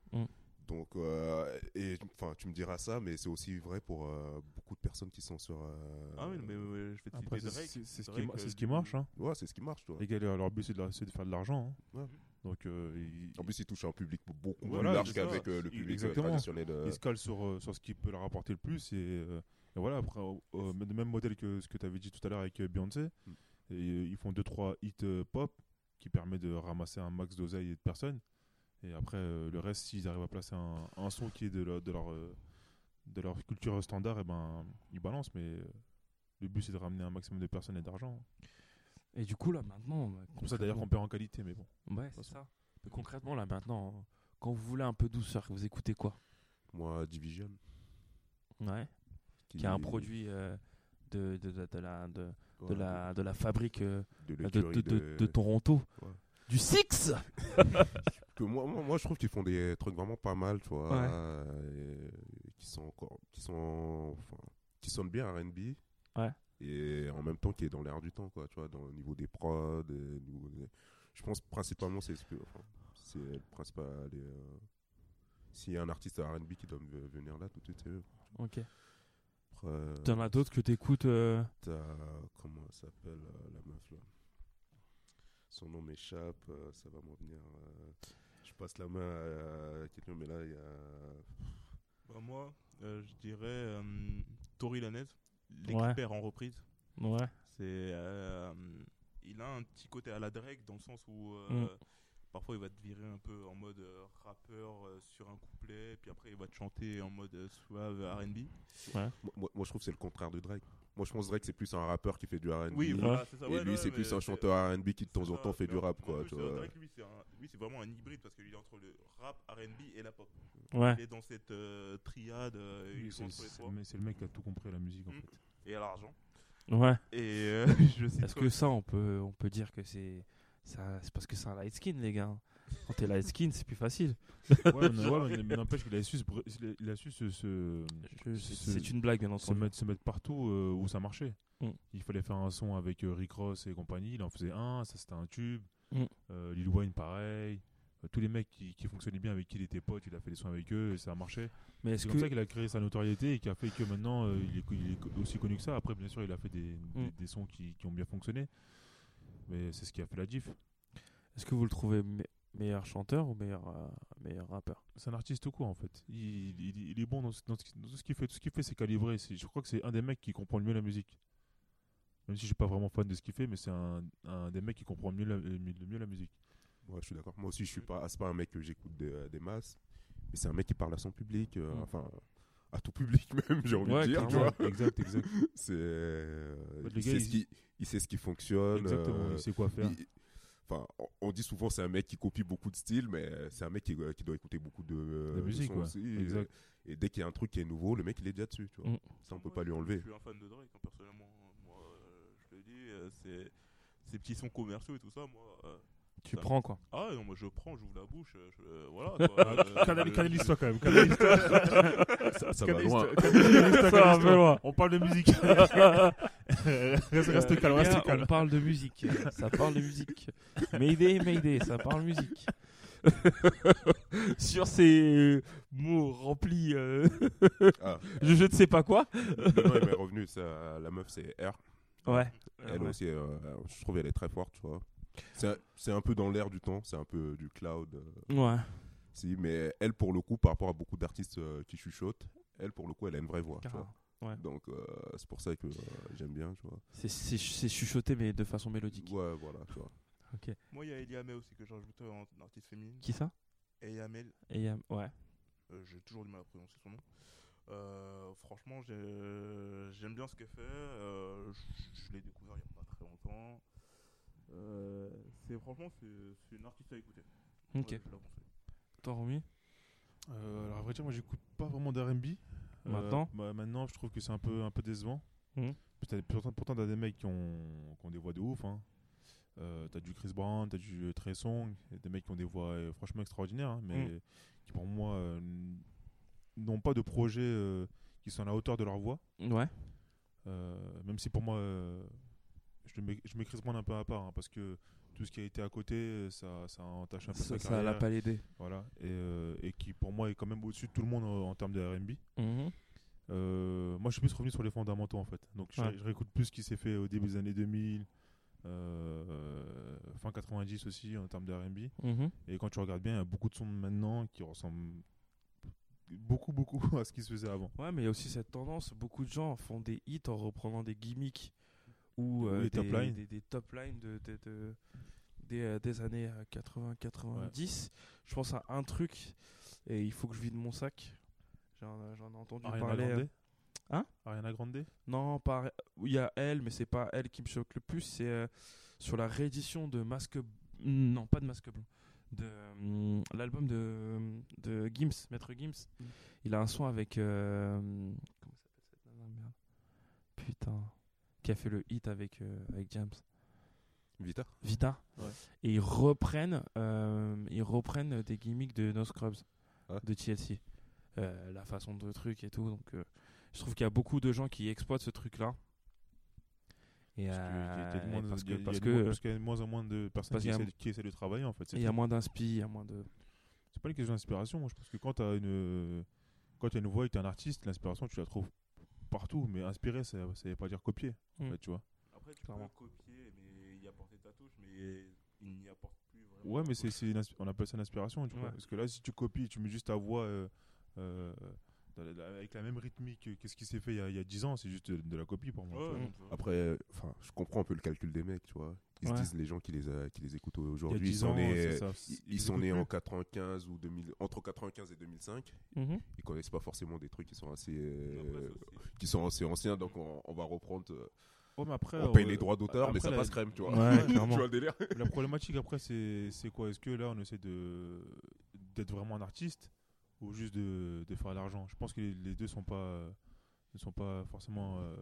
Speaker 4: Donc, euh, et enfin, tu me diras ça, mais c'est aussi vrai pour euh, beaucoup de personnes qui sont sur. euh,
Speaker 6: Ah oui, mais euh, je vais te
Speaker 5: hein. Après,
Speaker 6: citer
Speaker 5: c'est
Speaker 6: Drake.
Speaker 5: c'est- c'est ce, qui
Speaker 6: Drake,
Speaker 5: mar- c'est
Speaker 6: euh,
Speaker 5: ce qui marche. Hein.
Speaker 4: Ouais, c'est ce qui marche, tu vois.
Speaker 5: Les gars, leur leur but, c'est de, la- c'est de faire de l'argent. hein.
Speaker 4: Ouais.
Speaker 5: Donc, euh, ils,
Speaker 4: En plus, il touche un public beaucoup
Speaker 5: Voilà,
Speaker 4: plus large
Speaker 5: c'est ça.
Speaker 4: qu'avec euh, le public euh,
Speaker 5: Exactement.
Speaker 4: traditionnel. euh,
Speaker 5: ils se calent sur, euh, sur ce qui peut leur apporter le plus. Et, euh, et voilà, après, euh, euh, le même modèle que ce que tu avais dit tout à l'heure avec euh, Beyoncé.
Speaker 4: Mm.
Speaker 5: Et, euh, ils font 2-3 hits euh, pop qui permet de ramasser un max d'oseille et de personnes. Et après, euh, le reste, s'ils arrivent à placer un, un son qui est de, leur- de, leur, euh, de leur culture standard, et ben, ils balancent. Mais euh, le but, c'est de ramener un maximum de personnes et d'argent.
Speaker 3: et du coup là maintenant bah,
Speaker 5: Comme ça, d'ailleurs, qu'on perd en qualité. Mais bon.
Speaker 3: Ouais, c'est ça. Mais Bah, concrètement, là, maintenant, quand vous voulez un peu douceur, vous écoutez quoi
Speaker 4: Moi, Division.
Speaker 3: Ouais. Qui est un produit euh, de, de, de- de la, de,
Speaker 4: ouais,
Speaker 3: de la, de la fabrique euh,
Speaker 4: de,
Speaker 3: de,
Speaker 4: l'écurie
Speaker 3: de- de-
Speaker 4: de-
Speaker 3: de Toronto.
Speaker 4: Ouais.
Speaker 3: Du Six
Speaker 4: que moi, moi, moi, je trouve qu'ils font des trucs vraiment pas mal, tu vois,
Speaker 3: Ouais.
Speaker 4: euh, et qui sont encore, qui sont, enfin, qui sonnent bien R&B.
Speaker 3: Ouais.
Speaker 4: Et en même temps, qui est dans l'air du temps, quoi, tu vois, dans, au niveau des prods. et au niveau des- je pense principalement c'est, ce que- enfin, c'est le principal. et, euh, s'il y a un artiste R&B qui doit me- venir là, tout de suite, c'est eux.
Speaker 3: Ok.
Speaker 4: Après, euh,
Speaker 3: T'en as d'autres que t'écoutes euh,
Speaker 4: t'as- comment elle s'appelle euh, la meuf là Son nom m'échappe, euh, ça va m'en venir. euh, je passe la main à, à quelqu'un, mais là il y a.
Speaker 6: Bah, moi, euh, je dirais euh, Tori Lanez, l'expert en reprise.
Speaker 3: Ouais.
Speaker 6: C'est, euh, il a un petit côté à la Drake dans le sens où euh,
Speaker 3: Mm.
Speaker 6: parfois il va te virer un peu en mode euh, rappeur euh, sur un couplet, puis après il va te chanter en mode euh, suave RB.
Speaker 4: Moi, moi- moi, je trouve que c'est le contraire de Drake. Moi je pense que Drake c'est plus un rappeur qui fait du RB.
Speaker 6: Oui,
Speaker 3: Ouais.
Speaker 6: voilà, c'est ça.
Speaker 4: Et
Speaker 6: ouais,
Speaker 4: lui
Speaker 6: ouais,
Speaker 4: c'est
Speaker 6: mais
Speaker 4: plus un chanteur RB qui de temps en
Speaker 6: ça,
Speaker 4: temps fait
Speaker 6: mais
Speaker 4: du
Speaker 6: en-
Speaker 4: rap
Speaker 6: en
Speaker 4: quoi.
Speaker 6: plus,
Speaker 4: tu
Speaker 6: euh,
Speaker 4: vois.
Speaker 6: Drake, lui, c'est un- lui, c'est vraiment un hybride parce qu'il est entre le rap, RB et la pop.
Speaker 3: Ouais.
Speaker 6: Il est dans cette euh, triade, euh,
Speaker 5: Oui,
Speaker 6: il joue
Speaker 5: C'est
Speaker 6: entre les
Speaker 5: c'est
Speaker 6: trois.
Speaker 5: le mec- c'est le mec qui a tout compris à la musique, en
Speaker 6: Mm.
Speaker 5: fait.
Speaker 6: Et à l'argent.
Speaker 3: Ouais.
Speaker 6: Et euh, je sais
Speaker 3: Est-ce que ça, on peut, on peut dire que c'est. ça- C'est parce que c'est un light skin, les gars. Quand t'es light skin, c'est plus facile.
Speaker 5: Ouais, mais ouais, mais- mais n'empêche qu'il a su, se br- il a- il a su se- se-
Speaker 3: Je-
Speaker 5: se-
Speaker 3: C'est une blague, bien
Speaker 5: se
Speaker 3: entendu.
Speaker 5: mettre, se mettre partout euh, où ça marchait.
Speaker 3: Mm.
Speaker 5: Il fallait faire un son avec euh, Rick Ross et compagnie, il en faisait un, ça c'était un tube.
Speaker 3: Mm.
Speaker 5: Euh, Lil Wayne pareil. Euh, tous les mecs qui, qui fonctionnaient bien avec qui il était pote, il a fait des sons avec eux et ça a marché.
Speaker 3: Mais est-ce
Speaker 5: C'est comme ça
Speaker 3: que.
Speaker 5: qu'il a créé sa notoriété et qui a fait que maintenant euh, il, est, co- il est co- aussi connu que ça. Après, bien sûr, il a fait des, des-
Speaker 3: Mm.
Speaker 5: des sons qui, qui ont bien fonctionné. Mais c'est ce qui a fait la diff.
Speaker 3: Est-ce que vous le trouvez me- meilleur chanteur ou meilleur, euh, meilleur rappeur
Speaker 5: C'est un artiste tout court en fait. Il, il- il est bon dans, ce- dans ce qui- dans tout ce qu'il fait. Tout ce qu'il fait, c'est calibré. C'est- Je crois que c'est un des mecs qui comprend le mieux la musique. Même si je suis pas vraiment fan de ce qu'il fait, mais c'est un, un des mecs qui comprend mieux la- le mieux le mieux la musique.
Speaker 4: Ouais, je suis d'accord. Moi aussi, je suis pas, c'est pas un mec que j'écoute des, des masses, mais c'est un mec qui parle à son public, euh,
Speaker 5: Mm.
Speaker 4: enfin à tout public même, j'ai envie
Speaker 5: Ouais,
Speaker 4: de dire, tu
Speaker 5: clairement.
Speaker 4: vois.
Speaker 5: Exact, exact.
Speaker 4: C'est, euh,
Speaker 5: Ouais, le
Speaker 4: il,
Speaker 5: gars,
Speaker 4: sait
Speaker 5: il-
Speaker 4: ce qui, il sait ce qui fonctionne.
Speaker 5: Exactement,
Speaker 4: euh,
Speaker 5: il sait quoi faire.
Speaker 4: il- Enfin, on- on dit souvent c'est un mec qui copie beaucoup de styles, mais c'est un mec qui, euh, qui doit écouter beaucoup de, euh,
Speaker 5: De musique,
Speaker 4: sons
Speaker 5: ouais.
Speaker 4: aussi.
Speaker 5: Exact.
Speaker 4: Et dès qu'il y a un truc qui est nouveau, le mec il est déjà dessus, tu vois.
Speaker 3: Mm.
Speaker 4: Ça on peut
Speaker 7: Moi,
Speaker 4: pas lui
Speaker 7: je-
Speaker 4: enlever.
Speaker 7: Je suis un fan de Drake, hein, personnellement. Moi, euh, je le dis, euh, c'est ces petits sons commerciaux et tout ça, moi. euh,
Speaker 3: Tu
Speaker 7: Ça-
Speaker 3: prends quoi
Speaker 7: ah ouais, non, moi je prends, j'ouvre la bouche, euh, je- euh, voilà. quoi, euh, je-
Speaker 5: Canalise-toi quand même. Canalise-toi.
Speaker 4: Ça, ça va Ah bah, loin.
Speaker 5: Canalise-toi,
Speaker 3: Ça va un peu
Speaker 5: canalise-toi.
Speaker 3: loin.
Speaker 5: On parle de musique. reste, reste calme,
Speaker 3: Là,
Speaker 5: reste
Speaker 3: Euh, on
Speaker 5: calme.
Speaker 3: parle de musique. Ça parle de musique. Mayday, Mayday, ça parle musique. Sur ces mots remplis, euh,
Speaker 4: Ah.
Speaker 3: je, je ne sais pas quoi.
Speaker 4: Le nom, il m'est revenu, ça, la meuf c'est R.
Speaker 3: Ouais.
Speaker 5: Ah
Speaker 4: Elle aussi, euh, je trouve elle est très forte, tu vois. C'est un- C'est un peu dans l'air du temps, c'est un peu du cloud. euh,
Speaker 3: Ouais.
Speaker 4: si, mais elle, pour le coup, par rapport à beaucoup d'artistes euh, qui chuchotent, elle, pour le coup, elle a une vraie voix. tu vois.
Speaker 3: ouais.
Speaker 4: Donc, euh, c'est pour ça que euh, j'aime bien, tu vois.
Speaker 3: C'est- C'est c'est chuchoté, mais de façon mélodique.
Speaker 4: Ouais, voilà, tu vois.
Speaker 7: Moi, il y a Eliamel aussi que j'ai rajouté en en artiste féminine.
Speaker 3: Qui ça
Speaker 7: Eliamel,
Speaker 3: Et, euh, Ouais.
Speaker 7: euh, j'ai toujours du mal à prononcer son nom. Euh, franchement, j'ai- j'aime bien ce qu'elle fait. euh, je je l'ai découvert il n'y a pas très longtemps. Euh, c'est franchement, c'est c'est une artiste à écouter. Ouais,
Speaker 3: Ok.
Speaker 7: je la conseille.
Speaker 3: Toi, Romy
Speaker 5: Euh, alors, à vrai dire, moi, j'écoute pas vraiment d'RB. Euh,
Speaker 3: Maintenant
Speaker 5: bah, Maintenant, je trouve que c'est un peu, un peu décevant.
Speaker 3: Mhm.
Speaker 5: Puis t'as- Pourtant, pourtant t'as des mecs qui ont, qui ont des voix de ouf. Hein. Euh, t'as du Chris Brown, t'as du Trey Songz, et des mecs qui ont des voix euh, franchement extraordinaires, hein, mais qui pour moi euh, n- n'ont pas de projet euh, qui sont à la hauteur de leur voix.
Speaker 3: Ouais.
Speaker 5: Euh, même si pour moi, euh, je, le mets, je mets Chris Brown un peu à part, hein, parce que tout ce qui a été à côté, euh, ça, ça entache un peu sa
Speaker 3: Ça ça
Speaker 5: carrière.
Speaker 3: l'a pas aidé.
Speaker 5: Voilà, et, euh, et qui pour moi est quand même au-dessus de tout le monde euh, en termes de RB. Euh, moi, je suis plus revenu sur les fondamentaux en fait. Donc, je,
Speaker 3: Ouais.
Speaker 5: je réécoute plus ce qui s'est fait au début des années 2000, euh, fin 90 aussi en termes de RB.
Speaker 3: Mhm.
Speaker 5: Et quand tu regardes bien, il y a beaucoup de sons maintenant qui ressemblent beaucoup, beaucoup à ce qui se faisait avant.
Speaker 3: Ouais, mais il y a aussi cette tendance, beaucoup de gens font des hits en reprenant des gimmicks ou euh,
Speaker 5: Ou
Speaker 3: des,
Speaker 5: des top lines.
Speaker 3: des- des top lines de, de- de- des, euh, des années 80-90. Je pense à un truc, et il faut que je vide mon sac. J'en euh, j'en ai entendu
Speaker 5: Ariana
Speaker 3: parler. euh,
Speaker 5: Grande
Speaker 3: Hein
Speaker 5: Ariana Grande
Speaker 3: Non, pas... il y a elle, mais c'est pas elle qui me choque le plus. C'est euh, sur la réédition de Masque. mm, Non, pas de Masque Blanc. De hum, l'album de, mm, de Gims, Maître Gims. Il a un son avec. euh, hum, comment s'appelle cette nana, merde Putain. Qui a fait le hit avec, euh, avec James.
Speaker 4: Vita
Speaker 3: Vita.
Speaker 5: Ouais.
Speaker 3: Et ils reprennent, euh, ils reprennent des gimmicks de No Scrubs,
Speaker 4: Ouais.
Speaker 3: de TLC. Euh, la façon de truc et tout. Donc, euh, je trouve qu'il y a beaucoup de gens qui exploitent ce truc-là. Et
Speaker 5: Parce
Speaker 3: euh,
Speaker 5: que- qu'il y a de moins-
Speaker 3: parce
Speaker 5: il y
Speaker 3: que
Speaker 5: a- il y a
Speaker 3: parce
Speaker 5: de moins-
Speaker 3: que
Speaker 5: parce qu'il y a de moins en moins de personnes
Speaker 3: parce
Speaker 5: qui
Speaker 3: qu'il y a-
Speaker 5: essaient, de- qui essaient de travailler en fait. c'est
Speaker 3: il y a
Speaker 5: tout.
Speaker 3: moins d'inspi, il y a moins de.
Speaker 5: C'est pas une question d'inspiration. Moi, je pense que quand t'as une, quand t'as une voix et que t'es un artiste, l'inspiration, tu la trouves partout. Mais inspirer, ça, ça veut pas dire copier. en
Speaker 3: Mm.
Speaker 5: fait, tu vois.
Speaker 7: Après, tu
Speaker 3: Clairement.
Speaker 7: peux copier, mais y apporter ta touche, mais il n'y apporte plus vraiment.
Speaker 5: Ouais,
Speaker 7: ta
Speaker 5: mais
Speaker 7: touche.
Speaker 5: c'est, c'est une inspi- on appelle ça une inspiration. Tu vois.
Speaker 3: Ouais.
Speaker 5: Parce que là, si tu copies, tu mets juste ta voix euh, euh, dans la- la- avec la même rythmique que, que ce qui s'est fait il y a, il y a 10 ans, c'est juste de, de la copie pour moi. tu vois.
Speaker 7: Ouais, ouais.
Speaker 4: Après, euh, enfin, je comprends un peu le calcul des mecs, tu vois. Ils
Speaker 3: Ouais.
Speaker 4: se disent les gens qui les, euh, qui les écoutent
Speaker 5: Il y a
Speaker 4: aujourd'hui, ils
Speaker 5: 10
Speaker 4: sont
Speaker 5: ans,
Speaker 4: nés,
Speaker 5: c'est ça,
Speaker 4: ils,
Speaker 5: c'est-
Speaker 4: ils sont
Speaker 5: écoutent
Speaker 4: nés en
Speaker 5: plus.
Speaker 4: 95 ou 2000, entre 95 et 2005.
Speaker 3: Mhm.
Speaker 4: Ils connaissent pas forcément des trucs qui sont assez, euh,
Speaker 7: Après, ça aussi.
Speaker 4: qui sont assez anciens, donc on, on va reprendre. euh,
Speaker 5: Ouais, mais après,
Speaker 4: on paye
Speaker 5: euh,
Speaker 4: les droits d'auteur, mais
Speaker 5: après,
Speaker 4: ça
Speaker 5: la-
Speaker 4: passe crème, tu vois.
Speaker 5: Ouais,
Speaker 4: tu
Speaker 5: clairement.
Speaker 4: vois le délire
Speaker 5: La problématique après, c'est c'est quoi Est-ce que là, on essaie de d'être vraiment un artiste ou juste de, de faire de l'argent Je pense que les, les deux sont pas euh, ne sont pas forcément. euh,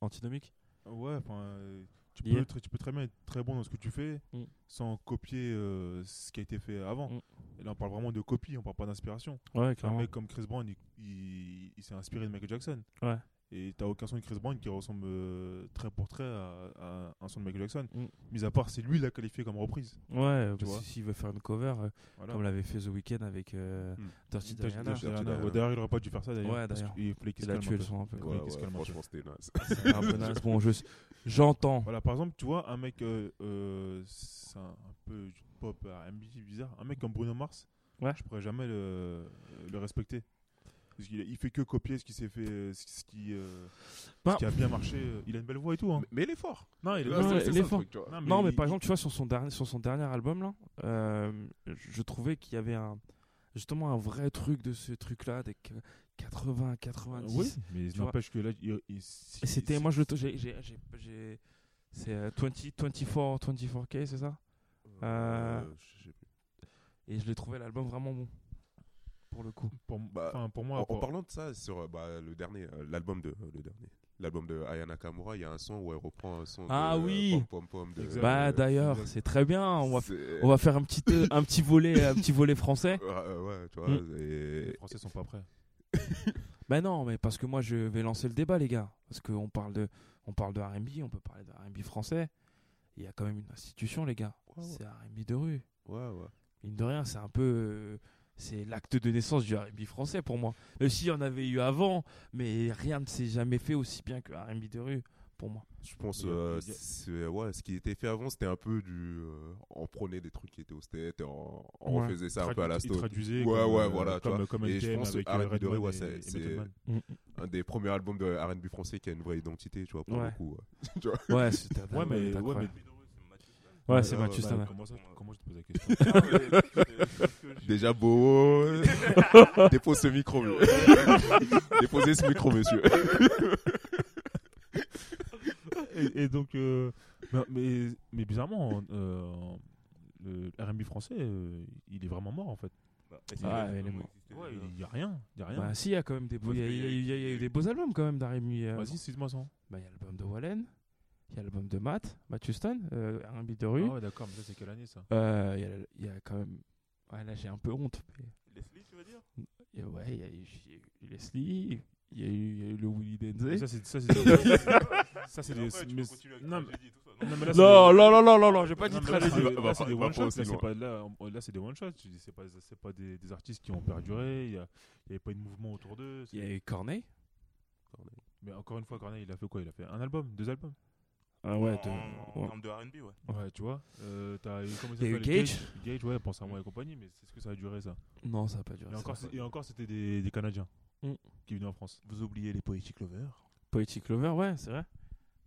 Speaker 3: antinomique
Speaker 5: ouais, enfin, euh, tu
Speaker 3: Liés.
Speaker 5: peux tr- tu peux très bien être très bon dans ce que tu fais
Speaker 3: Mm.
Speaker 5: sans copier euh, ce qui a été fait avant.
Speaker 3: Mm.
Speaker 5: Et là, on parle vraiment de copie, on parle pas d'inspiration.
Speaker 3: Ouais,
Speaker 5: Un mec comme Chris Brown, il, il- il s'est inspiré de Michael Jackson.
Speaker 3: Ouais.
Speaker 5: Et t'as aucun son de Chris Brown qui ressemble euh, trait pour trait à, à un son de Michael Jackson.
Speaker 3: Mm.
Speaker 5: Mis à part, c'est lui l'a qualifié comme reprise.
Speaker 3: Ouais,
Speaker 5: Tu
Speaker 3: parce
Speaker 5: vois.
Speaker 3: que s'il veut faire une cover, euh,
Speaker 5: Voilà.
Speaker 3: comme l'avait fait The Weeknd avec euh,
Speaker 5: Hmm.
Speaker 3: Dirty
Speaker 5: Dirty
Speaker 3: Diana,
Speaker 5: Dirty Diana.
Speaker 4: Diana.
Speaker 5: Ouais, D'ailleurs, il aurait pas dû faire ça d'ailleurs.
Speaker 3: Ouais,
Speaker 5: parce
Speaker 3: d'ailleurs.
Speaker 5: qu'il fallait qu'il
Speaker 3: il
Speaker 5: se
Speaker 3: a
Speaker 5: calme
Speaker 3: tué
Speaker 5: un
Speaker 3: le
Speaker 5: peu.
Speaker 3: son un peu.
Speaker 5: Ouais,
Speaker 4: Ouais,
Speaker 5: qu'est-ce
Speaker 4: ouais,
Speaker 5: qu'elle marche
Speaker 4: franchement, c'était naze.
Speaker 3: C'est un peu naze. Bon, je- j'entends.
Speaker 5: Voilà, par exemple, tu vois, un mec, euh, euh, c'est un, un peu du pop RB bizarre. Un mec comme Bruno Mars,
Speaker 3: Ouais.
Speaker 5: je pourrais jamais le, le respecter. Parce qu'il il fait que copier ce qui s'est fait, euh, ce ce qui, euh,
Speaker 3: Bah.
Speaker 5: ce qui a bien marché. euh, Il a une belle voix et tout. hein.
Speaker 4: Mais- Mais il est fort.
Speaker 5: Non, il est
Speaker 4: Tu vois,
Speaker 3: Non,
Speaker 4: c'est-
Speaker 3: ouais,
Speaker 4: c'est
Speaker 3: il
Speaker 4: ça
Speaker 3: est
Speaker 4: le
Speaker 3: fort.
Speaker 4: truc, tu vois.
Speaker 3: non, mais
Speaker 5: il-
Speaker 3: par exemple, tu vois, sur son dernier, sur son dernier album, là, euh, je trouvais qu'il y avait un, justement un vrai truc de ce truc-là, des qu- 80, 90.
Speaker 5: Oui, mais
Speaker 3: tu
Speaker 5: il n'empêche que là, il- il- si-
Speaker 3: Et C'était,
Speaker 5: si-
Speaker 3: moi, je le t- j'ai, j'ai, j'ai, j'ai- c'est euh, 20, 24, 24K, c'est ça Euh,
Speaker 4: Euh, je sais plus.
Speaker 3: Et je l'ai trouvé l'album vraiment bon, pour le coup.
Speaker 5: pour,
Speaker 4: bah,
Speaker 5: enfin, pour moi,
Speaker 4: En, en
Speaker 5: pour-
Speaker 4: parlant de ça, sur euh, bah, le dernier, euh, l'album de euh, le dernier, l'album de Aya Nakamura, il y a un son où elle reprend un son
Speaker 3: Ah
Speaker 4: de, euh,
Speaker 3: oui.
Speaker 4: Pom Pom Pom de-
Speaker 5: Exact.
Speaker 4: euh,
Speaker 3: Bah d'ailleurs,
Speaker 4: Fidel.
Speaker 3: c'est très bien. On va, f-
Speaker 4: C'est-
Speaker 3: on va faire un petit, euh, un petit volet, un petit volet français.
Speaker 4: Ouais, ouais, tu vois,
Speaker 3: Mm.
Speaker 5: les
Speaker 4: et-
Speaker 5: Français sont pas prêts.
Speaker 3: Bah non, mais parce que moi je vais lancer le débat les gars, parce qu'on parle de, on parle de R&B, on peut parler de R&B français. Il y a quand même une institution les gars.
Speaker 4: Ouais, ouais.
Speaker 3: C'est R&B de rue.
Speaker 4: ouais, ouais.
Speaker 3: Mine de rien, c'est un peu, euh, c'est l'acte de naissance du R&B français pour moi. Même s'il y en avait eu avant, mais rien ne s'est jamais fait aussi bien que R&B de rue pour moi.
Speaker 4: Je pense,
Speaker 5: Il y a-
Speaker 4: euh,
Speaker 5: il y a-
Speaker 4: c'est- ouais, ce qui était fait avant, c'était un peu du, euh, on prenait des trucs qui étaient austères, et on, on
Speaker 3: Ouais.
Speaker 4: refaisait ça un peu à la
Speaker 5: Ils
Speaker 4: stone.
Speaker 5: traduisaient
Speaker 4: Ouais,
Speaker 5: comme,
Speaker 4: ouais,
Speaker 5: euh,
Speaker 4: voilà, tu
Speaker 5: Comme,
Speaker 4: vois.
Speaker 5: comme
Speaker 4: Et je
Speaker 5: NTM
Speaker 4: pense
Speaker 5: avec
Speaker 4: que R&B
Speaker 5: euh,
Speaker 4: doré,
Speaker 5: Redman
Speaker 4: ouais,
Speaker 5: et-
Speaker 4: c'est-
Speaker 5: et
Speaker 4: c'est-
Speaker 5: Method Man.
Speaker 4: Un des premiers albums de R&B français qui a une vraie identité, tu vois, pour
Speaker 3: Ouais.
Speaker 4: le coup. euh. ouais.
Speaker 3: Ouais, c'était
Speaker 5: Ouais, Ah, mais- ouais,
Speaker 3: incroyable.
Speaker 5: mais-
Speaker 3: Ouais, c'est
Speaker 4: ouais,
Speaker 3: Mathieu
Speaker 4: ouais,
Speaker 3: Stammer.
Speaker 5: Comment ça Comment je te pose la question
Speaker 4: Déjà beau. Dépose ce micro, monsieur. Déposez ce micro, monsieur.
Speaker 5: et, et donc, euh, non, mais, mais bizarrement, euh, le RB français, euh, il est vraiment mort en fait.
Speaker 3: Ah, il est mort.
Speaker 5: il n'y a rien. Il y a rien.
Speaker 3: Bah si, il y a quand même des beaux, il y a- il y a- il y a- il y a eu des beaux albums quand même d'Arimi. euh,
Speaker 5: Vas-y, cite-moi ça.
Speaker 3: Bah, il y a l'album de Wallen, il y a l'album de Matt, Matthew Stone, euh, R&B de
Speaker 5: Ah
Speaker 3: rue.
Speaker 5: ouais, d'accord, mais ça, c'est quelle année ça
Speaker 3: Euh, Il y a- il y, a quand même. Ouais, là, j'ai un peu honte. mais
Speaker 7: Leslie, tu veux dire
Speaker 3: il y a- ouais, il y, a eu- il y a eu Leslie, il y, a eu- il y a eu le Willy
Speaker 5: Mais
Speaker 3: Denze.
Speaker 5: Ça, c'est. Ça, c'est. ça, c'est
Speaker 7: Mais
Speaker 5: des.
Speaker 7: après, tu
Speaker 5: mais-
Speaker 7: peux continuer avec
Speaker 5: non, mais-
Speaker 7: tragédie et tout ça, non
Speaker 5: non, mais
Speaker 3: Non,
Speaker 5: là, c'est-
Speaker 3: non, non, non, non, non, j'ai pas dit
Speaker 5: Non, mais là,
Speaker 3: tragédie.
Speaker 5: c'est-
Speaker 4: Va-
Speaker 5: Là,
Speaker 4: va-
Speaker 5: c'est des
Speaker 4: va pas
Speaker 5: one shots.
Speaker 4: aussi
Speaker 5: Là, c'est
Speaker 4: loin.
Speaker 5: pas, là, on- là, c'est des one shots. Je dis, C'est pas, c'est pas des, des artistes qui ont perduré. Il n'y avait pas eu de mouvement autour d'eux. c'est-
Speaker 3: Il y a eu Corneille.
Speaker 5: Mais encore une fois, Corneille, il a fait quoi Il a fait un album, deux albums.
Speaker 3: Ah ouais,
Speaker 7: En-
Speaker 3: de-
Speaker 7: En
Speaker 3: ouais.
Speaker 7: termes de RB, ouais.
Speaker 5: Ouais, tu vois. Euh, t'as eu- comment
Speaker 3: Il y a eu
Speaker 5: s'appelle,
Speaker 3: Gage.
Speaker 5: Gage, ouais, pense à moi et compagnie. Mais est-ce que ça a duré ça
Speaker 3: Non, ça a pas duré.
Speaker 5: Et
Speaker 3: ça
Speaker 5: encore,
Speaker 3: va
Speaker 5: c'est- et encore, c'était des, des Canadiens
Speaker 3: Mm.
Speaker 5: qui venaient en France.
Speaker 7: Vous oubliez les Poetic Lovers
Speaker 3: pas. Poetic Lover, ouais, c'est vrai.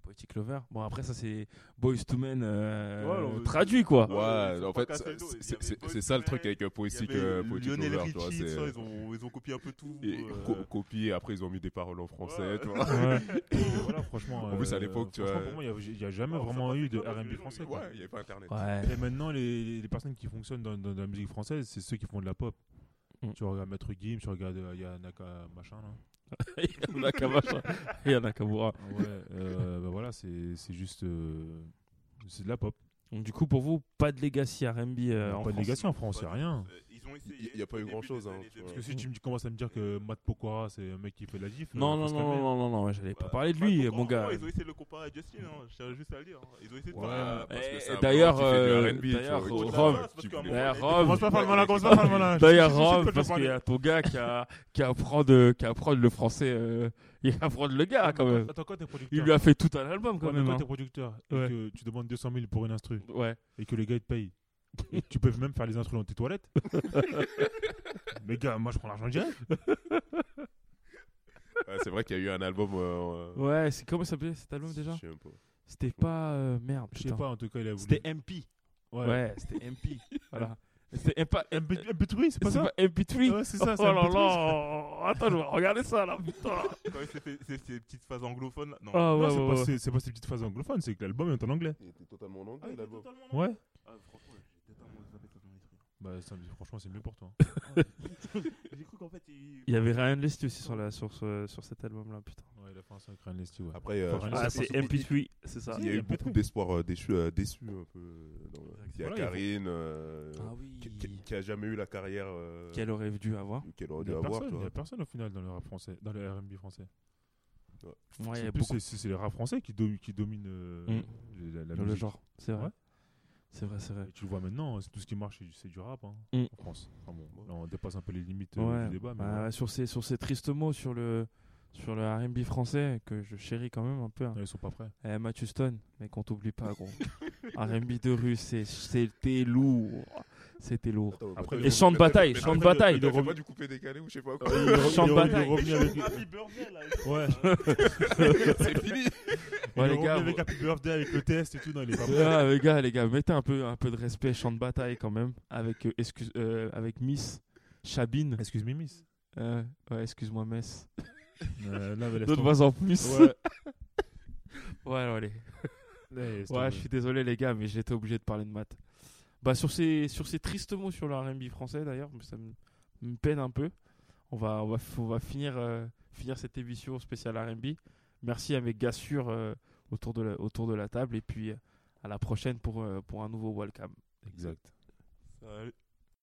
Speaker 3: Poetic Lover. Bon, après, ça, c'est Boys to Men euh,
Speaker 7: Ouais, alors,
Speaker 3: traduit, quoi.
Speaker 4: Ouais,
Speaker 7: ils ont
Speaker 4: en
Speaker 7: pas
Speaker 4: fait,
Speaker 7: cassé
Speaker 4: c'est-
Speaker 7: le dos, il y
Speaker 4: c'est-
Speaker 7: avait
Speaker 4: c'est
Speaker 7: Boyz
Speaker 4: c'est ça le
Speaker 7: II Men,
Speaker 4: truc avec euh, Poetic
Speaker 7: Il y avait
Speaker 4: euh, Poetic
Speaker 7: Lionel
Speaker 4: Lover, tu vois,
Speaker 7: Richie, tout
Speaker 4: c'est-
Speaker 7: ça, ils ont, ils ont copié un peu tout.
Speaker 4: et
Speaker 7: euh,
Speaker 4: co- copié, après ils ont mis des paroles en français,
Speaker 7: Ouais.
Speaker 4: tu vois.
Speaker 3: Ouais.
Speaker 5: Et voilà, franchement. euh,
Speaker 4: En plus, à l'époque, tu
Speaker 5: franchement,
Speaker 4: vois-
Speaker 5: Pour moi, il n'y a, jamais
Speaker 7: Ah, ça
Speaker 5: vraiment
Speaker 7: passe
Speaker 5: eu de
Speaker 7: pas, parce que
Speaker 5: RB
Speaker 7: les gens,
Speaker 5: français.
Speaker 7: ils-
Speaker 5: quoi.
Speaker 4: Ouais, il n'y avait pas internet.
Speaker 3: Ouais.
Speaker 5: Et maintenant, les, les personnes qui fonctionnent dans, dans- dans la musique française, c'est ceux qui font de la pop.
Speaker 3: Mm.
Speaker 5: Tu regardes Maître Gims, tu regardes euh, Yanaka machin là.
Speaker 3: Il y en a Kamura. Il y en a Kamura.
Speaker 5: Ouais, euh, bah voilà, c'est c'est juste. euh, c'est de la pop.
Speaker 3: Donc du coup pour vous pas de legacy R&B euh, en
Speaker 5: pas de
Speaker 3: France.
Speaker 5: legacy en France, c'est
Speaker 7: pas
Speaker 5: rien.
Speaker 7: Euh, Ils ont essayé.
Speaker 4: Il y a pas
Speaker 7: au
Speaker 4: eu
Speaker 7: début
Speaker 4: grand-chose,
Speaker 7: des
Speaker 4: hein,
Speaker 7: années
Speaker 4: tu vois.
Speaker 5: Parce que
Speaker 7: 2000.
Speaker 5: si tu me commences à me dire que Matt Pokora, c'est un mec qui fait de la gif.
Speaker 3: Non
Speaker 5: euh,
Speaker 3: non
Speaker 5: faut se
Speaker 3: non
Speaker 5: calmer.
Speaker 3: non non non, ouais, j'allais pas
Speaker 7: Bah,
Speaker 3: parler de lui
Speaker 7: Matt
Speaker 3: mon
Speaker 7: Pokora,
Speaker 3: gars.
Speaker 7: Ils ont essayé de le comparer à Justin, hein. je tiens juste à le dire. hein. Ils ont essayé de
Speaker 5: Ouais,
Speaker 7: parler.
Speaker 4: parce que
Speaker 3: Eh,
Speaker 4: c'est un
Speaker 3: d'ailleurs,
Speaker 4: blanc qui fait du
Speaker 3: euh,
Speaker 4: R&B, tu vois,
Speaker 3: d'ailleurs,
Speaker 4: qui-
Speaker 3: au
Speaker 4: qui-
Speaker 3: Rome,
Speaker 4: qui-
Speaker 7: parce
Speaker 4: qui-
Speaker 7: qu'en
Speaker 4: qui-
Speaker 3: D'ailleurs,
Speaker 7: Ouais,
Speaker 3: Rome,
Speaker 5: Commence pas à faire le malin, commence pas à faire le malin.
Speaker 3: D'ailleurs
Speaker 5: Je sais- je sais
Speaker 3: Rome
Speaker 5: pas de
Speaker 3: parce
Speaker 5: parler.
Speaker 3: qu'il Bah, y a ton gars qui a qui apprend de qui apprend le français euh, il apprend le gars quand même.
Speaker 5: Attends, quand t'es producteur,
Speaker 3: Il lui a fait tout un album quand
Speaker 5: quand,
Speaker 3: même.
Speaker 5: quand
Speaker 3: hein.
Speaker 5: t'es producteur et
Speaker 3: Ouais.
Speaker 5: que tu demandes 200 000 pour une instru
Speaker 3: Ouais.
Speaker 5: et que les gars ils te payent, et que tu peux même faire les instrus dans tes toilettes. Mais gars, moi je prends l'argent direct.
Speaker 4: Ouais, c'est vrai qu'il y a eu un album. euh, euh,
Speaker 3: Ouais, c'est comment ça s'appelait cet album déjà
Speaker 4: je sais même pas.
Speaker 3: C'était pas euh, merde,
Speaker 5: Je sais
Speaker 3: putain.
Speaker 5: pas, en tout cas, il a voulu.
Speaker 3: C'était MP.
Speaker 5: Ouais.
Speaker 3: Ouais, c'était MP. Voilà. C'était pas
Speaker 5: MP- MP3, c'est pas
Speaker 3: c'est
Speaker 5: ça
Speaker 3: pas MP3.
Speaker 5: Ouais, c'est ça, c'est
Speaker 3: oh là
Speaker 5: MP3.
Speaker 3: là, attends, je vais regarder ça là, putain.
Speaker 7: Quand même, c'est- c'est- c'est ces petites phases anglophones. là. Non.
Speaker 3: Ah
Speaker 5: Non,
Speaker 3: ouais,
Speaker 5: c'est
Speaker 3: ouais,
Speaker 5: pas-
Speaker 3: ouais.
Speaker 5: c'est- c'est pas ces petites phrases anglophones, c'est que l'album est en anglais.
Speaker 4: Il était totalement en anglais,
Speaker 7: Ah, il est
Speaker 4: l'album.
Speaker 7: totalement normal.
Speaker 5: Ouais.
Speaker 7: Ah, franchement, j'ai totalement zappé ça dans les trucs.
Speaker 5: Bah, ça, franchement, c'est mieux pour toi.
Speaker 7: J'ai cru qu'en fait, il.
Speaker 3: Il y avait Ryan Leslie aussi sur, la, sur, ce- sur cet album-là, putain.
Speaker 5: Ouais, il a fait un sacré Leslie, ouais.
Speaker 4: Après, euh,
Speaker 5: Ah,
Speaker 4: je pense
Speaker 3: Ah,
Speaker 4: que
Speaker 3: c'est
Speaker 4: surtout-
Speaker 3: MP3, c'est ça.
Speaker 4: Ah, Il y a eu
Speaker 5: MP3.
Speaker 4: beaucoup d'espoir euh, déçu, euh, déçu un peu. euh, dans- Il y a
Speaker 5: Voilà, il faut-
Speaker 4: Karine, euh,
Speaker 3: Ah oui.
Speaker 4: qui- qui qui a jamais eu la carrière euh,
Speaker 3: Qu'elle aurait dû avoir.
Speaker 4: qu'elle aurait
Speaker 5: Il y
Speaker 4: dû
Speaker 5: a
Speaker 4: avoir.
Speaker 5: personne,
Speaker 4: tu
Speaker 5: il y
Speaker 4: vois.
Speaker 5: a personne au final dans le rap français, dans le R&B français.
Speaker 3: Ouais, il y
Speaker 5: C'est
Speaker 3: a
Speaker 5: plus-
Speaker 3: beaucoup Mm.
Speaker 5: c'est- c'est c'est les rap français qui, domi- qui dominent euh, la, la
Speaker 3: dans le
Speaker 5: musique.
Speaker 3: genre. C'est vrai.
Speaker 5: Ouais.
Speaker 3: C'est vrai, c'est vrai.
Speaker 5: Et tu le vois maintenant, hein, c'est tout ce qui marche, c'est- c'est du rap hein,
Speaker 3: Mm.
Speaker 5: en France. Enfin bon, là, on dépasse un peu les limites euh,
Speaker 3: Ouais.
Speaker 5: du débat, mais
Speaker 3: Bah,
Speaker 5: ouais.
Speaker 3: Sur, ces, sur ces tristes mots sur le, sur le RB français, que je chéris quand même un peu. hein.
Speaker 5: Non, ils sont pas prêts.
Speaker 3: Eh, Matthew Stone, mais qu'on t'oublie pas, gros. RB de rue, c'est- c'était lourd. C'était lourd.
Speaker 4: Attends,
Speaker 5: Après,
Speaker 4: mais
Speaker 5: le-
Speaker 3: Et champ de bataille,
Speaker 4: mais
Speaker 3: champ de
Speaker 4: après, le-
Speaker 3: bataille.
Speaker 4: Il aurait pas du coupé décalé ou je sais pas quoi.
Speaker 3: Champ de bataille.
Speaker 5: Euh, revenu avec.
Speaker 6: Happy birthday, là.
Speaker 5: Ouais.
Speaker 4: C'est fini.
Speaker 3: Ouais, les
Speaker 5: il est revenu
Speaker 3: gars,
Speaker 5: avec Happy Birthday, avec le test et tout. Non, il est pas
Speaker 3: Ah, les gars, les gars, mettez un peu, un peu de respect, champ de bataille quand même, avec, euh, excuse, euh, avec Miss Chabine.
Speaker 5: Excuse me, miss.
Speaker 3: Euh, ouais, excuse-moi, Mess.
Speaker 5: Euh, là, mais laisse
Speaker 3: D'autres
Speaker 5: tomber.
Speaker 3: voix en plus. Ouais,
Speaker 5: Ouais.
Speaker 3: ouais, allez.
Speaker 5: Ouais, laisse
Speaker 3: Ouais,
Speaker 5: tomber.
Speaker 3: je suis désolé, les gars, mais j'étais obligé de parler de maths. Bah, sur ces, sur ces tristes mots sur le RB français, d'ailleurs, mais ça me, me peine un peu. On va, on va, on va finir, euh, finir cette émission spéciale RB. Merci à mes gars sûrs euh, autour, de la, autour de la table. Et puis, euh, à la prochaine pour, euh, pour un nouveau Welcome.
Speaker 5: Exact.
Speaker 6: Salut.